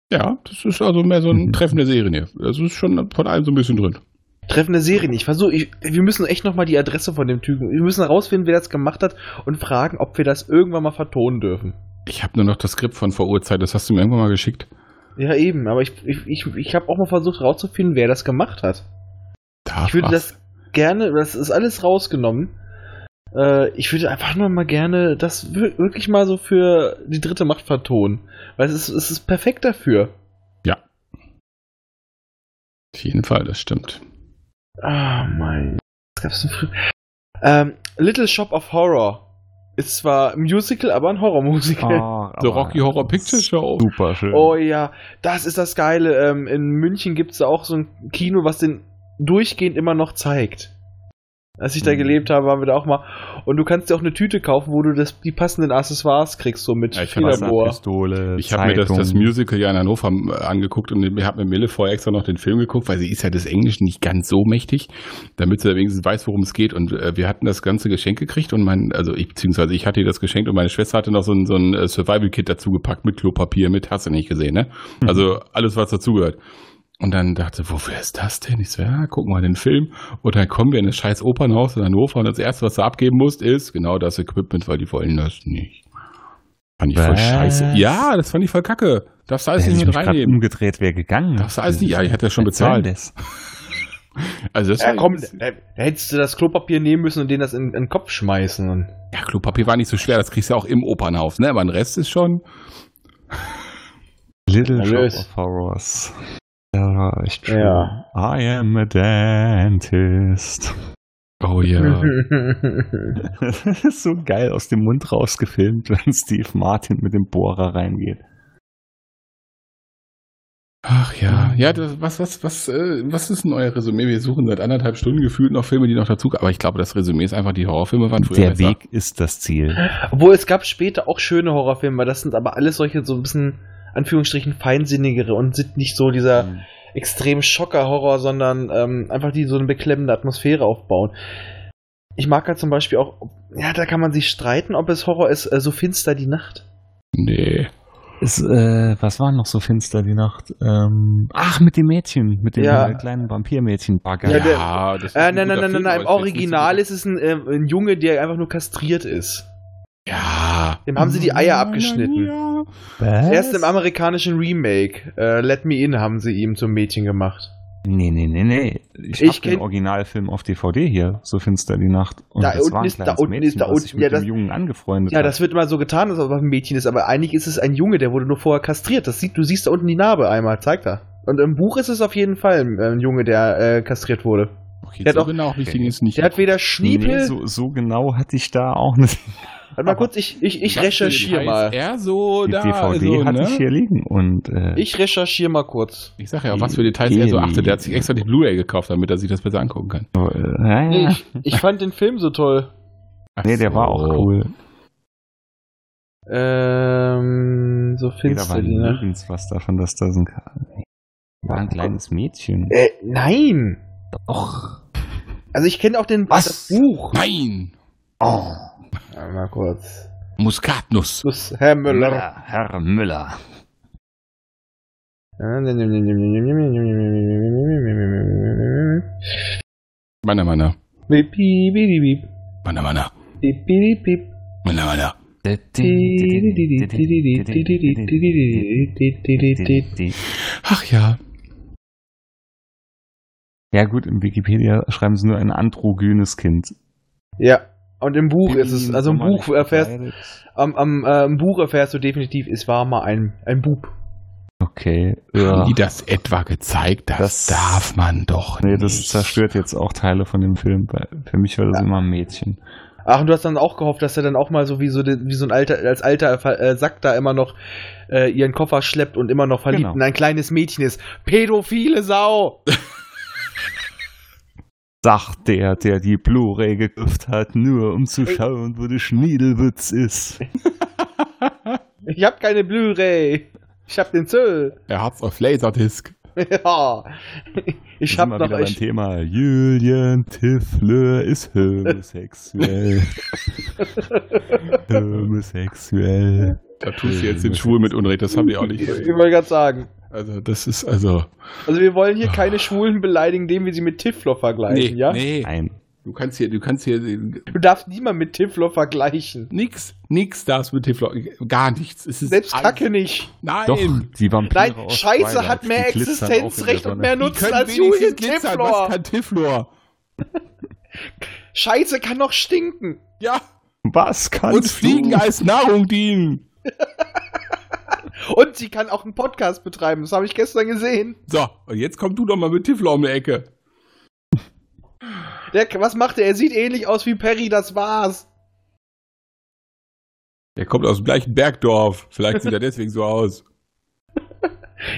Speaker 3: Ja, das ist also mehr so ein
Speaker 4: Mhm.
Speaker 3: Treffen der Serien hier. Das ist schon von allem so ein bisschen drin.
Speaker 1: Treffende Serien. Ich versuche, ich, wir müssen echt nochmal die Adresse von dem Typen. Wir müssen herausfinden, wer das gemacht hat und fragen, ob wir das irgendwann mal vertonen dürfen.
Speaker 3: Ich habe nur noch das Skript von vor Urzeit. Das hast du mir irgendwann mal geschickt.
Speaker 1: Ja, eben, aber ich, ich, ich, ich habe auch mal versucht herauszufinden, wer das gemacht hat.
Speaker 3: Da
Speaker 1: Ich würde
Speaker 3: war's.
Speaker 1: das gerne, das ist alles rausgenommen. Äh, ich würde einfach nur mal gerne das wir- wirklich mal so für die dritte Macht vertonen. Weil es ist, es ist perfekt dafür.
Speaker 3: Auf jeden Fall, das stimmt.
Speaker 1: Ah, mein. Was gab's denn früher? Ähm, Little Shop of Horror. Ist zwar ein Musical, aber ein
Speaker 4: Oh,
Speaker 1: Horrormusical.
Speaker 3: The Rocky Horror Picture Show.
Speaker 4: Super schön.
Speaker 1: Oh ja, das ist das Geile. Ähm, in München gibt es da auch so ein Kino, was den durchgehend immer noch zeigt. Als ich da
Speaker 4: Mhm.
Speaker 1: gelebt habe, waren wir da auch mal. Und du kannst dir auch eine Tüte kaufen, wo du das, die passenden Accessoires kriegst, so mit
Speaker 3: Ja, ich hab das
Speaker 1: Federbohr.
Speaker 4: Pistole,
Speaker 3: Ich habe mir das,
Speaker 4: äh, Zeitung.
Speaker 3: das Musical ja in Hannover äh, angeguckt und ich habe mir Mille vorher extra noch den Film geguckt, weil sie ist ja des Englischen nicht ganz so mächtig, damit sie wenigstens weiß, worum es geht. Und äh, wir hatten das ganze Geschenk gekriegt und mein, also ich, beziehungsweise ich hatte ihr das geschenkt und meine Schwester hatte noch so ein, so ein äh, Survival-Kit dazu gepackt mit Klopapier, mit hast du nicht gesehen, ne?
Speaker 4: Mhm.
Speaker 3: Also alles, was dazugehört. Und dann dachte, wofür ist das denn? Ich so, ja, guck mal den Film. Und dann kommen wir in das scheiß Opernhaus in Hannover und das erste, was du abgeben musst, ist genau das Equipment, weil die wollen das nicht. Fand ich voll
Speaker 4: Was?
Speaker 3: scheiße. Ja, Ah, das fand ich voll kacke. Darfst du
Speaker 4: Da
Speaker 3: alles
Speaker 4: hätte
Speaker 3: nicht
Speaker 4: ich
Speaker 3: mit
Speaker 4: mich gerade
Speaker 3: reinnehmen.
Speaker 4: umgedreht, wäre gegangen.
Speaker 3: Darfst du alles nicht? Ja, ich hatte ja schon
Speaker 4: Was soll
Speaker 3: bezahlt.
Speaker 4: denn das?
Speaker 3: Also das
Speaker 1: Ja,
Speaker 3: war,
Speaker 1: komm, da, da hättest du das Klopapier nehmen müssen und denen das in, in den Kopf schmeißen. Und
Speaker 3: ja, Klopapier war nicht so schwer, das kriegst du ja auch im Opernhaus, ne? Aber ein Rest ist schon.
Speaker 4: Little
Speaker 1: Alles.
Speaker 4: Shop of Horrors. Ja, war echt schön.
Speaker 1: Ja.
Speaker 4: I am a dentist.
Speaker 3: Oh ja.
Speaker 4: Das ist so geil aus dem Mund rausgefilmt, wenn Steve Martin mit dem Bohrer reingeht.
Speaker 3: Ach ja, ja, das, was, was, was, äh, was ist denn euer Resümee? Wir suchen seit anderthalb Stunden gefühlt noch Filme, die noch dazu, aber ich glaube, das Resümee ist einfach, die Horrorfilme waren früher
Speaker 4: Der
Speaker 3: besser.
Speaker 4: Weg ist das Ziel.
Speaker 1: Obwohl es gab später auch schöne Horrorfilme, das sind aber alles solche so ein bisschen Anführungsstrichen feinsinnigere und sind nicht so dieser
Speaker 3: Mhm.
Speaker 1: extrem Schocker-Horror, sondern ähm, einfach die so eine beklemmende Atmosphäre aufbauen. Ich mag halt zum Beispiel auch, ja, da kann man sich streiten, ob es Horror ist, äh, so finster die Nacht.
Speaker 3: Nee.
Speaker 4: Ist, äh, was war noch so finster die Nacht? Ähm, ach, mit dem Mädchen, mit dem
Speaker 1: Ja.
Speaker 4: äh, kleinen Vampirmädchen. Bagger.
Speaker 1: Ja, der-
Speaker 3: das ist
Speaker 1: Äh,
Speaker 3: ein
Speaker 1: nein, nein,
Speaker 3: guter
Speaker 1: nein, nein, nein, im
Speaker 3: Film, aber jetzt nicht so
Speaker 1: Original
Speaker 3: gut.
Speaker 1: ist es ein, ähm, ein Junge, der einfach nur kastriert ist.
Speaker 3: Ja.
Speaker 1: Dem haben sie die Eier abgeschnitten.
Speaker 4: Was?
Speaker 1: Erst im amerikanischen Remake, äh, Let Me In, haben sie ihm zum Mädchen gemacht.
Speaker 4: Nee, nee, nee, nee. Ich,
Speaker 1: Ich
Speaker 4: hab den
Speaker 1: kenn-
Speaker 4: Originalfilm auf DVD hier, so finster die Nacht. Und
Speaker 1: Da
Speaker 4: das
Speaker 1: unten
Speaker 4: war ein
Speaker 1: ist- da
Speaker 4: kleines
Speaker 1: unten
Speaker 4: Mädchen,
Speaker 1: ist- da
Speaker 4: was sich
Speaker 1: unten-
Speaker 4: mit
Speaker 1: ja,
Speaker 4: dem
Speaker 1: das-
Speaker 4: Jungen angefreundet
Speaker 1: Ja,
Speaker 4: hat.
Speaker 1: das wird immer so getan, dass es ein Mädchen ist, aber eigentlich ist es ein Junge, der wurde nur vorher kastriert. Das sieht, du siehst da unten die Narbe einmal, zeig da. Und im Buch ist es auf jeden Fall ein Junge, der äh, kastriert wurde.
Speaker 3: Okay,
Speaker 1: Der hat
Speaker 3: so
Speaker 1: auch-
Speaker 3: genau habe ich den jetzt nicht.
Speaker 1: Der hat weder Schniepel,
Speaker 4: nee, so, so genau hatte ich da auch nicht.
Speaker 1: warte mal kurz, ich, ich, ich
Speaker 3: Was für ein
Speaker 1: recherchiere mal.
Speaker 3: Er so
Speaker 4: Die
Speaker 3: da,
Speaker 4: DVD
Speaker 3: so,
Speaker 4: hatte
Speaker 3: ne?
Speaker 4: ich hier liegen und äh,
Speaker 1: also, Ich recherchiere mal kurz.
Speaker 3: Ich sag ja, auf was für Details er so
Speaker 4: Genie.
Speaker 3: achtet. Der hat sich extra die Blu-ray gekauft, damit er sich das besser angucken kann.
Speaker 4: äh, ja,
Speaker 1: Nee,
Speaker 4: ja.
Speaker 1: ich, ich fand den Film so toll.
Speaker 3: Ach
Speaker 4: nee, der war auch
Speaker 3: so.
Speaker 4: cool.
Speaker 1: Ähm, so
Speaker 4: Nee, da
Speaker 1: finster
Speaker 4: war
Speaker 1: die Nacht.
Speaker 4: nirgends was davon, dass da so ein Ka- war
Speaker 1: Oh.
Speaker 4: ein kleines Mädchen.
Speaker 1: Äh, nein!
Speaker 4: Och.
Speaker 1: Also ich kenne auch den
Speaker 4: Was?
Speaker 1: das Buch.
Speaker 3: Nein!
Speaker 4: Oh.
Speaker 1: Warte mal kurz.
Speaker 3: Muskatnuss.
Speaker 1: Plus Herr Müller.
Speaker 4: Müller, Herr Müller.
Speaker 3: Meiner, meiner.
Speaker 1: Piep, piep, piep,
Speaker 3: Meiner, meiner.
Speaker 1: piep, piep, piep.
Speaker 3: Meiner, meiner. Ach ja.
Speaker 4: Ja gut, im Wikipedia schreiben sie nur ein androgynes Kind.
Speaker 1: Ja, und im Buch ist es, also im Buch erfährst, am, am, äh, im Buch erfährst du definitiv, es war mal ein, ein Bub.
Speaker 4: Okay.
Speaker 3: Haben
Speaker 4: Ja.
Speaker 3: die das etwa gezeigt? Das,
Speaker 4: Das-
Speaker 3: darf man doch
Speaker 4: Nee,
Speaker 3: nicht.
Speaker 4: das zerstört jetzt auch Teile von dem Film. weil Für mich war das
Speaker 1: Ja.
Speaker 4: immer ein Mädchen.
Speaker 1: Ach, und du hast dann auch gehofft, dass er dann auch mal so wie so, de- wie so ein alter, als alter äh, Sack da immer noch äh, ihren Koffer schleppt und immer noch verliebt
Speaker 4: Genau.
Speaker 1: in ein kleines Mädchen ist. Pädophile Sau!
Speaker 4: Sagt der, der die Blu-ray gekauft hat, nur um zu schauen, wo der Schniedelwitz ist.
Speaker 1: Ich hab keine Blu-ray. Ich hab den Zöll.
Speaker 3: Er hat's auf Laserdisc.
Speaker 1: ja. Ich
Speaker 4: Ich
Speaker 1: hab
Speaker 4: habe
Speaker 1: noch.
Speaker 4: wieder beim
Speaker 1: Ich,
Speaker 4: Thema. Julian Tiffler ist homosexuell. homosexuell.
Speaker 3: Da tust du jetzt den Schwul mit Unrecht. Das haben die auch nicht.
Speaker 1: ich wollte gerade sagen.
Speaker 3: Also, das ist also.
Speaker 1: Also wir wollen hier keine Schwulen beleidigen, indem wir sie mit Tiflo vergleichen, ja?
Speaker 3: Ah. nee.
Speaker 4: Nein.
Speaker 3: Du kannst hier, du kannst hier
Speaker 1: Du darfst niemand mit Tiflo vergleichen.
Speaker 3: Nix, nix darfst mit Teflon. Gar nichts. Es ist
Speaker 1: Selbst
Speaker 3: alles-
Speaker 1: Kacke nicht.
Speaker 3: Nein.
Speaker 4: Doch, die Vampire
Speaker 1: Nein,
Speaker 4: aus
Speaker 1: Scheiße
Speaker 4: Twilight,
Speaker 1: hat mehr
Speaker 4: die glitzern
Speaker 1: Existenzrecht
Speaker 4: auch in
Speaker 1: und
Speaker 4: der
Speaker 1: mehr
Speaker 4: Sonne.
Speaker 1: Nutzen
Speaker 3: können
Speaker 1: als
Speaker 3: wenigstens
Speaker 1: Julian
Speaker 3: glitzern. Was
Speaker 1: Tiflor.
Speaker 3: kann Tiflor?
Speaker 1: Scheiße kann noch stinken.
Speaker 3: Ja.
Speaker 4: Was kannst
Speaker 3: Und Fliegen
Speaker 4: du?
Speaker 3: als Nahrung dienen.
Speaker 1: Und sie kann auch einen Podcast betreiben. Das habe ich gestern gesehen.
Speaker 3: So, und jetzt komm du doch mal mit Tiflor um die Ecke.
Speaker 1: Der, was macht er? Er sieht ähnlich aus wie Perry, das war's.
Speaker 3: Der kommt aus dem gleichen Bergdorf. Vielleicht sieht er deswegen so aus.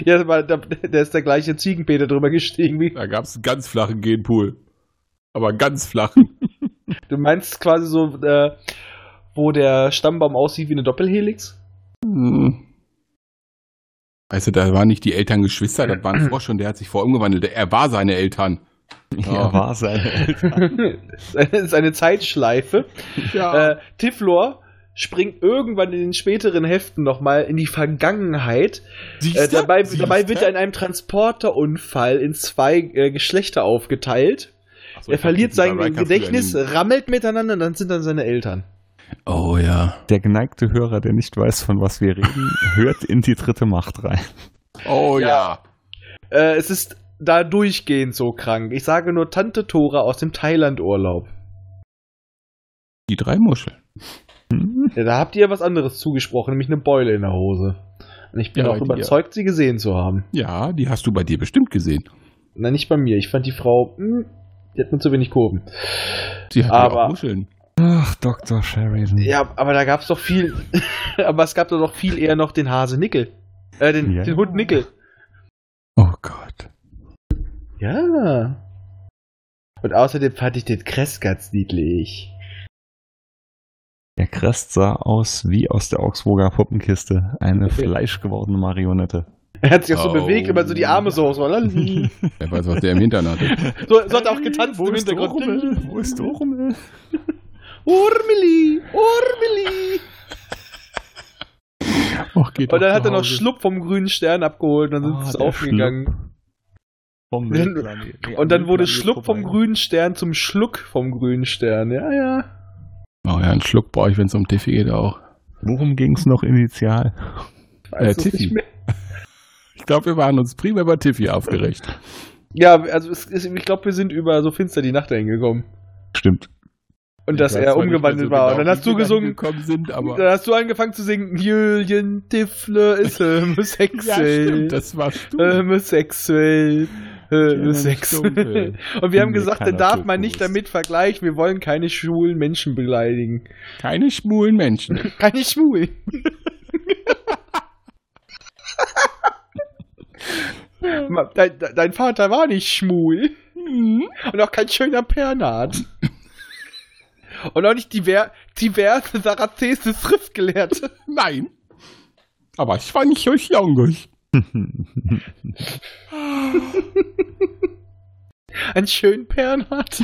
Speaker 1: Ja, aber da, da ist der gleiche Ziegenpeter drüber gestiegen wie
Speaker 3: Da gab's einen ganz flachen Genpool. Aber einen ganz flachen.
Speaker 1: Du meinst quasi so, äh, wo der Stammbaum aussieht wie eine Doppelhelix?
Speaker 3: Hm. Weißt du, da waren nicht die Eltern Geschwister, das war ein Frosch und der hat sich vorher umgewandelt. Er war seine Eltern.
Speaker 4: Ja, war seine Eltern.
Speaker 1: das ist eine Zeitschleife.
Speaker 3: Ja.
Speaker 1: Äh, Tiflor springt irgendwann in den späteren Heften nochmal in die Vergangenheit. Äh, dabei, dabei wird er in einem Transporterunfall in zwei äh, Geschlechter aufgeteilt. er verliert sein Gedächtnis, rammelt miteinander und dann sind dann seine Eltern.
Speaker 3: Oh ja.
Speaker 4: Der geneigte Hörer, der nicht weiß, von was wir reden, hört in die dritte Macht rein.
Speaker 3: Oh ja.
Speaker 1: Äh, es ist da durchgehend so krank. Ich sage nur Tante Tora aus dem Thailand-Urlaub.
Speaker 3: Die drei Muscheln.
Speaker 1: Ja, da habt ihr was anderes zugesprochen, nämlich eine Beule in der Hose. Und ich bin
Speaker 3: Ja,
Speaker 1: auch
Speaker 3: die-
Speaker 1: überzeugt, sie gesehen zu haben.
Speaker 3: Ja, die hast du bei dir bestimmt gesehen.
Speaker 1: Nein, nicht bei mir. Ich fand die Frau, hm, die hat mir zu wenig Kurven.
Speaker 3: Sie hat
Speaker 1: Aber-
Speaker 3: auch Muscheln.
Speaker 4: Ach, Dr. Sheridan.
Speaker 1: Ja, aber da gab's doch viel. aber es gab doch noch viel eher noch den Hase Nickel. Äh, den,
Speaker 4: Ja.
Speaker 1: den Hund Nickel.
Speaker 4: Oh
Speaker 1: Ja. Und außerdem fand ich den Crest ganz niedlich.
Speaker 4: Der Crest sah aus wie aus der Augsburger Puppenkiste. Eine fleischgewordene Marionette.
Speaker 1: Er hat sich auch so
Speaker 3: Oh.
Speaker 1: bewegt, immer so die Arme so. So, lalli.
Speaker 3: Wer weiß, was der im Hintern hatte.
Speaker 1: so, so hat er auch getanzt
Speaker 4: Wo
Speaker 1: im
Speaker 4: ist
Speaker 1: Hintergrund.
Speaker 4: Dormel? Wo ist Dormel?
Speaker 1: Urmeli, Urmeli.
Speaker 3: Och, geht
Speaker 1: Und dann
Speaker 3: doch
Speaker 1: hat er
Speaker 3: zu
Speaker 1: noch
Speaker 3: Hause.
Speaker 1: Schlupp vom grünen Stern abgeholt und dann
Speaker 4: Ah,
Speaker 1: sind sie
Speaker 4: der
Speaker 1: aufgegangen.
Speaker 4: Vom
Speaker 1: Dann-
Speaker 4: Wildplanet. Nee,
Speaker 1: Und dann
Speaker 4: am
Speaker 1: wurde
Speaker 4: Wildplanet
Speaker 1: Schlupp vom
Speaker 4: vorbei.
Speaker 1: grünen Stern zum Schluck vom grünen Stern. Ja, ja.
Speaker 3: Oh ja, einen Schluck brauche ich, wenn es um Tiffy geht auch.
Speaker 4: Worum ging es noch initial?
Speaker 3: Äh,
Speaker 1: es
Speaker 3: Tiffy.
Speaker 1: nicht mehr.
Speaker 3: Ich glaube, wir waren uns prima über Tiffy aufgeregt.
Speaker 1: Ja, also es ist, ich glaube, wir sind über so finster die Nacht dahin gekommen.
Speaker 4: Stimmt.
Speaker 1: Und dass
Speaker 3: Ich weiß
Speaker 1: er
Speaker 3: zwar nicht
Speaker 1: umgewandelt
Speaker 3: mehr so
Speaker 1: war.
Speaker 3: genau,
Speaker 1: und dann
Speaker 3: wie
Speaker 1: hast du
Speaker 3: wir dahin
Speaker 1: gesungen,
Speaker 3: gekommen sind, aber
Speaker 1: dann hast du angefangen zu singen, Jüljen Tiffle ist homosexuell.
Speaker 3: das warst du.
Speaker 1: Ähm. homosexuell. Äh, Homosexuell.
Speaker 3: Stimmt, ey.
Speaker 1: Und wir haben
Speaker 4: Mir
Speaker 1: gesagt,
Speaker 4: keiner
Speaker 1: den darf man
Speaker 4: Dokus.
Speaker 1: nicht damit vergleichen. Wir wollen keine schwulen Menschen beleidigen.
Speaker 3: Keine schwulen Menschen.
Speaker 1: Keine schwulen. Ma- dein, de- dein Vater war nicht schwul. Und auch kein schöner Pernat. Und auch nicht diver diverse sarazese Schriftgelehrte.
Speaker 3: Nein. Aber ich war nicht so jungig.
Speaker 1: Ein schönen Pernat.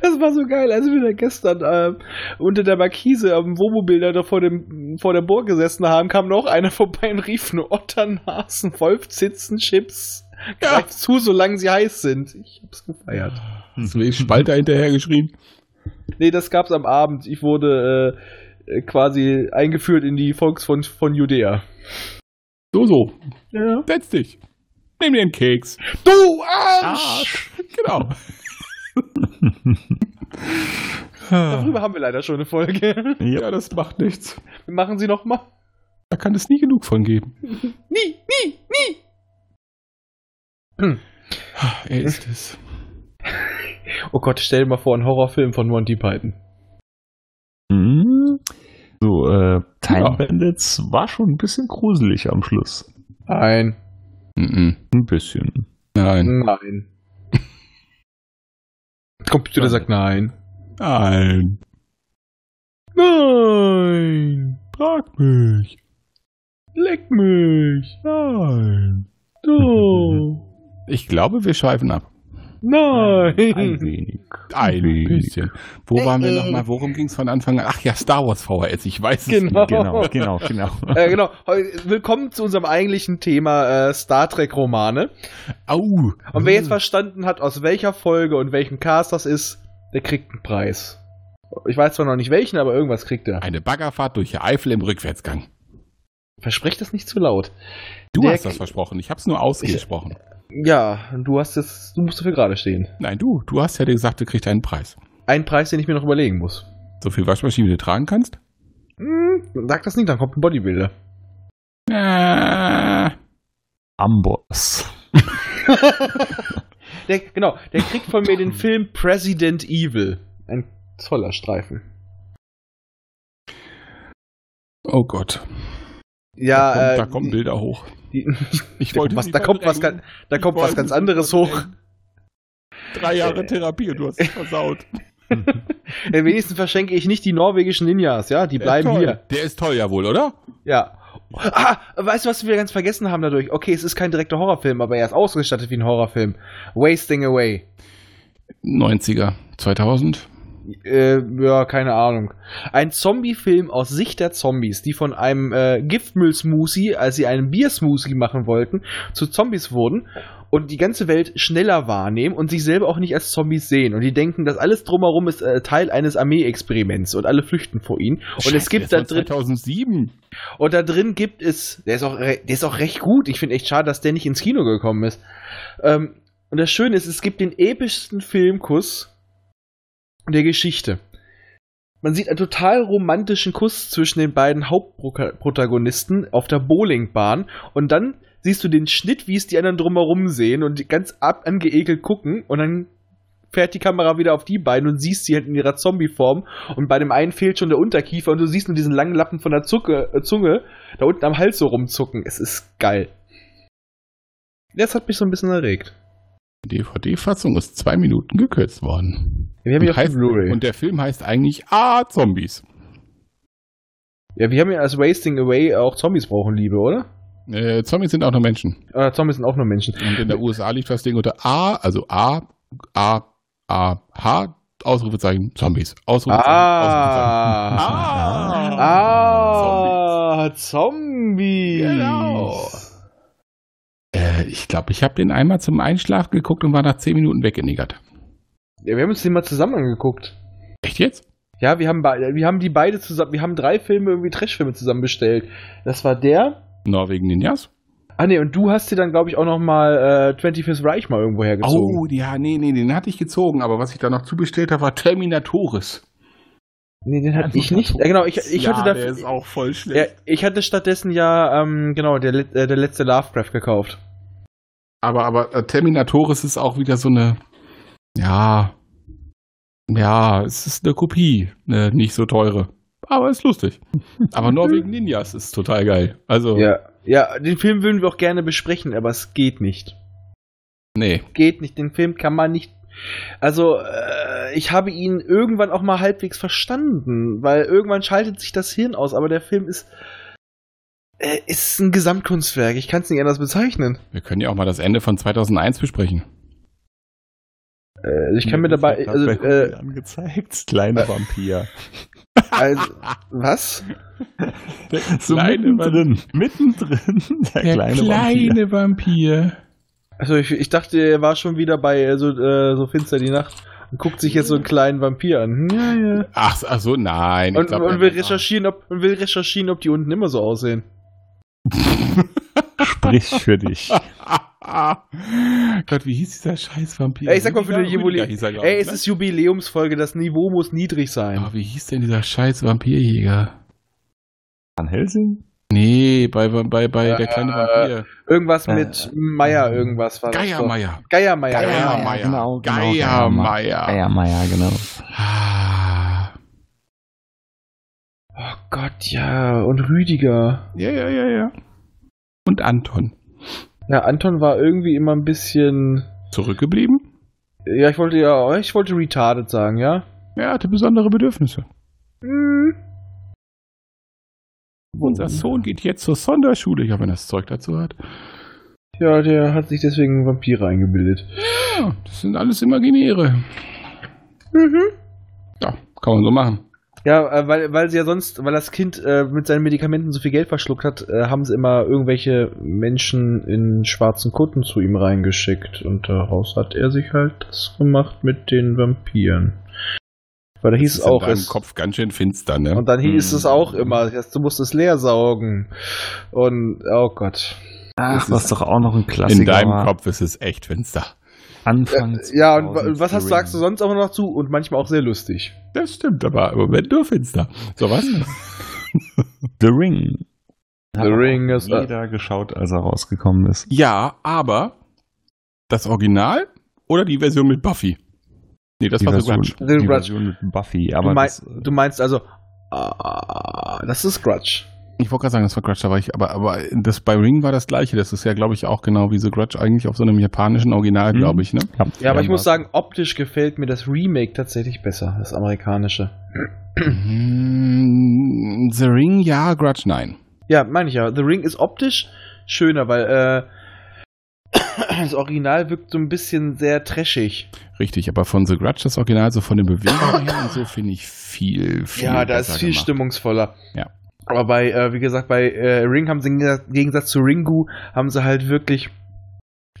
Speaker 1: Das war so geil, als wir da gestern ähm, unter der Markise am Wohnmobil da vor, dem, vor der Burg gesessen haben, kam noch einer vorbei und rief nur Otternasen, Wolfzitzen, Chips.
Speaker 3: Ja.
Speaker 1: Greif zu, solange sie heiß sind. Ich hab's gefeiert.
Speaker 3: Hast du mir Spalter hinterher geschrien?
Speaker 1: Nee, das gab's am Abend. Ich wurde äh, äh, quasi eingeführt in die Volks von, von Judäa.
Speaker 3: So, so.
Speaker 1: Ja.
Speaker 3: Setz dich. Nimm dir einen Keks.
Speaker 1: Du Arsch!
Speaker 4: Arsch!
Speaker 3: Genau.
Speaker 1: Darüber haben wir leider schon eine Folge.
Speaker 3: Ja, das macht nichts.
Speaker 1: Wir machen sie nochmal.
Speaker 3: Da kann es nie genug von geben.
Speaker 1: Nie, nie, nie!
Speaker 3: Hm. Er ist
Speaker 1: Hm.
Speaker 3: es.
Speaker 1: Oh Gott, stell dir mal vor, ein Horrorfilm von Monty Python.
Speaker 4: Mhm. So, äh, Time
Speaker 3: Ja.
Speaker 4: Bandits war schon ein bisschen gruselig am Schluss.
Speaker 1: Nein.
Speaker 4: Ein bisschen.
Speaker 3: Nein.
Speaker 1: Nein. Computer sagt nein.
Speaker 3: Nein.
Speaker 1: Nein!
Speaker 3: Frag mich.
Speaker 1: Leck mich!
Speaker 3: Nein.
Speaker 1: Du!
Speaker 3: Ich glaube, wir schweifen ab.
Speaker 4: Ein
Speaker 1: Nein!
Speaker 4: wenig.
Speaker 3: Ein
Speaker 4: Wie-
Speaker 3: bisschen. Wo waren wir
Speaker 1: Äh, äh.
Speaker 3: nochmal? Worum ging es von Anfang an? Ach ja, Star Wars VHS. Ich weiß es
Speaker 1: Genau.
Speaker 4: Genau, genau, genau.
Speaker 1: Äh, genau, heu- willkommen zu unserem eigentlichen Thema äh, Star Trek Romane.
Speaker 3: nicht. Au.
Speaker 1: Und wer jetzt verstanden hat, aus welcher Folge und welchem Cast das ist, der kriegt einen Preis. Ich weiß zwar noch nicht welchen, aber irgendwas kriegt er.
Speaker 3: Eine Baggerfahrt durch die Eifel im Rückwärtsgang.
Speaker 1: Versprecht das nicht zu laut.
Speaker 3: Du
Speaker 1: Der
Speaker 3: hast das
Speaker 1: krie-
Speaker 3: versprochen. Ich habe es nur ausgesprochen.
Speaker 1: Ja, du hast es, du musst dafür gerade stehen.
Speaker 3: Nein, du. Du hast ja gesagt, du kriegst einen Preis.
Speaker 1: Ein Preis, den ich mir noch überlegen muss.
Speaker 3: So viel Waschmaschine, wie du tragen kannst?
Speaker 1: Hm, sag das nicht, dann kommt ein Bodybuilder.
Speaker 3: Äh,
Speaker 4: Amboss.
Speaker 1: Der, genau, der kriegt von mir den Film President Evil. Ein toller Streifen.
Speaker 3: oh Gott.
Speaker 1: Ja,
Speaker 3: da, kommt,
Speaker 1: äh,
Speaker 3: da kommen Bilder hoch.
Speaker 1: die,
Speaker 3: Ich
Speaker 1: da kommt
Speaker 3: wollte
Speaker 1: was,
Speaker 3: sie
Speaker 1: da kommt was,
Speaker 3: verdrängen.
Speaker 1: ganz- da kommt was
Speaker 3: wollte
Speaker 1: ganz
Speaker 3: sie
Speaker 1: anderes hoch.
Speaker 3: verdrängen. Drei Jahre Therapie und du hast es versaut.
Speaker 1: Äh, wenigstens verschenke ich nicht die norwegischen Ninjas, ja, die bleiben
Speaker 3: Der ist toll.
Speaker 1: hier.
Speaker 3: Der ist toll, ja wohl, oder?
Speaker 1: Ja. Ah, weißt du, was wir ganz vergessen haben dadurch? Okay, es ist kein direkter Horrorfilm, aber er ist ausgestattet wie ein Horrorfilm. Wasting Away.
Speaker 3: 90er, 2000.
Speaker 1: Äh, ja, keine Ahnung. Ein Zombie-Film aus Sicht der Zombies, die von einem äh, Giftmüll-Smoothie, als sie einen Bier-Smoothie machen wollten, zu Zombies wurden und die ganze Welt schneller wahrnehmen und sich selber auch nicht als Zombies sehen. Und die denken, dass alles drumherum ist äh, Teil eines Armee-Experiments und alle flüchten vor ihnen. Und es gibt da drin,
Speaker 3: 2007.
Speaker 1: und da drin gibt es, der ist auch, re- der ist auch recht gut. Ich finde echt schade, dass der nicht ins Kino gekommen ist. Ähm, und das Schöne ist, es gibt den epischsten Filmkuss der Geschichte. Man sieht einen total romantischen Kuss zwischen den beiden Hauptprotagonisten auf der Bowlingbahn und dann siehst du den Schnitt, wie es die anderen drumherum sehen und die ganz ab angeekelt gucken und dann fährt die Kamera wieder auf die beiden und siehst sie halt in ihrer Zombie-Form und bei dem einen fehlt schon der Unterkiefer und du siehst nur diesen langen Lappen von der Zucke, äh, Zunge da unten am Hals so rumzucken. Es ist geil. Das hat mich so ein bisschen erregt.
Speaker 3: Die DVD-Fassung ist zwei Minuten gekürzt worden.
Speaker 1: Wir haben
Speaker 3: und,
Speaker 1: ja auch die
Speaker 3: heißt,
Speaker 1: Blu-ray.
Speaker 3: und der Film heißt eigentlich Ah, Zombies.
Speaker 1: Ja, wir haben ja als Wasting Away auch Zombies brauchen Liebe, oder?
Speaker 3: Äh, Zombies sind auch nur Menschen.
Speaker 1: Äh, Zombies sind auch nur Menschen.
Speaker 3: Und in der USA lief das Ding unter A, also A, A, A, H, Ausrufezeichen, Zombies. Ausrufezeichen, Ausrufezeichen.
Speaker 1: Ah. Ah, Zombies.
Speaker 3: Genau. Äh, ich glaube, ich habe den einmal zum Einschlafen geguckt und war nach zehn Minuten weggeniggert.
Speaker 1: Ja, wir haben uns den mal zusammen angeguckt.
Speaker 3: Echt jetzt?
Speaker 1: Ja, wir haben, bei- wir haben die beide zusammen, wir haben drei Filme, irgendwie Trashfilme zusammen bestellt. Das war der.
Speaker 3: Norwegen Ninjas?
Speaker 1: Ah ne, und du hast dir dann, glaube ich, auch nochmal äh, 25th Reich mal irgendwo hergezogen.
Speaker 3: Oh, ja, nee, nee, den hatte ich gezogen, aber was ich da noch zubestellt habe, war Terminatoris.
Speaker 1: Nee, den hatte ich nicht. Ja, genau, ich, ich
Speaker 3: ja,
Speaker 1: hatte da.
Speaker 3: der ist auch voll
Speaker 1: ja,
Speaker 3: schlecht.
Speaker 1: ich hatte stattdessen ja, ähm, genau, der, let- äh, der letzte Lovecraft gekauft.
Speaker 3: Aber, aber äh, Terminatoris ist auch wieder so eine, ja, ja, es ist eine Kopie, eine nicht so teure. Aber ist lustig. Aber Norwegen Ninjas ist total geil. Also,
Speaker 1: Ja. Ja, den Film würden wir auch gerne besprechen, aber es geht nicht.
Speaker 3: nee.
Speaker 1: geht nicht. Den Film kann man nicht. Also, äh, ich habe ihn irgendwann auch mal halbwegs verstanden, weil irgendwann schaltet sich das Hirn aus, aber der Film ist. Äh, ist ein Gesamtkunstwerk. Ich kann es nicht anders bezeichnen.
Speaker 3: Wir können ja auch mal das Ende von 2001 besprechen.
Speaker 1: Äh, ich kann mir
Speaker 4: Das
Speaker 1: dabei.
Speaker 4: hat grad
Speaker 1: Also,
Speaker 4: bei Google
Speaker 1: äh,
Speaker 4: angezeigt. Kleiner Vampir.
Speaker 1: also, was?
Speaker 4: So
Speaker 3: kleine
Speaker 4: mittendrin. Mittendrin. Der, kleine, Vampir.
Speaker 3: Vampir.
Speaker 1: Also, ich, ich dachte, er war schon wieder bei äh, so, äh, so Finster die Nacht und guckt sich jetzt so einen kleinen Vampir an. Hm, Ja, ja.
Speaker 3: Ach, ach so, nein. ich
Speaker 1: Und,
Speaker 3: glaub,
Speaker 1: und
Speaker 3: der-
Speaker 1: will recherchieren, ob, und will recherchieren, ob die unten immer so aussehen.
Speaker 4: Sprich für dich.
Speaker 3: Gott, wie hieß dieser scheiß Vampir?
Speaker 1: Ey, ich sag mal für den
Speaker 3: Rüdiger
Speaker 1: Jubiläum.
Speaker 3: hieß er, glaub
Speaker 1: Ey,
Speaker 3: ich,
Speaker 1: es
Speaker 3: ne?
Speaker 1: ist Jubiläumsfolge, das Niveau muss niedrig sein.
Speaker 3: Ah, wie hieß denn dieser scheiß Vampirjäger?
Speaker 4: Van Helsing?
Speaker 3: Nee, bei, bei, bei der
Speaker 1: äh,
Speaker 3: kleine Vampir.
Speaker 1: Irgendwas mit Meier, irgendwas war
Speaker 3: Äh, Geiermeier.
Speaker 1: das. doch. Geiermeier. Geiermeier.
Speaker 4: Geier-
Speaker 3: Geiermeier.
Speaker 4: genau, genau,
Speaker 3: Geiermeier.
Speaker 4: Ja, Meier, genau.
Speaker 3: Ah.
Speaker 1: Oh Gott, ja. Und Rüdiger.
Speaker 3: Ja, ja, ja, ja. Und Anton.
Speaker 1: Ja, Anton war irgendwie immer ein bisschen.
Speaker 3: Zurückgeblieben?
Speaker 1: Ja, ich wollte ja, ich wollte retarded sagen, ja.
Speaker 3: Er hatte besondere Bedürfnisse.
Speaker 1: Hm.
Speaker 4: Mhm.
Speaker 3: Unser Sohn geht jetzt zur Sonderschule. Ja, wenn er das Zeug dazu hat.
Speaker 1: Ja, der hat sich deswegen Vampire eingebildet.
Speaker 3: Ja, das sind alles Imaginäre. Ja, kann man so machen.
Speaker 1: Ja, äh, weil, weil sie ja sonst, weil das Kind äh, mit seinen Medikamenten so viel Geld verschluckt hat, äh, haben sie immer irgendwelche Menschen in schwarzen Kutten zu ihm reingeschickt. Und daraus hat er sich halt das gemacht mit den Vampiren. Weil da hieß es
Speaker 3: in
Speaker 1: auch,
Speaker 3: deinem
Speaker 1: es,
Speaker 3: Kopf ganz schön finster, ne?
Speaker 1: und dann hieß
Speaker 4: Hm.
Speaker 1: es auch immer, dass du musst es leer saugen. Und, oh Gott.
Speaker 4: Ach, was doch auch noch ein Klassiker
Speaker 3: in deinem
Speaker 4: war.
Speaker 3: Kopf ist es echt finster.
Speaker 4: Anfang
Speaker 1: Ja, und wa- was
Speaker 4: 2000
Speaker 1: hast, sagst du
Speaker 4: Ring.
Speaker 1: sonst auch noch zu? Und manchmal auch sehr lustig.
Speaker 3: Das stimmt, aber im Moment nur finster. So was?
Speaker 4: The Ring.
Speaker 1: The Ring ist... äh,
Speaker 4: Jeder geschaut, als er rausgekommen ist.
Speaker 3: ja, aber das Original oder die Version mit Buffy? Nee, das
Speaker 4: die
Speaker 3: war so
Speaker 4: Version,
Speaker 3: Grunge.
Speaker 4: die
Speaker 1: The Grudge.
Speaker 4: Version mit Buffy. Aber
Speaker 1: du, mein,
Speaker 4: das,
Speaker 3: äh,
Speaker 4: äh,
Speaker 1: du meinst also, ah, das ist Grudge.
Speaker 3: Ich wollte gerade sagen, das war Grudge, aber, ich, aber, aber das bei Ring war das gleiche. Das ist ja, glaube ich, auch genau wie so Grudge eigentlich auf so einem japanischen Original,
Speaker 4: Mhm.
Speaker 3: glaube ich, ne?
Speaker 1: Ja, aber ich muss
Speaker 4: sagen.
Speaker 1: sagen, optisch gefällt mir das Remake tatsächlich besser, das amerikanische.
Speaker 3: Mm, The Ring ja, Grudge nein.
Speaker 1: Ja, meine ich ja. The Ring ist optisch schöner, weil äh, das Original wirkt so ein bisschen sehr trashig.
Speaker 3: Richtig, aber von The Grudge, das Original, so von den Bewegungen her und so finde ich viel, viel
Speaker 1: ja, da
Speaker 3: besser
Speaker 1: ist viel
Speaker 3: gemacht.
Speaker 1: stimmungsvoller.
Speaker 3: Ja.
Speaker 1: Aber bei, äh, wie gesagt, bei äh, Ring haben sie im Gesa- Gegensatz zu Ringu, haben sie halt wirklich.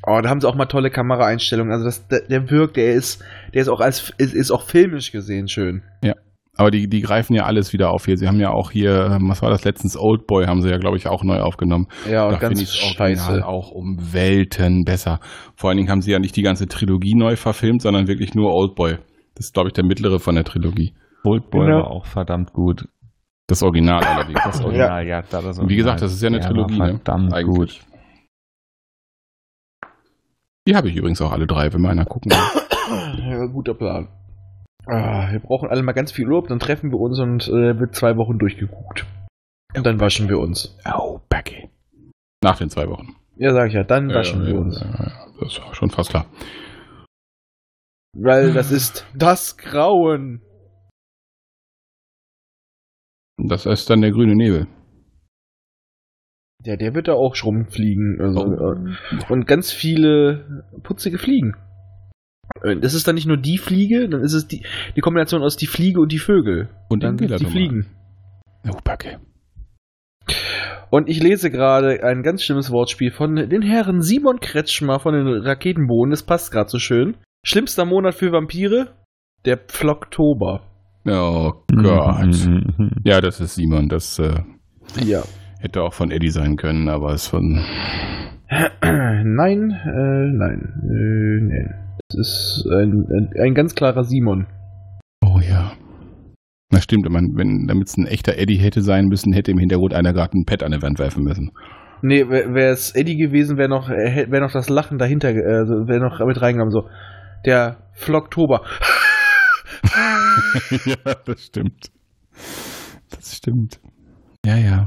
Speaker 1: Oh, da haben sie auch mal tolle Kameraeinstellungen. Also das, der, der wirkt, der ist, der ist auch als ist, ist auch filmisch gesehen schön.
Speaker 3: Aber die, die greifen ja alles wieder auf hier. Sie haben ja auch hier, ähm, was war das letztens? Oldboy haben sie ja, glaube ich, auch neu aufgenommen.
Speaker 1: Ja, und
Speaker 3: da finde
Speaker 1: ganz
Speaker 3: ich das Original
Speaker 1: scheiße.
Speaker 3: auch um Welten besser. Vor allen Dingen haben sie ja nicht die ganze Trilogie neu verfilmt, sondern wirklich nur Oldboy. Das ist, glaube ich, der mittlere von der Trilogie.
Speaker 4: Oldboy
Speaker 1: Genau.
Speaker 4: war auch verdammt gut.
Speaker 3: Das Original allerdings. Das Original.
Speaker 4: ja, ja da das
Speaker 3: Und wie gesagt, das ist ja eine
Speaker 4: der
Speaker 3: Trilogie,
Speaker 4: War
Speaker 3: ne?
Speaker 4: verdammt gut.
Speaker 3: Eigentlich. Die habe ich übrigens auch alle drei, wenn wir einer gucken will.
Speaker 1: Ah, Ja, guter Plan. Ah, wir brauchen alle mal ganz viel Urlaub, dann treffen wir uns und äh, wird zwei Wochen durchgeguckt. Und dann waschen wir uns.
Speaker 3: Oh, Becky. Nach den zwei Wochen.
Speaker 1: Ja, sag ich ja, dann
Speaker 3: Ja,
Speaker 1: waschen
Speaker 3: ja,
Speaker 1: wir uns.
Speaker 3: ja, ja, das war schon fast klar.
Speaker 1: Weil das ist das Grauen.
Speaker 3: Das ist dann der grüne Nebel.
Speaker 1: Ja, der wird da auch rumfliegen. Also,
Speaker 3: Oh.
Speaker 1: äh, Und ganz viele putzige Fliegen. Äh, Das ist dann nicht nur die Fliege, dann ist es die, die Kombination aus die Fliege und die Vögel.
Speaker 3: Und
Speaker 1: dann
Speaker 3: den
Speaker 1: die
Speaker 3: Wählerdomaten.
Speaker 1: Fliegen.
Speaker 3: Oh, Backe.
Speaker 1: Und ich lese gerade ein ganz schlimmes Wortspiel von den Herren Simon Kretschmer von den Raketenbohnen. Das passt gerade so schön. Schlimmster Monat für Vampire? Der Pflocktober.
Speaker 3: Oh
Speaker 4: Mhm,
Speaker 1: Mhm.
Speaker 3: Gott. Ja, das ist Simon. Das äh,
Speaker 1: Ja.
Speaker 3: hätte auch von Eddie sein können, aber es von.
Speaker 1: Nein, äh, nein, äh, nein. Das ist ein, ein, ein ganz klarer Simon.
Speaker 3: Oh ja. Na stimmt, man, wenn, damit es ein echter Eddie hätte sein müssen, hätte im Hintergrund einer gerade ein Pad an der Wand werfen müssen.
Speaker 1: Nee, wäre es Eddie gewesen, wäre noch, äh, hätt- wär noch das Lachen dahinter, ge- äh, so- wäre noch mit reingegangen, so. Der Flocktober.
Speaker 3: ja, das stimmt. Das stimmt. Ja, ja.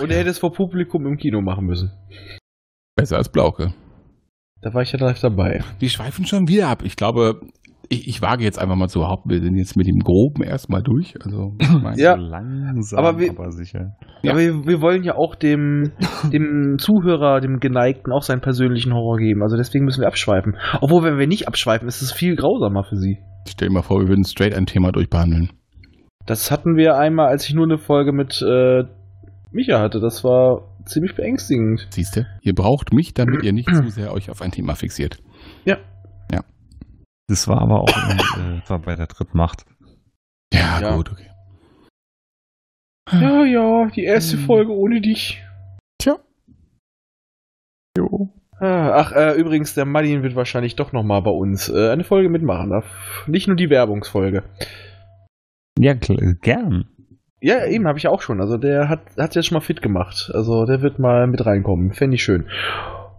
Speaker 1: Und er hätte es vor Publikum im Kino machen müssen.
Speaker 3: besser als Blauke.
Speaker 1: Da war ich ja live dabei.
Speaker 3: Wir schweifen schon wieder ab. Ich glaube, ich, ich wage jetzt einfach mal zu behaupten, wir sind jetzt mit dem Groben erstmal durch. Also, ich mein,
Speaker 1: Ja.
Speaker 4: Langsam,
Speaker 1: Aber
Speaker 4: aber,
Speaker 1: wir-
Speaker 4: sicher.
Speaker 3: Ja.
Speaker 1: Aber wir, wir wollen ja auch dem, dem Zuhörer, dem Geneigten, auch seinen persönlichen Horror geben. Also deswegen müssen wir abschweifen. Obwohl, wenn wir nicht abschweifen, ist es viel grausamer für sie.
Speaker 3: Stell dir mal vor, wir würden straight ein Thema durchbehandeln.
Speaker 1: Das hatten wir einmal, als ich nur eine Folge mit äh, Micha hatte. Das war ziemlich beängstigend.
Speaker 3: Siehst du? Ihr braucht mich, damit ihr nicht zu sehr euch auf ein Thema fixiert.
Speaker 4: Das war aber auch in, äh, war bei der dritten Macht.
Speaker 3: Ja,
Speaker 1: Ja.
Speaker 3: gut, okay.
Speaker 1: Ja, ja, die erste Folge ohne dich.
Speaker 3: Tja.
Speaker 1: Ah, Ach, äh, übrigens, der Martin wird wahrscheinlich doch nochmal bei uns äh, eine Folge mitmachen. Da f- Nicht nur die Werbungsfolge.
Speaker 4: Ja, kl- äh, gern.
Speaker 1: Ja, eben habe ich ja auch schon. Also der hat hat jetzt schon mal fit gemacht. Also der wird mal mit reinkommen. Fände ich schön.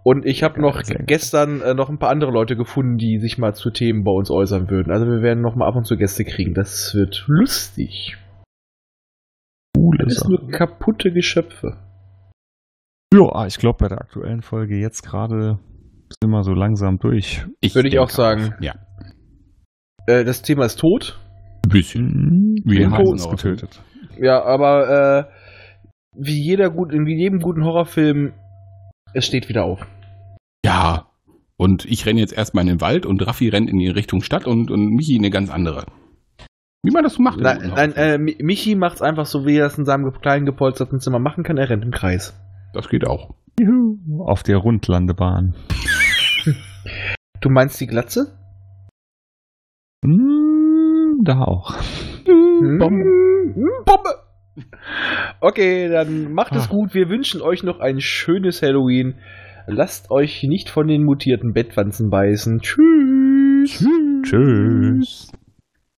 Speaker 1: Und ich habe noch
Speaker 4: sehr gut.
Speaker 1: gestern äh, noch ein paar andere Leute gefunden, die sich mal zu Themen bei uns äußern würden. Also wir werden noch mal ab und zu Gäste kriegen. Das wird lustig.
Speaker 4: Coole
Speaker 1: Das sind nur kaputte Geschöpfe.
Speaker 4: Ja, ah, ich glaube, bei der aktuellen Folge jetzt gerade sind wir so langsam durch.
Speaker 1: Würde ich
Speaker 3: denke
Speaker 1: auch sagen.
Speaker 3: Ja.
Speaker 1: Äh, das Thema ist tot.
Speaker 3: Ein bisschen.
Speaker 4: Mhm. Wir
Speaker 3: den
Speaker 4: haben
Speaker 3: Hasen
Speaker 4: uns
Speaker 3: raus.
Speaker 4: getötet.
Speaker 1: Ja, aber äh, wie jeder gut in jedem guten Horrorfilm, es steht wieder auf.
Speaker 3: Ja. Und ich renne jetzt erstmal in den Wald und Raffi rennt in die Richtung Stadt und, und Michi in eine ganz andere. Wie man das so macht.
Speaker 1: Nein, nein äh, Mi- Michi macht's einfach so, wie er es in seinem ge- kleinen gepolsterten Zimmer machen kann. Er rennt im Kreis.
Speaker 3: das geht auch.
Speaker 4: Juhu, auf der Rundlandebahn.
Speaker 1: Du meinst die Glatze?
Speaker 4: Hm, da auch.
Speaker 1: Hm? Hm, Bombe! Okay, dann macht es
Speaker 3: Ah.
Speaker 1: gut. Wir wünschen euch noch ein schönes Halloween. Lasst euch nicht von den mutierten Bettwanzen beißen. Tschüss.
Speaker 4: Tschüss.